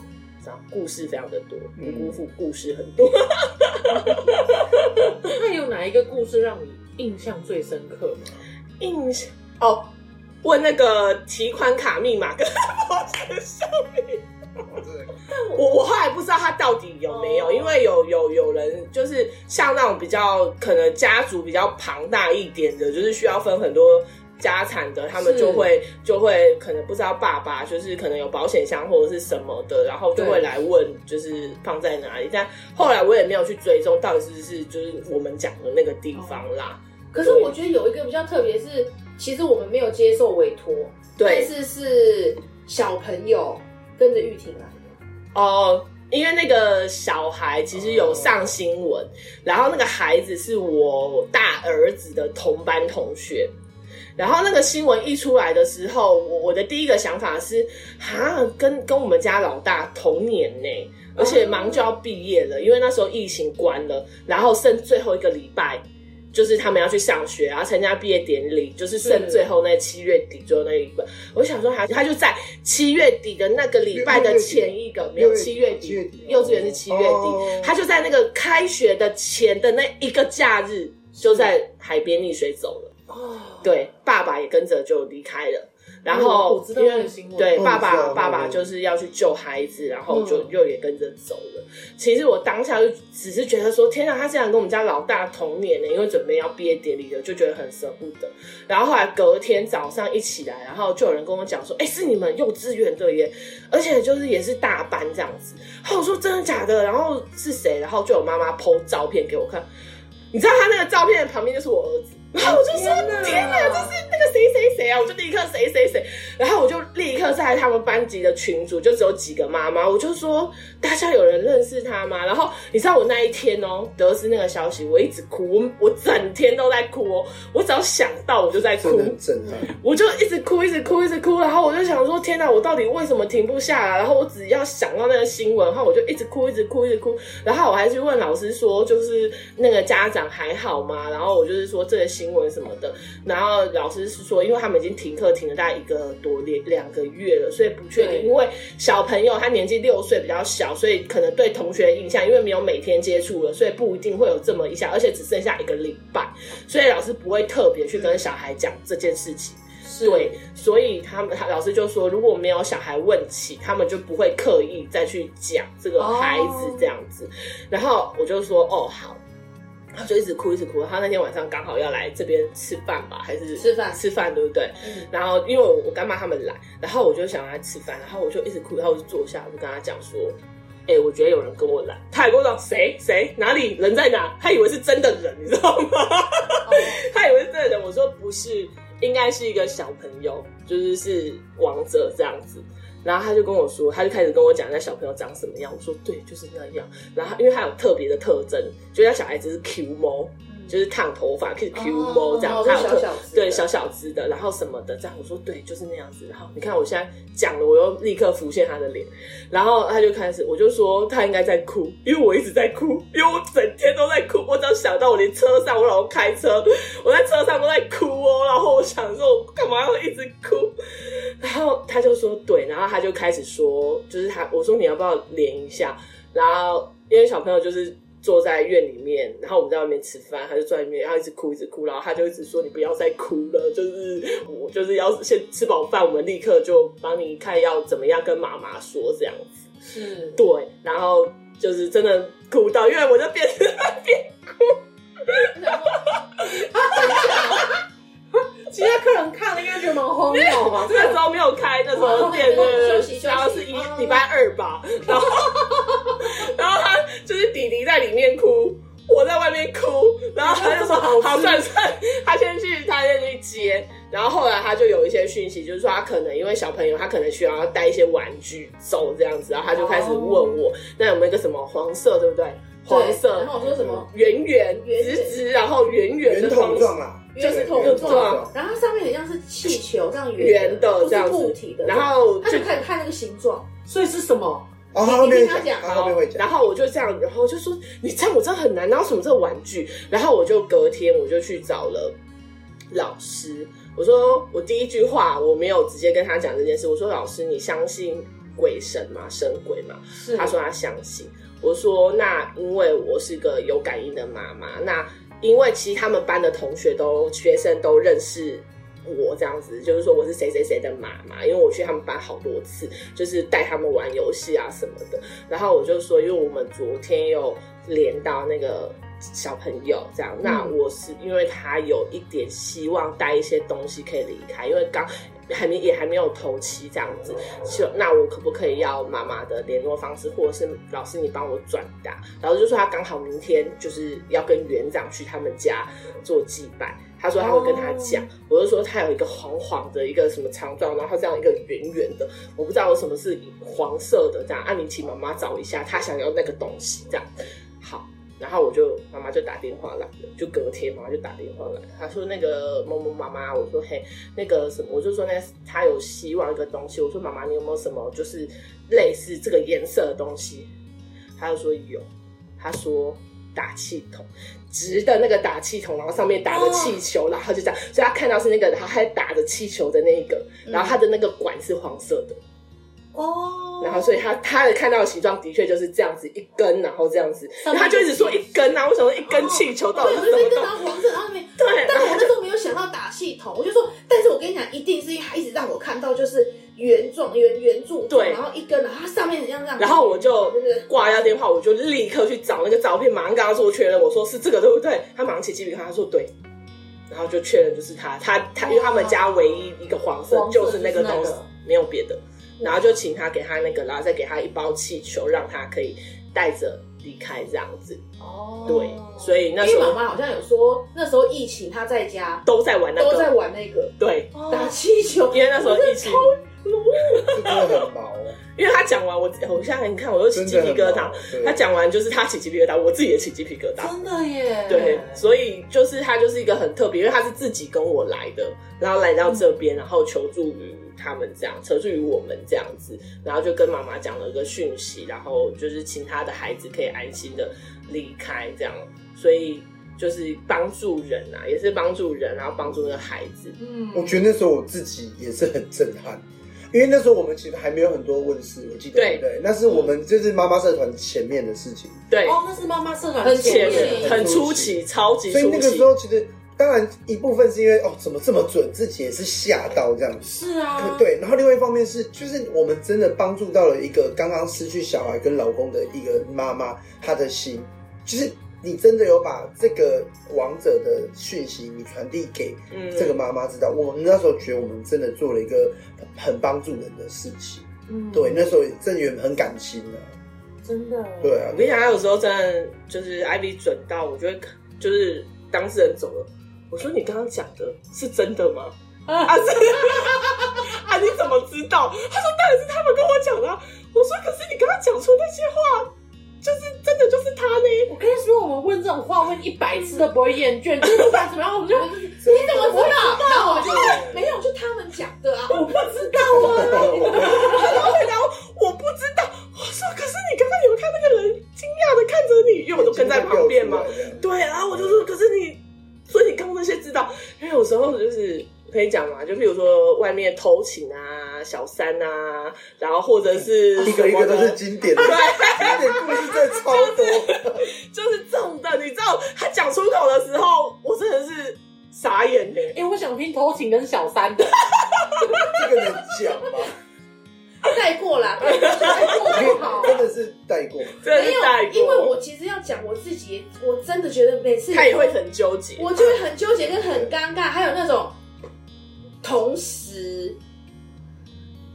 Speaker 5: 然后故事非常的多，
Speaker 2: 嗯
Speaker 5: 姑父故事很多。
Speaker 3: 那有哪一个故事让你印象最深刻吗？
Speaker 5: 印象哦，问那个提款卡密码跟 我身上
Speaker 2: 对对
Speaker 5: 我我后来不知道他到底有没有，
Speaker 1: 哦
Speaker 5: 因为有有有人就是像那种比较可能家族比较庞大一点的，就是需要分很多。家产的，他们
Speaker 3: 是
Speaker 5: 就会就会可能不知道爸爸就是可能有保险箱或者是什么的，然后就会
Speaker 3: 对
Speaker 5: 来问就是放在哪里。但后来我也没有去追踪到底是不是就是我们讲的那个地方啦。
Speaker 1: 可是我觉得有一个比较特别是，其实我们没有接受委托，但
Speaker 5: 对
Speaker 1: 是是小朋友跟着玉婷来的，
Speaker 5: 哦，因为那个小孩其实有上新闻，然后那个孩子是我大儿子的同班同学。然后那个新闻一出来的时候，我我的第一个想法是，哈，跟跟我们家老大同年呢、而且忙就要毕业了，因为那时候疫情关了，然后剩最后一个礼拜，就是他们要去上学，然后参加毕业典礼，就是剩
Speaker 3: 是
Speaker 5: 最后那七月底最后那一个。我想说他他就在七月底的那个礼拜的前一个，没
Speaker 2: 六
Speaker 5: 有
Speaker 2: 月底
Speaker 5: 七月
Speaker 2: 七月
Speaker 5: 底
Speaker 2: 底，
Speaker 5: 幼稚园是七月
Speaker 2: 哦
Speaker 5: 底，他就在那个开学的前的那一个假日，就在海边溺水走了。
Speaker 3: 哦，
Speaker 5: 对，爸爸也跟着就离开了。然后
Speaker 3: 我知道
Speaker 5: 因
Speaker 3: 那
Speaker 5: 为
Speaker 3: 个新闻
Speaker 5: 对
Speaker 2: 嗯
Speaker 5: 爸
Speaker 2: 知道
Speaker 5: 爸
Speaker 2: 嗯
Speaker 5: 爸爸就是要去救孩子，然后就
Speaker 3: 嗯
Speaker 5: 又也跟着走了。其实我当下就只是觉得说，天啊，他竟然跟我们家老大同年呢，因为准备要毕业典礼了，就觉得很舍不得。然后后来隔天早上一起来，然后就有人跟我讲说，哎，是你们幼稚园的耶，而且就是也是大班这样子。然后我说真的假的？然后是谁？然后就有妈妈 PO 照片给我看，你知道他那个照片的旁边就是我儿子，然后我就说天哪，这是那个谁谁谁啊，啊，我就立刻谁谁谁，然后我就立刻在他们班级的群组，就只有几个妈妈，我就说大家有人认识他吗？然后你知道我那一天哦，得知那个消息，我一直哭，我我整天都在哭哦，我只要想到我就在
Speaker 2: 真
Speaker 5: 哭
Speaker 2: 的，很震撼。
Speaker 5: 我就一直哭，一直哭，一直哭，然后我就想说，天哪，我到底为什么停不下来？然后我只要想到那个新闻，然后我就一直哭，一直哭，一直哭。然后我还去问老师说，就是那个家长还好吗？然后我就是说这个新闻什么的，然后老师是说，因为他们已经停课停了大概一个多两两个月了，所以不确定。
Speaker 3: 对
Speaker 5: 因为小朋友他年纪六岁比较小，所以可能对同学的印象，因为没有每天接触了，所以不一定会有这么一下，而且只剩下一个礼拜，所以老师不会特别去跟小孩讲这件事情。
Speaker 3: 是
Speaker 5: 对，所以他们他老师就说，如果没有小孩问起，他们就不会刻意再去讲这个孩子这样子。然后我就说，哦，好。他就一直哭，一直哭。他那天晚上刚好要来这边吃饭吧，还是
Speaker 1: 吃饭
Speaker 5: 吃饭对不对？
Speaker 1: 嗯
Speaker 5: 然后因为我我干妈他们来，然后我就想来吃饭，然后我就一直哭，然后我就坐下，我就跟他讲说，哎、我觉得有人跟我来，他还跟我讲谁谁哪里人在哪，他以为是真的人，你知道吗？
Speaker 1: 哦
Speaker 5: 他以为是真的人，我说不是，应该是一个小朋友，就是是王者这样子。然后他就跟我说，他就开始跟我讲那小朋友长什么样。我说对，就是那样。然后因为他有特别的特征，就是他小孩子是 Q 毛，就是烫头发，是 Q 毛这样，
Speaker 1: 嗯哦
Speaker 5: 他有
Speaker 1: 就
Speaker 5: 特
Speaker 1: 小小只的
Speaker 5: 对小小只的，然后什么的这样。我说对，就是那样子。然后你看我现在讲了，我又立刻浮现他的脸。然后他就开始，我就说他应该在哭，因为我一直在哭，因为我整天都在哭。我只要想到我连车上，我老公开车，我在车上都在哭哦。然后我想说，我干嘛要一直哭？ 然后他就说对，然后他就开始说，就是他我说你要不要连一下？然后因为小朋友就是坐在院里面，然后我们在外面吃饭，他就坐在里面，然后一直哭，一直哭，然后他就一直说你不要再哭了，就是我就是要先吃饱饭，我们立刻就帮你看要怎么样跟妈妈说这样子。
Speaker 3: 是，
Speaker 5: 对，然后就是真的哭到，因为我就变成变
Speaker 3: 其他客人看了应该觉得蛮荒谬 吧？
Speaker 5: 那时候没有开，那时候店
Speaker 1: 哦
Speaker 5: 对
Speaker 1: 休息休息
Speaker 5: 然后是一
Speaker 1: 哦
Speaker 5: 礼拜二吧，然后然后他就是弟弟在里面哭。我在外面哭，然后他就说：“好，算算，他先去，他先去接。”然后后来他就有一些讯息，就是说他可能因为小朋友，他可能需要带一些玩具走这样子，然后他就开始问我：“那有没有一个什么黄色，对不对？
Speaker 1: 对
Speaker 5: 黄色，
Speaker 1: 然后我说什么
Speaker 5: 圆圆
Speaker 1: 圆
Speaker 5: 直直，然后圆圆
Speaker 2: 圆
Speaker 5: 的
Speaker 2: 筒
Speaker 5: 东西。
Speaker 2: 状啊，
Speaker 1: 就是啊
Speaker 5: 筒
Speaker 1: 桶状
Speaker 2: 状，
Speaker 1: 然后它上面很像是气球这样
Speaker 5: 圆
Speaker 1: 圆
Speaker 5: 的
Speaker 1: 不
Speaker 5: 这
Speaker 1: 是
Speaker 5: 样子
Speaker 1: 固体的。
Speaker 5: 然后
Speaker 1: 他就开始看那个形状，
Speaker 3: 所以是什么？
Speaker 2: 哦，他后面会
Speaker 1: 你听他
Speaker 2: 讲，
Speaker 1: 讲
Speaker 2: 他后面会
Speaker 5: 然
Speaker 2: 讲，
Speaker 5: 后我就这样，然后我就说你这样我真的很难，然后什么这个玩具，然后我就隔天我就去找了老师，我说我第一句话我没有直接跟他讲这件事，我说老师你相信鬼神吗？神鬼吗？
Speaker 3: 是
Speaker 5: 他说他相信。我说那因为我是个有感应的妈妈，那因为其实他们班的同学都学生都认识。我这样子，就是说我是谁谁谁的妈妈，因为我去他们班好多次，就是带他们玩游戏啊什么的。然后我就说，因为我们昨天有连到那个小朋友这样，那我是因为他有一点希望带一些东西可以离开，因为刚还没也还没有头七这样子，就那我可不可以要妈妈的联络方式，或者是老师你帮我转达？老师就说他刚好明天就是要跟园长去他们家做祭拜。他说他会跟他讲我就说他有一个黄黄的一个什么长状，然后这样一个圆圆的，我不知道有什么是黄色的这样，啊，你请妈妈找一下，她想要那个东西这样。好，然后我就妈妈就打电话来了，就隔天妈妈就打电话来，她说那个某某妈妈，我说嘿，那个什么，我就说那她有希望一个东西，我说妈妈你有没有什么就是类似这个颜色的东西？她就说有，她说打气筒。直的那个打气筒，然后上面打着气球，然后就这样，所以她看到是那个，然后还打着气球的那一个，然后它的那个管是黄色的，
Speaker 3: 哦
Speaker 5: 然后所以他他的看到的形状的确就是这样子一根，然后这样子，然
Speaker 3: 面
Speaker 5: 后他就一直说一根啊，为什么一根气球到底
Speaker 1: 对，
Speaker 5: 是
Speaker 1: 我
Speaker 5: 什
Speaker 1: 就是跟
Speaker 5: 么东
Speaker 1: 他
Speaker 5: 西？
Speaker 1: 黄色，然后那边。
Speaker 5: 对，
Speaker 1: 但
Speaker 5: 然
Speaker 1: 我
Speaker 5: 后
Speaker 1: 那时候没有想到打系统，我就说，但是我跟你讲，一定是因为他一直让我看到就是圆状、圆圆柱状，
Speaker 5: 对
Speaker 1: 然后一根，然后它上面很像这样，
Speaker 5: 然后我就
Speaker 1: 就是
Speaker 5: 挂掉电话，我就立刻去找那个照片，马上跟他说确认，我说是这个对不对？他马上起鸡皮疙瘩，他说对。然后就确认就是他，他他，因为他们家唯一一个黄色
Speaker 3: 黄色
Speaker 5: 就是那
Speaker 3: 就
Speaker 5: 个
Speaker 3: 是那
Speaker 5: 东
Speaker 3: 个
Speaker 5: 西，没有别的。然后就请他给他那个，然后再给他一包气球，让他可以带着离开这样子。
Speaker 3: 哦
Speaker 5: 对，所以那
Speaker 1: 因
Speaker 5: 时
Speaker 1: 为妈
Speaker 5: 候
Speaker 1: 妈好像有说，那时候疫情她在家
Speaker 5: 都在玩那
Speaker 1: 都在
Speaker 5: 个，
Speaker 1: 玩那个
Speaker 5: 对，
Speaker 3: 哦
Speaker 1: 打气球，
Speaker 5: 因为那时候疫情，
Speaker 2: 这真的很毛，哦
Speaker 5: 因为他讲完我，我现在你看我又起
Speaker 2: 真
Speaker 5: 鸡
Speaker 2: 的
Speaker 5: 皮
Speaker 2: 很
Speaker 5: 疙
Speaker 2: 毛
Speaker 5: 瘩。。
Speaker 2: 对
Speaker 5: 他讲完就是他起鸡皮疙瘩，我自己也起鸡皮疙瘩。
Speaker 3: 真的耶，
Speaker 5: 对，所以就是他就是一个很特别，因为他是自己跟我来的，然后来到这边，然后求助于他们这样，求助于我们这样子，然后就跟妈妈讲了个讯息，然后就是请他的孩子可以安心的离开这样，所以就是帮助人啊，也是帮助人，然后帮助那个孩子，
Speaker 3: 嗯，
Speaker 2: 我觉得那时候我自己也是很震撼，因为那时候我们其实还没有很多问世，我记得
Speaker 5: 对
Speaker 2: 对不对？那是我们就是妈妈社团前面的事情，
Speaker 5: 对，
Speaker 3: 哦，那是妈妈社团
Speaker 1: 很前
Speaker 5: 前面
Speaker 1: 面
Speaker 5: 很出奇，超级
Speaker 2: 所以
Speaker 5: 出
Speaker 2: 那个
Speaker 5: 奇
Speaker 2: 时，候其实当然一部分是因为哦怎么这么准，自己也是吓到这样子。
Speaker 3: 是啊，，
Speaker 2: 对，然后另外一方面是，就是我们真的帮助到了一个刚刚失去小孩跟老公的一个妈妈，她的心，就是你真的有把这个王者的讯息你传递给
Speaker 5: 嗯
Speaker 2: 这个妈妈知道。我们那时候觉得我们真的做了一个很很帮助人的事情，
Speaker 3: 嗯
Speaker 2: 对，，那时候真的也很感心啊，
Speaker 3: 真的，
Speaker 2: 对啊
Speaker 5: 我，跟你讲，他有时候真的就是 Ivy 准到，我就会就是当事人走了，我说你刚刚讲的是真的吗？啊是 啊你怎么知道？他说当然是他们跟我讲的啊、我说可是你刚刚讲出那些话，就是真的就是他呢。
Speaker 3: 我跟你说，我们问这种话问一百次都不会厌 倦，就是不管怎么样，我们就
Speaker 1: 你怎么知道？然后我就说没有，就他们讲的啊，我不知道啊。
Speaker 5: 然后回答我我不知道。我说可是你刚刚有看那个人惊讶的看着你，因为我都跟在旁边 嘛。对，然后我就说，可是你，所以你刚刚那些知道，因为有时候就是可以讲嘛，就比如说外面偷情啊、小三啊，然后或者是
Speaker 2: 嗯一个一个都是
Speaker 5: 什么
Speaker 2: 经典的，经典故事真的超多，
Speaker 5: 的就是这种的，你知道他讲出口的时候，我真的是傻眼欸呢、
Speaker 3: 哎、我想听偷情跟小三的，
Speaker 2: 这个能讲吗？
Speaker 1: 带过啦，带过带过就 好。
Speaker 2: 真的是带过。
Speaker 5: 真的
Speaker 1: 没
Speaker 5: 是带
Speaker 1: 有，
Speaker 5: 过
Speaker 1: 因为我其实要讲我自己，我真的觉得每次
Speaker 5: 他也会很纠结，
Speaker 1: 我就会很纠结跟很尴尬，还有那种同时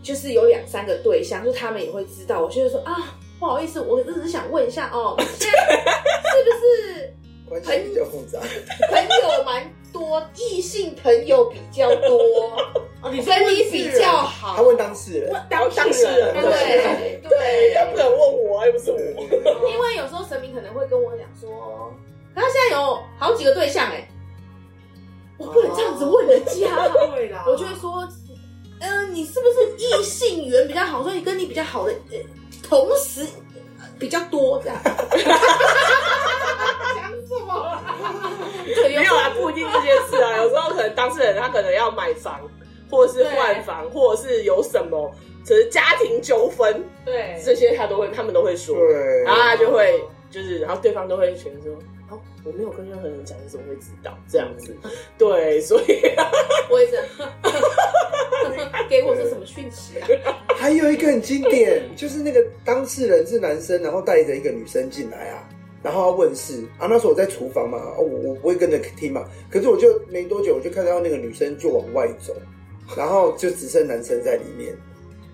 Speaker 1: 就是有两三个对象，就他们也会知道，我就会说啊，不好意思，我只是想问一下哦，你现在是不是
Speaker 2: 关系比较复杂，
Speaker 1: 朋友蛮多，异性朋友比较多，
Speaker 3: 哦，你说
Speaker 1: 跟 你
Speaker 3: 问世
Speaker 1: 比
Speaker 3: 人
Speaker 1: 较好，
Speaker 2: 他问当事人，
Speaker 5: 当当事人
Speaker 2: 当
Speaker 1: 啊对
Speaker 2: 事人
Speaker 1: 对对，
Speaker 5: 他不敢问我，啊又 不是
Speaker 2: 对
Speaker 5: 我，
Speaker 2: 对对
Speaker 1: 因为有时候神明可能会跟我讲说，他现在有好几个对象哎、我不能这样子问人家，
Speaker 3: 对啦，
Speaker 1: 我就会说，嗯、你是不是异性缘比较好，所以跟你比较好的，呃、同时、呃比较多这样。 讲什么啊啦？对，
Speaker 5: 没有啊啦，不一定这件事啊。有时候可能当事人他可能要买房，或者是换房，或者是有什么，只是家庭纠纷
Speaker 3: 对，
Speaker 5: 这些，他都会，他们都会说，
Speaker 2: 对
Speaker 5: 然后他就会就是，然后对方都会觉得说。哦我没有跟任何人讲，你怎么会知道这样子？对，所 以
Speaker 1: 我也是。 给我是什么讯息啊？
Speaker 2: 还有一个很经典，就是那个当事人是男生，然后带着一个女生进来啊，然后要问事啊。那时候我在厨房嘛，哦、我我不会跟着听嘛，可是我就没多久，我就看到那个女生就往外走，然后就只剩男生在里面。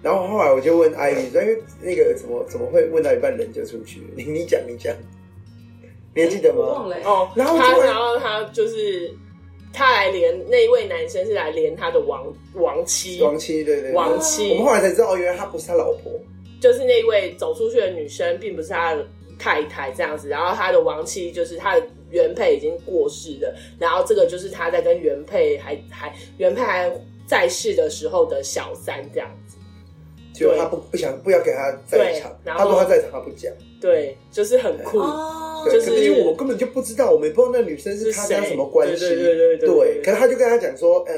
Speaker 2: 然后后来我就问艾米说：“因为那个怎么怎么会问到一半人就出去？你你讲你讲，你还记得
Speaker 1: 我忘
Speaker 2: 吗？
Speaker 1: 了欸、
Speaker 5: 哦，
Speaker 2: 然后
Speaker 5: 他
Speaker 2: 突然
Speaker 5: 然后他就是他来连那一位男生是来连他的亡亡妻，
Speaker 2: 王七对对对，
Speaker 5: 亡
Speaker 2: 我
Speaker 5: 妻
Speaker 2: 们后来才知道，哦，原来她不是他老婆，
Speaker 5: 就是那位走出去的女生，并不是他的太太这样子，然后他的亡妻就是他的原配已经过世了，然后这个就是他在跟原配还还原配还在世的时候的小三这样子，
Speaker 2: 结果他不不想不要给他在场，
Speaker 5: 对然
Speaker 2: 他
Speaker 5: 后
Speaker 2: 说他在场他不讲。”
Speaker 5: 对，就是很酷，
Speaker 3: 哦，
Speaker 2: 对，
Speaker 5: 就
Speaker 2: 可
Speaker 5: 是
Speaker 2: 是因为我根本就不知道，我们也不知道那女生是他家什么关系，
Speaker 5: 是谁对对对对对对
Speaker 2: 可是他就跟他讲说，呃，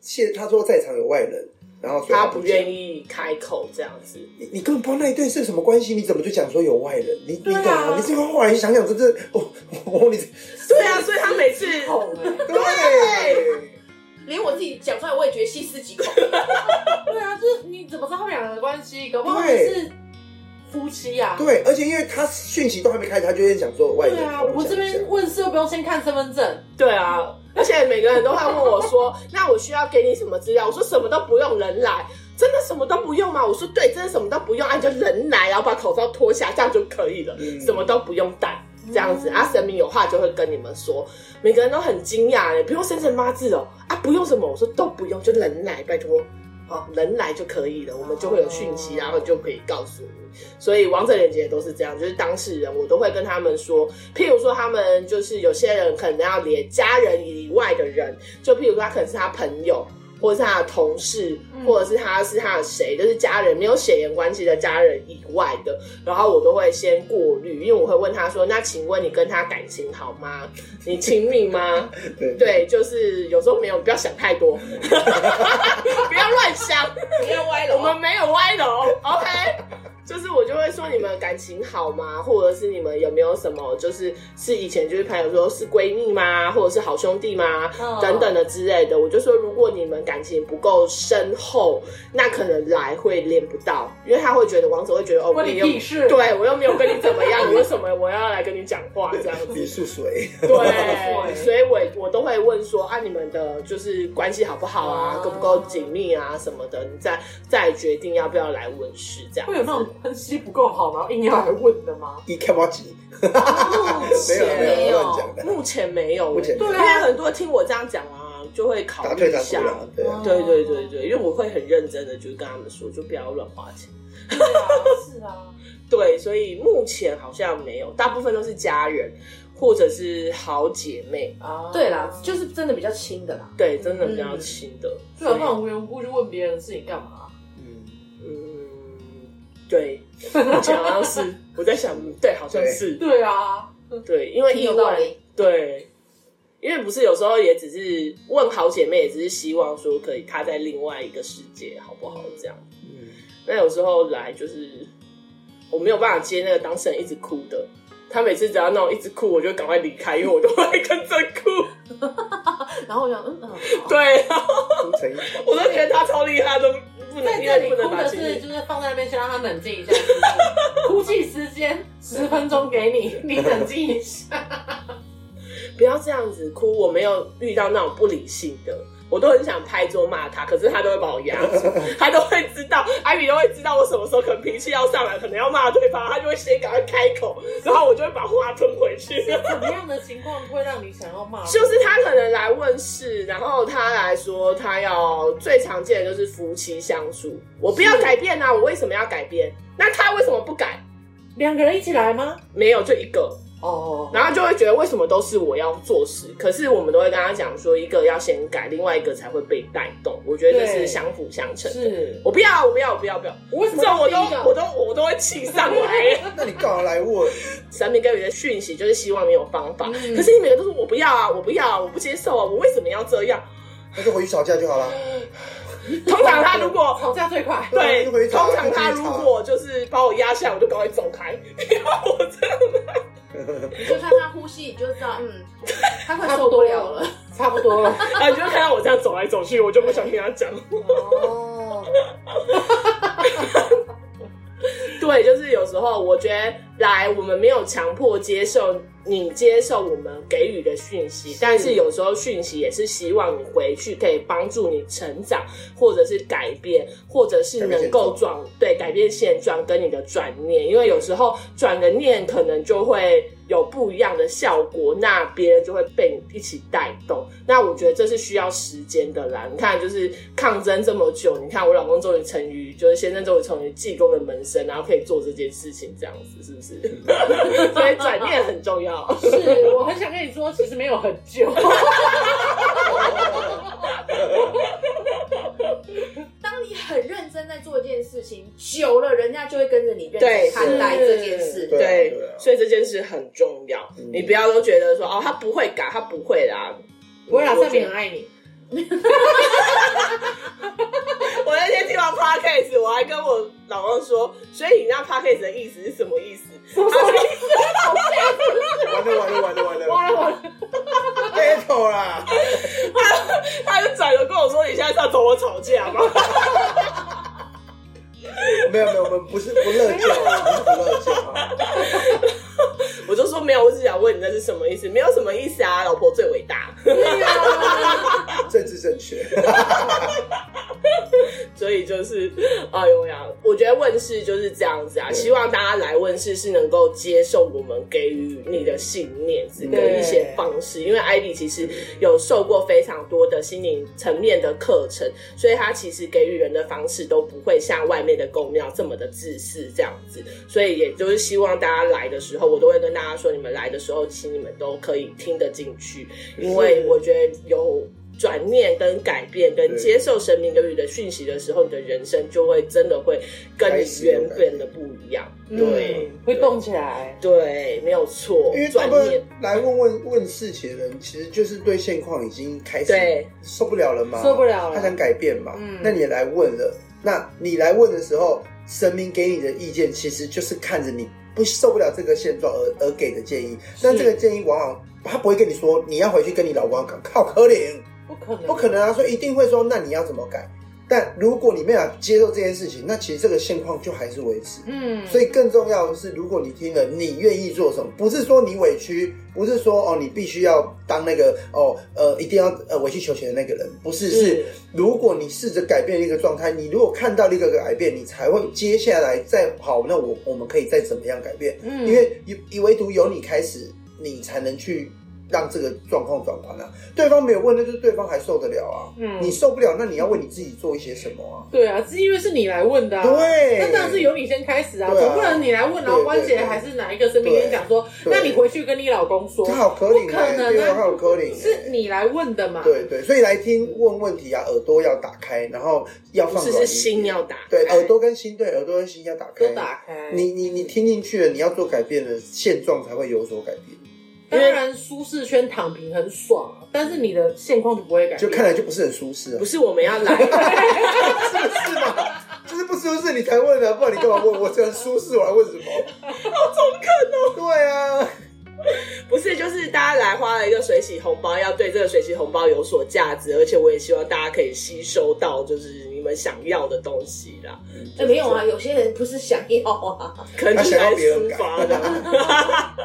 Speaker 2: 现他说在场有外人，然后所以他
Speaker 5: 他不
Speaker 2: 意。
Speaker 5: 愿意开口这样子，
Speaker 2: 你你根本不知道那一对是什么关系，你怎么就讲说有外人？你你
Speaker 3: 对
Speaker 2: 懂
Speaker 3: 啊
Speaker 2: 吗？你这个后来想想，真的，哦，哦，你哦
Speaker 5: 对啊，所以他每次
Speaker 3: 痛哎，
Speaker 2: 对，
Speaker 1: 连我自己讲出来，我也觉得细思极恐。
Speaker 3: 对啊，就是你怎么知道他们两个人的关系？搞不好他们
Speaker 2: 对
Speaker 3: 是夫妻呀、啊，
Speaker 2: 对，而且因为他讯息都还没开始，他就先讲说有外人。
Speaker 3: 对啊，
Speaker 2: 我
Speaker 3: 我
Speaker 2: 讲
Speaker 3: 这
Speaker 2: 一下
Speaker 3: 边问事又不用先看身份证，
Speaker 5: 对啊，而且每个人都会问我说：“那我需要给你什么资料？”我说：“什么都不用人来。”真的什么都不用吗？我说对，真的什么都不用啊，你就人来，然后把口罩脱下，这样就可以了，
Speaker 2: 嗯
Speaker 5: 什么都不用带。这样子啊，神明有话就会跟你们说，每个人都很惊讶，不用生辰八字哦，啊，不用什么，我说都不用，就人来，拜托，哦，人来就可以了，我们就会有讯息，然后就可以告诉你。所以王者连接都是这样，就是当事人我都会跟他们说，譬如说他们就是有些人可能要连家人以外的人，就譬如说他可能是他朋友。或者是他的同事，或者是他是他的谁，就是家人没有血缘关系的家人以外的，然后我都会先过滤，因为我会问他说：“那请问你跟他感情好吗？你亲密吗？”
Speaker 2: 对
Speaker 5: 对，就是有时候没有，不要想太多，不要乱想，
Speaker 1: 不要歪
Speaker 5: 我们没有歪楼，OK。就是我就会说你们感情好吗？或者是你们有没有什么就是是以前就是朋友说是闺蜜吗？或者是好兄弟吗？
Speaker 1: 嗯
Speaker 5: 等等的之类的。我就说如果你们感情不够深厚，那可能来会连不到，因为他会觉得王子会觉得哦，我
Speaker 3: 关你
Speaker 5: 又
Speaker 3: 屁事
Speaker 5: 对我又没有跟你怎么样，你为什么我要来跟你讲话这样子？
Speaker 2: 你是谁？
Speaker 5: 对，所以我我都会问说啊，你们的就是关系好不好啊，够不够紧密啊什么的，你再再决定要不要来问世这样。
Speaker 3: 会有那种关系不够好，然后硬要来问的 吗？啊
Speaker 2: 一看我几，
Speaker 1: 有
Speaker 2: 没有没有
Speaker 5: 没
Speaker 2: 乱 讲的，
Speaker 5: 目前没有欸，
Speaker 2: 目前没有
Speaker 5: 对啊，因为很多听我这样讲啊，就会考
Speaker 2: 打
Speaker 5: 虑
Speaker 2: 退
Speaker 5: 一
Speaker 2: 堂鼓
Speaker 5: 下。
Speaker 2: 了，对啊，
Speaker 5: 对对对对，因为我会很认真的，就是跟他们说，就不要乱花钱。
Speaker 3: 是啊，
Speaker 5: 对，所以目前好像没有，大部分都是家人或者是好姐妹。
Speaker 3: 啊，
Speaker 1: 对啦，就是真的比较轻的啦。
Speaker 5: 对，真的比较亲的。
Speaker 3: 最好不然无缘无故就问别人的事情干嘛？
Speaker 2: 嗯，
Speaker 5: 嗯，对，目前好像是。我在想，嗯对，好像是
Speaker 3: 对啊，
Speaker 5: 对，因为意
Speaker 1: 有道
Speaker 5: 外
Speaker 1: 理，
Speaker 5: 对，因为不是有时候也只是问好姐妹，也只是希望说可以她在另外一个世界好不好这样。
Speaker 2: 嗯
Speaker 5: 那有时候来就是我没有办法接那个当事人一直哭的，他每次只要那种一直哭，我就赶快离开，因为我都会跟着哭。
Speaker 1: 然后我想，嗯嗯，好
Speaker 5: 对，啊
Speaker 2: 哭成一团。
Speaker 5: 我都觉得他超厉害，都不能
Speaker 3: 在
Speaker 5: 因
Speaker 3: 这
Speaker 5: 为
Speaker 3: 里
Speaker 5: 不能
Speaker 3: 哭
Speaker 5: 拿
Speaker 3: 的
Speaker 5: 情绪
Speaker 3: 是，就是放在那边先让他冷静一下，是不是哭泣时间十分钟给你，你冷静一下。
Speaker 5: 不要这样子哭，我没有遇到那种不理性的，我都很想拍桌骂他，可是他都会把我压住，他都会知道，艾米都会知道我什么时候可能脾气要上来，可能要骂对方，他就会先赶快开口，然后我就会把话吞回去。
Speaker 3: 怎么样的情况会让你想要骂人？
Speaker 5: 就是他可能来问事，然后他来说他要最常见的就是夫妻相处，我不要改变啊，我为什么要改变？那他为什么不改？
Speaker 3: 两个人一起来吗？
Speaker 5: 没有，就一个，
Speaker 3: 哦，
Speaker 5: 然后就会觉得为什么都是我要做事，可是我们都会跟他讲说，一个要先改，另外一个才会被带动。我觉得这是
Speaker 3: 对
Speaker 5: 相辅相成的。
Speaker 3: 是
Speaker 5: 我不要，我不要，我不要，不要！
Speaker 3: 我为什
Speaker 5: 这
Speaker 3: 么
Speaker 5: 种
Speaker 3: 要第一
Speaker 5: 我都
Speaker 3: 个
Speaker 5: 我都我都会气上来。
Speaker 2: 那你干嘛来问？
Speaker 5: 神明给你的讯息就是希望你有方法，
Speaker 3: 嗯
Speaker 5: 可是你每个都说我不要啊，我不要啊，我不接受啊，我为什么要 这样？
Speaker 2: 那就回去吵架就好了。
Speaker 5: 通常他如果
Speaker 3: 吵架最快。
Speaker 5: 对
Speaker 2: 就回，
Speaker 5: 通
Speaker 2: 家
Speaker 5: 常他
Speaker 2: 就
Speaker 5: 如
Speaker 2: 去查
Speaker 5: 果就是把我压下，我就赶快走开，不要我这样。
Speaker 1: 你就看他呼吸，你就知道，嗯，他快受不了了。
Speaker 3: 差不多了。
Speaker 5: 啊，你就看到我这样走来走去，我就不想听他讲。
Speaker 3: 哦，
Speaker 5: 对，就是有时候我觉得来，我们没有强迫接受你接受我们给予的讯息，但是有时候讯息也是希望你回去可以帮助你成长，或者是改变，或者是能够转对改变现状跟你的转念，因为有时候转个念可能就会。有不一样的效果，那别人就会被你一起带动。那我觉得这是需要时间的啦。你看，就是抗争这么久，你看我老公终于成于，就是先生终于成于济公的门生，然后可以做这件事情，这样子是不是？所以转念很重要。
Speaker 3: 是我很想跟你说，其实没有很久。
Speaker 1: 当你很认真在做一件事情，久了，人家就会跟着你认
Speaker 5: 对
Speaker 1: 真看待
Speaker 3: 是
Speaker 1: 这件事。
Speaker 2: 对啊
Speaker 5: 对
Speaker 2: 对啊，
Speaker 5: 所以这件事很重要。
Speaker 2: 嗯
Speaker 5: 你不要都觉得说哦，他不会改，他不会啦。
Speaker 3: 不会啦，
Speaker 5: 我
Speaker 3: 善明很爱你。
Speaker 5: 我那天听完 podcast，我还跟我老公说，所以你那 podcast 的意思是什么意思？
Speaker 2: 完了完了完了完
Speaker 3: 完
Speaker 2: 了
Speaker 3: 了完了，
Speaker 2: ，battle 啦！
Speaker 5: 他就转头跟我说：“你现在是要找我吵架吗
Speaker 2: 没有没有，我们不是不乐见啊，我们不乐见啊。？”
Speaker 5: 我就说：“没有，我只想问你那是什么意思，没有什么意思啊，老婆最伟大。
Speaker 2: 政治正确，
Speaker 5: 所以就就是，哎呦呀，我觉得问世就是这样子啊。
Speaker 2: 对
Speaker 5: 希望大家来问世是能够接受我们给予你的信念跟
Speaker 3: 对
Speaker 5: 一些方式，因为艾莉其实有受过非常多的心灵层面的课程，所以她其实给予人的方式都不会像外面的公庙这么的自私这样子。所以也就是希望大家来的时候，我都会跟大家说，你们来的时候，请你们都可以听得进去，因为我觉得有转念跟改变跟
Speaker 2: 对
Speaker 5: 接受神明给予的讯息的时候，你的人生就会真的会跟
Speaker 2: 开
Speaker 5: 你
Speaker 2: 始有
Speaker 5: 原
Speaker 2: 改
Speaker 5: 本的不一样。对
Speaker 3: 对，嗯会动起来。
Speaker 5: 对，没有错
Speaker 2: 因为，大
Speaker 5: 转
Speaker 2: 部
Speaker 5: 念
Speaker 2: 分来问问问事情的人，其实就是对现况已经开始
Speaker 5: 对
Speaker 2: 受不了了嘛，
Speaker 3: 受不了了
Speaker 2: 他想改变嘛。
Speaker 3: 嗯
Speaker 2: 那你来问了，那你来问的时候，神明给你的意见其实就是看着你不受不了这个现状而而给的建议。但这个建议往往他不会跟你说你要回去跟你老公讲，靠可怜，
Speaker 3: 不可能，
Speaker 2: 不可能啊，所以一定会说那你要怎么改？但如果你没有接受这件事情，那其实这个现况就还是维持。
Speaker 3: 嗯，
Speaker 2: 所以更重要的是，如果你听了，你愿意做什么？不是说你委屈，不是说哦，你必须要当那个哦，呃，一定要呃委曲求全的那个人，不是。是如果你试着改变一个状态，你如果看到了一个改变，你才会接下来再好，那我我们可以再怎么样改变？
Speaker 3: 嗯
Speaker 2: 因为以唯独由你开始，你才能去让这个状况转换啊。对方没有问，那就是对方还受得了啊。
Speaker 3: 嗯
Speaker 2: 你受不了，那你要为你自己做一些什么啊？
Speaker 3: 对啊，是因为是你来问的、啊，
Speaker 2: 对
Speaker 3: 那当然是由你先开始啊，
Speaker 2: 对啊
Speaker 3: 总不能你来问，然后
Speaker 2: 对对
Speaker 3: 关姐
Speaker 2: 对
Speaker 3: 还是哪一个生命跟你讲说，
Speaker 2: 对
Speaker 3: 那你回去跟你老公说，
Speaker 2: 他好可怜、欸，
Speaker 3: 不可能啊
Speaker 2: 对他好可怜、欸，
Speaker 3: 是你来问的嘛？
Speaker 2: 对对，所以来听问问题啊，耳朵要打开，然后要
Speaker 5: 不
Speaker 2: 放
Speaker 5: 是
Speaker 2: 软
Speaker 5: 是
Speaker 2: 一
Speaker 5: 心
Speaker 2: 点
Speaker 5: 要打
Speaker 2: 对，
Speaker 5: 开
Speaker 2: 耳朵跟心对，耳朵跟心要打开。
Speaker 3: 都打开。
Speaker 2: 你你你听进去了，你要做改变了，现状才会有所改变。
Speaker 3: 当然舒适圈躺平很爽啊，但是你的现况就不会改变，
Speaker 2: 就看来就不是很舒适啊
Speaker 5: 不，是我们要来，
Speaker 2: 是不是嘛？就是不舒适你才问的、不然你干嘛问我？这样舒适我还问什么？好中肯哦。对啊，
Speaker 5: 不是就是大家来花了一个水洗红包，要对这个水洗红包有所价值，而且我也希望大家可以吸收到就是你们想要的东西啦，
Speaker 1: 哎，没有啊，有些人不是想要啊，
Speaker 5: 可能
Speaker 2: 他
Speaker 5: 就是
Speaker 2: 想
Speaker 5: 来
Speaker 2: 要别人
Speaker 5: 抒
Speaker 2: 改
Speaker 5: 发的，
Speaker 1: 对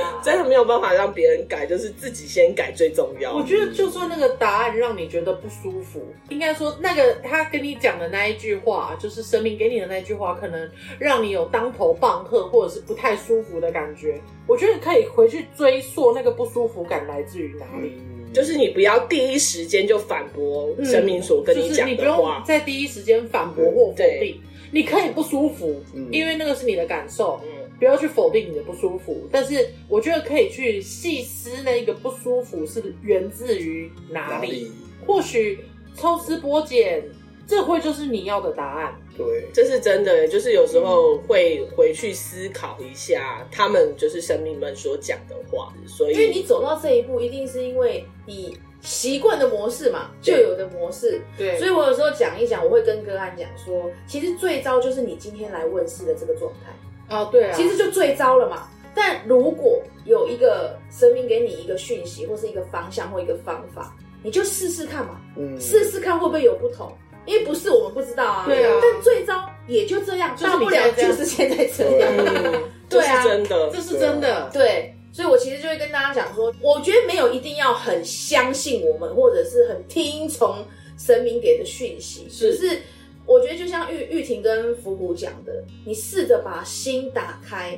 Speaker 1: 啊，
Speaker 5: 真的没有办法让别人改，就是自己先改最重要。
Speaker 3: 我觉得，就算那个答案让你觉得不舒服，应该说那个他跟你讲的那一句话，就是神明给你的那句话，可能让你有当头棒喝或者是不太舒服的感觉。我觉得可以回去追溯那个不舒服感来自于哪里，
Speaker 5: 就是你不要第一时间就反驳嗯神明所跟
Speaker 3: 就是
Speaker 5: 讲
Speaker 3: 你不
Speaker 5: 的
Speaker 3: 用
Speaker 5: 话，
Speaker 3: 在第一时间反驳或否
Speaker 5: 对
Speaker 3: 定，你可以不舒服，
Speaker 2: 嗯
Speaker 3: 因为那个是你的感受。
Speaker 5: 嗯，
Speaker 3: 不要去否定你的不舒服，但是我觉得可以去细思那个不舒服是源自于
Speaker 2: 哪里？
Speaker 3: 或许抽丝剥茧，这会就是你要的答案。
Speaker 2: 对，
Speaker 5: 这是真的耶，就是有时候会回去思考一下他们就是神明们所讲的话，所
Speaker 1: 因为
Speaker 5: 以
Speaker 1: 你走到这一步，一定是因为你习惯的模式嘛，
Speaker 5: 对
Speaker 1: 就有的模式。
Speaker 3: 对
Speaker 1: 所以我有时候讲一讲，我会跟哥安讲说，其实最糟就是你今天来问世的这个状态，
Speaker 3: 哦，对啊，
Speaker 1: 其实就最糟了嘛。但如果有一个神明给你一个讯息，或是一个方向，或一个方法，你就试试看嘛，
Speaker 2: 嗯，
Speaker 1: 试试看会不会有不同。因为不是我们不知道啊，
Speaker 3: 对啊
Speaker 1: 但最糟也就这样，
Speaker 3: 就是
Speaker 1: 大不
Speaker 3: 你
Speaker 1: 了
Speaker 3: 现在这样
Speaker 1: 就是现在这
Speaker 2: 对
Speaker 1: 样。
Speaker 5: 嗯，这
Speaker 1: 对啊
Speaker 5: 是真的，
Speaker 3: 这是真的。
Speaker 1: 对，所以我其实就会跟大家讲说，我觉得没有一定要很相信我们，或者是很听从神明给的讯息，
Speaker 3: 是
Speaker 1: 只是我觉得就像玉玉婷跟福谷讲的，你试着把心打开，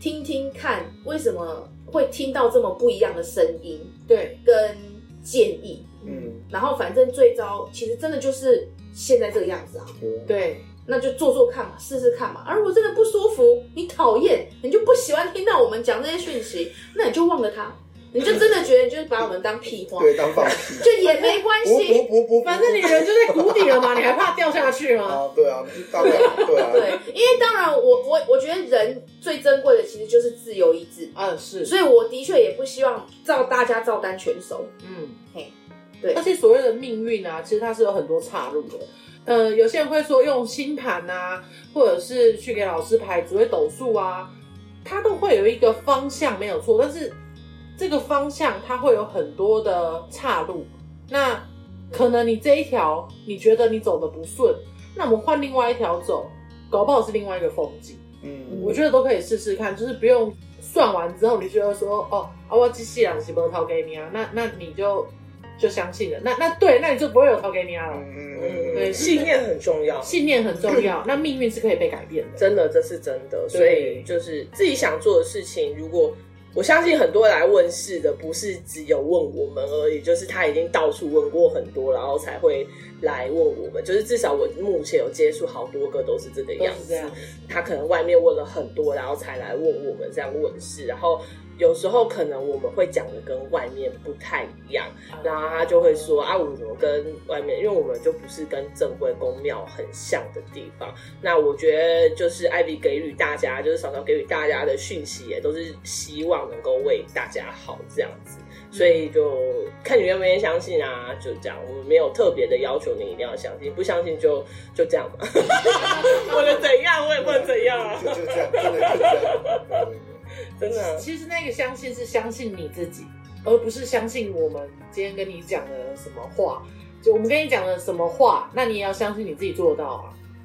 Speaker 1: 听听看为什么会听到这么不一样的声音
Speaker 3: 对
Speaker 1: 跟建议，
Speaker 2: 嗯，
Speaker 1: 然后反正最糟其实真的就是现在这个样子啊。
Speaker 2: 对
Speaker 3: 对
Speaker 1: 那就做做看嘛，试试看嘛。而如果真的不舒服，你讨厌，你就不喜欢听到我们讲这些讯息，那你就忘了它，你就真的觉得你就是把我们当屁话，
Speaker 2: 对，当放屁。
Speaker 1: 就也没关
Speaker 2: 不不
Speaker 1: 系。
Speaker 2: 不不，
Speaker 3: 反正你人就在谷底 了嘛，你还怕掉下去吗？
Speaker 2: 啊，对啊，大不了对啊，
Speaker 1: 对，因为当然我，我我觉得人最珍贵的其实就是自由意志，
Speaker 3: 嗯，是，
Speaker 1: 所以我的确也不希望照大家照单全收。
Speaker 3: 嗯，
Speaker 1: 嘿，对
Speaker 3: 对。而且所谓的命运啊，其实它是有很多岔路的。呃，有些人会说用星盘啊，或者是去给老师排紫微斗数啊，它都会有一个方向没有错，但是这个方向它会有很多的岔路。那可能你这一条你觉得你走的不顺，那我们换另外一条走，搞不好是另外一个风景。
Speaker 2: 嗯，
Speaker 3: 我觉得都可以试试看，就是不用算完之后，你就会说哦，啊，我机器人是波掏给你啊，那那你就就相信了。那那对，那你就不会有投给你啊了。
Speaker 5: 嗯，
Speaker 3: 对
Speaker 5: 信念很重要，
Speaker 3: 信念很重要，那命运是可以被改变的。
Speaker 5: 真的这是真的。所以就是自己想做的事情，如果我相信很多来问事的，不是只有问我们而已，就是他已经到处问过很多，然后才会来问我们。就是至少我目前有接触好多个都是这个
Speaker 3: 都
Speaker 5: 样
Speaker 3: 是
Speaker 5: 子
Speaker 3: 这。样，
Speaker 5: 他可能外面问了很多，然后才来问我们这样问事，然后有时候可能我们会讲的跟外面不太一样，然后他就会说啊，我们怎么跟外面？因为我们就不是跟正规公庙很像的地方。那我觉得就是艾比给予大家，就是嫂嫂给予大家的讯息，也都是希望能够为大家好这样子。所以就看你愿不愿意相信啊，就这样。我们没有特别的要求你一定要相信，不相信就就这样 吧。我能怎样，我也不能怎样啊
Speaker 2: 就，就这样，真的就这样。对
Speaker 5: 真的啊。
Speaker 3: 其实那个相信是相信你自己，而不是相信我们今天跟你讲的什么话。就我们跟你讲的什么话，那你也要相信你自己做得到啊。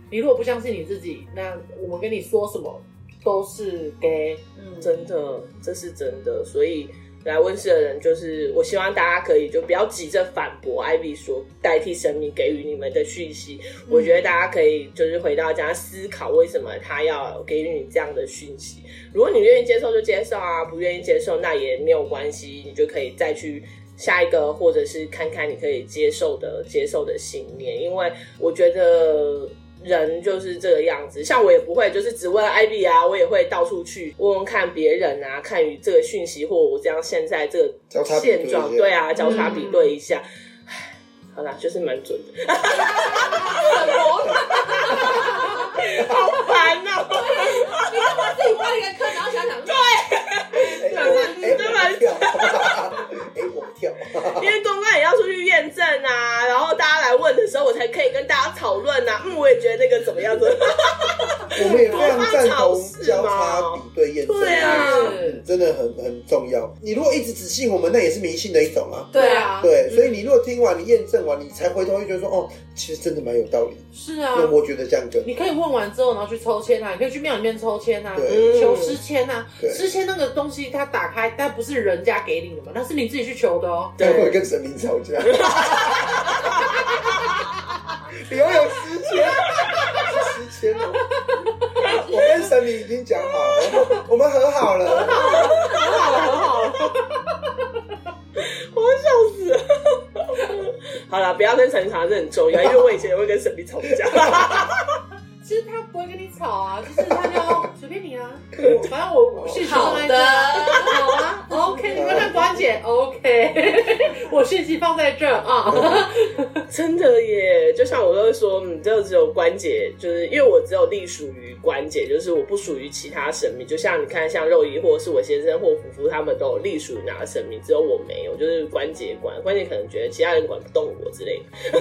Speaker 3: 你如果不相信你自己，那我们跟你说什么都是给
Speaker 1: 嗯，
Speaker 5: 真的，这是真的。所以来问世的人，就是我希望大家可以就不要急着反驳艾比所代替神明给予你们的讯息。我觉得大家可以就是回到家思考，为什么他要给予你这样的讯息。如果你愿意接受就接受啊，不愿意接受那也没有关系，你就可以再去。下一个，或者是看看你可以接受的、接受的信念，因为我觉得人就是这个样子。像我也不会，就是只问艾比啊，我也会到处去问问看别人啊，看与这个讯息或我这样现在这
Speaker 2: 交
Speaker 5: 个
Speaker 2: 叉比对一下
Speaker 5: 现状，对啊，交叉比对一下。唉好啦，就是蛮准的。 好烦哦、
Speaker 1: 你干嘛自己挖了一个坑，然后想想对，
Speaker 2: 哎哎，我跳，哎，我跳，
Speaker 5: 因为公关也要出去验证啊，然后大家来问的时候，我才可以跟大家讨论啊。嗯，我也觉得那个怎么样子，
Speaker 2: 我们也非常赞同交叉比对验证，嗯
Speaker 5: 对啊
Speaker 3: 是
Speaker 2: 真的很很重要。你如果一直只信我们，那也是迷信的一种啊。
Speaker 1: 对啊，
Speaker 2: 对，所以你如果听完，你验证完，你才回头会觉得说，哦，其实真的蛮有道理。
Speaker 3: 是啊，
Speaker 2: 那我觉得这样更
Speaker 3: 你可以问完之后，然后去抽签啊，你可以去庙里面抽签啊，
Speaker 2: 对
Speaker 3: 求诗签啊，
Speaker 2: 对
Speaker 3: 诗签那个东西它打开，但不是人家给你的嘛，那是你自己去求的哦。
Speaker 2: 待会跟神明吵架。你要有十千，是十千哦。我跟神明已经讲好了，我们和好了。
Speaker 3: 很好，很好。
Speaker 5: 我要笑死 了。好啦，不要跟神吵，这很重要，因为我以前也会跟神明吵架。
Speaker 3: 其实他不会跟你吵啊，就是他就随便你啊，我反正我我讯息放
Speaker 1: 好
Speaker 3: 在这啊，
Speaker 1: 的，
Speaker 3: 好啊，OK，你们看关姐，OK，我 讯息放在这儿啊，
Speaker 5: 真的耶，就像我都会说，嗯，这只有关节，就是因为我只有隶属于关节，就是我不属于其他神明。就像你看，像肉姨或者是我先生或夫妇，他们都有隶属于哪个神明，只有我没有，就是关节管。关节可能觉得其他人管不动我之类的，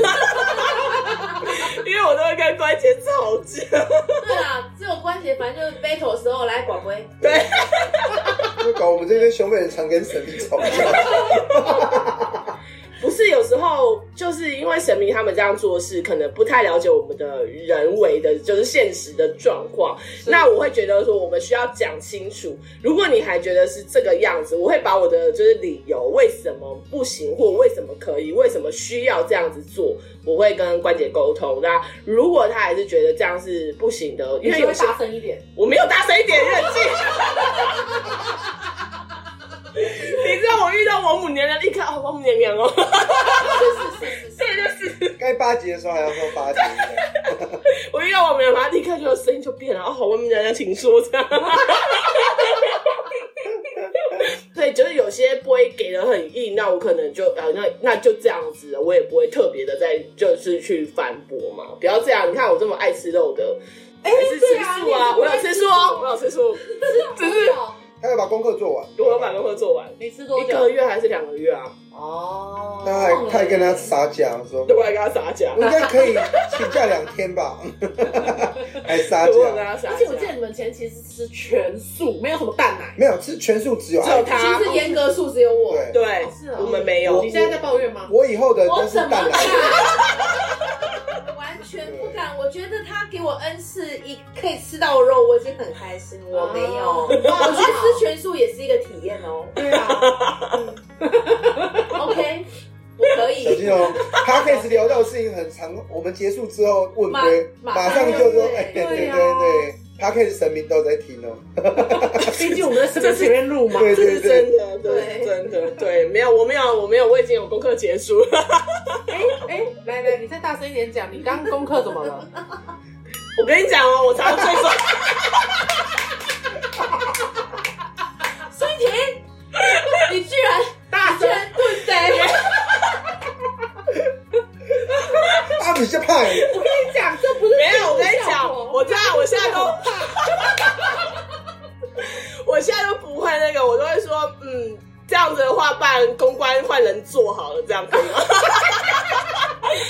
Speaker 5: 因为我都会跟关节吵架。
Speaker 1: 对啊，只有关节，反正就是 battle 的时候来广龟，
Speaker 5: 对。
Speaker 2: 就搞我们这边兄妹人常跟神明吵架。
Speaker 5: 不是，有时候就是因为神明他们这样做事，可能不太了解我们的人为的，就是现实的状况。那我会觉得说，我们需要讲清楚。如果你还觉得是这个样子，我会把我的就是理由，为什么不行，或为什么可以，为什么需要这样子做，我会跟关姐沟通。那如果他还是觉得这样是不行的，因为有些
Speaker 3: 声一点，
Speaker 5: 我没有大声一点，你很近。 你知道我遇到王母娘娘，立刻哦，王母娘娘哦，
Speaker 1: 是是是是，
Speaker 5: 这就是
Speaker 2: 该巴结的时候还要说巴结一下。
Speaker 5: 我遇到王母娘娘，立刻就声音就变了，哦，王母娘娘，请说这 样。对，就是有些不会给的很硬，那我可能就呃，那那就这样子了，我也不会特别的再就是去反驳嘛，不要这样。你看我这么爱吃肉的，哎、是吃素啊，我有吃素哦，我有吃素，只是
Speaker 2: 他要把功课做完，
Speaker 5: 我有把功课做完，
Speaker 3: 你吃多
Speaker 5: 一个
Speaker 3: 久？
Speaker 5: 月还是两个月啊？
Speaker 3: 哦，
Speaker 2: 他还他还跟他撒娇说
Speaker 5: 对，我还跟他撒娇
Speaker 2: 我，应该可以请假两天吧， 还撒
Speaker 5: 对啊我跟
Speaker 2: 娇。
Speaker 5: 他撒娇，
Speaker 3: 而且我记得你们前其实吃全素，没有什么蛋奶。
Speaker 2: 没有，是全数只有
Speaker 5: 只有
Speaker 2: 爱。
Speaker 5: 他
Speaker 1: 其，实严格数只有我，
Speaker 2: 对，
Speaker 5: 对
Speaker 3: 哦是哦，
Speaker 5: 我们没有
Speaker 3: 你，现在在抱怨吗？
Speaker 2: 我以后的
Speaker 1: 我
Speaker 2: 都是
Speaker 1: 怎么
Speaker 2: 蛋奶。
Speaker 1: 敢？ 完全不敢！我觉得他给我恩赐，一可以吃到肉，我已经很开心。我没有，
Speaker 3: 哦
Speaker 1: 我觉得吃全素也是一个体验哦。
Speaker 3: 对啊，
Speaker 1: OK，我可以，
Speaker 2: 小心哦。他开始聊到的事情很长，我们结束之后问归，
Speaker 1: 马
Speaker 2: 马上就说，
Speaker 1: 马
Speaker 2: 哎
Speaker 1: 上，
Speaker 2: 对
Speaker 3: 就
Speaker 2: 对
Speaker 3: 对
Speaker 2: 对对，他开始神明都在听哦。
Speaker 3: 毕竟我们在神明前面录嘛。
Speaker 2: 对
Speaker 5: 这
Speaker 2: 对
Speaker 5: 是
Speaker 2: 对
Speaker 5: 真，的，对，
Speaker 1: 对
Speaker 5: 真的，对，没有，我没有，我没有，我已经有功课结束 了，
Speaker 3: 哎哎，来来，你再大声一点讲，你刚刚功课怎么了？
Speaker 5: 我跟你讲哦，我常常最 说，
Speaker 1: 孙婷，你居然大声对
Speaker 2: 啊
Speaker 1: 谁？
Speaker 2: 阿米就怕你
Speaker 3: 我跟你讲，这不是
Speaker 5: 没有，我跟你
Speaker 3: 效
Speaker 5: 讲，
Speaker 3: 果
Speaker 5: 我知道，我现 在都，我现在都不会那个，我都会说，嗯，这样子的话，办公关换人做好了，这样可以 吗？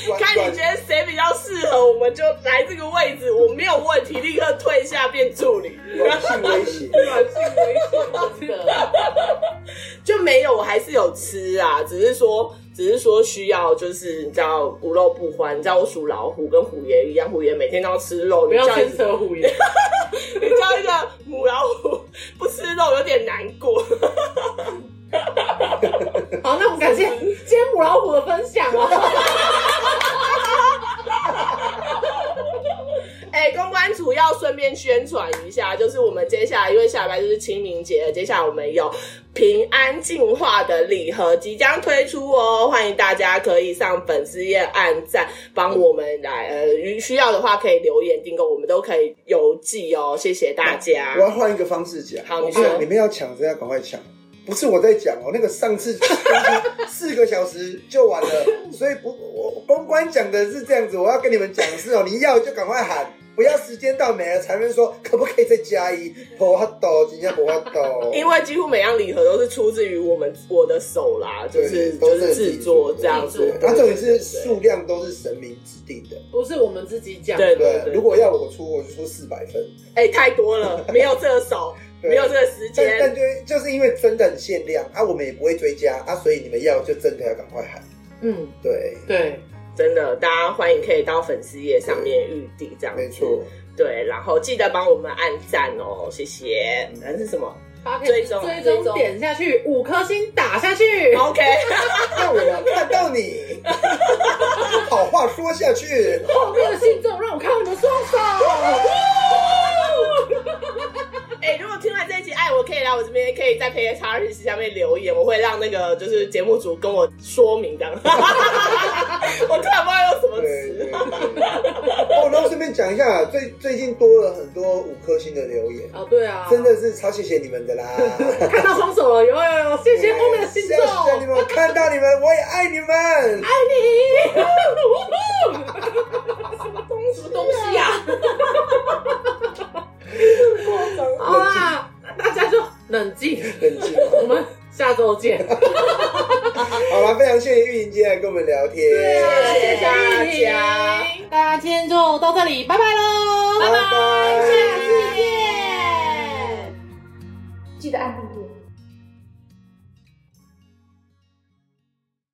Speaker 2: 转
Speaker 5: 看你觉得谁比较适合，我们就来这个位置，我没有问题，立刻退下变助理。
Speaker 2: 软性威胁，
Speaker 3: 软性微信的，
Speaker 5: 就没有，我还是有吃啊，只是说，只是说需要，就是你知道无肉不欢，你知道我属老虎，跟虎爷一样，虎爷每天都要吃肉，
Speaker 3: 不
Speaker 5: 你
Speaker 3: 要
Speaker 5: 叫一
Speaker 3: 牵
Speaker 5: 个
Speaker 3: 扯虎爷。
Speaker 5: 你叫一个母老虎 不吃肉有点难过。
Speaker 3: 好，那我们感谢今天母老虎的分享哦。
Speaker 5: 哎、公关组要顺便宣传一下，就是我们接下来，因为下礼拜就是清明节了，接下来我们有平安净化的礼盒即将推出哦，欢迎大家可以上粉丝页按赞，帮我们来，呃，需要的话可以留言订购，我们都可以邮寄哦，谢谢大家
Speaker 2: 我。要换一个方式讲。
Speaker 5: 好
Speaker 2: 我
Speaker 5: 你
Speaker 2: 不是
Speaker 5: 说
Speaker 2: 你们要抢，真的要赶快抢。不是我在讲哦，那个上次四个小时就完了， 所以不，我公关讲的是这样子，我要跟你们讲的是哦，你要就赶快喊，不要时间到没了才能说可不可以再加一，不法抖，今天不法抖，
Speaker 5: 因为几乎每样礼盒都是出自于我们我的手啦，就是
Speaker 2: 对
Speaker 5: 就是制作这样
Speaker 2: 对啊
Speaker 5: 子，
Speaker 2: 然后重点是数量都是神明指定的，
Speaker 3: 不是我们自己讲，
Speaker 5: 对对
Speaker 2: 对，
Speaker 5: 对
Speaker 2: 如。果要我出，我就出四百分，
Speaker 5: 哎、太多了，没有这个手，
Speaker 2: 对
Speaker 5: 没有这个时
Speaker 2: 但但
Speaker 5: 间。
Speaker 2: 就就是因为真的很限量啊，我们也不会追加啊，所以你们要就真的要赶快喊，
Speaker 3: 嗯，
Speaker 2: 对，
Speaker 3: 对，
Speaker 5: 真的，大家欢迎可以到粉丝页上面预定这样子。
Speaker 2: 没错。
Speaker 5: 对，然后记得帮我们按赞哦，谢谢。那是什么
Speaker 3: 大家可
Speaker 5: 追
Speaker 3: 以
Speaker 5: 踪
Speaker 3: 追
Speaker 1: 追
Speaker 3: 踪
Speaker 1: 踪
Speaker 3: 点下去，五颗星打下去。
Speaker 5: ？OK，
Speaker 2: 让我们看到 你，好话说下去。
Speaker 3: 后面的信众让我看到你们双手。
Speaker 5: 哎、如果听完这一集爱我，可以来我这边，可以在 P S R 下面留言，我会让那个就是节目组跟我说明这样。 我突然不知道用什么
Speaker 2: 对对
Speaker 5: 词
Speaker 2: 对。哦，然后顺便讲一下，最最近多了很多五颗星的留言，
Speaker 3: 哦，对啊，
Speaker 2: 真的是超谢谢你们的啦！
Speaker 3: 看到双手了，有有有，谢谢后面的信众，
Speaker 2: 谢谢你们，我看到你们，我也爱你们。
Speaker 1: 什么东西呀、啊？
Speaker 3: 好啦，啊大家就冷静，
Speaker 2: 冷静，
Speaker 3: 我们下周见。
Speaker 2: 好啦，非常谢谢运营今天来跟我们聊天，
Speaker 5: 谢谢大家，
Speaker 3: 大家今天就到这里，拜拜喽，
Speaker 2: 拜拜。
Speaker 1: 记得按订阅。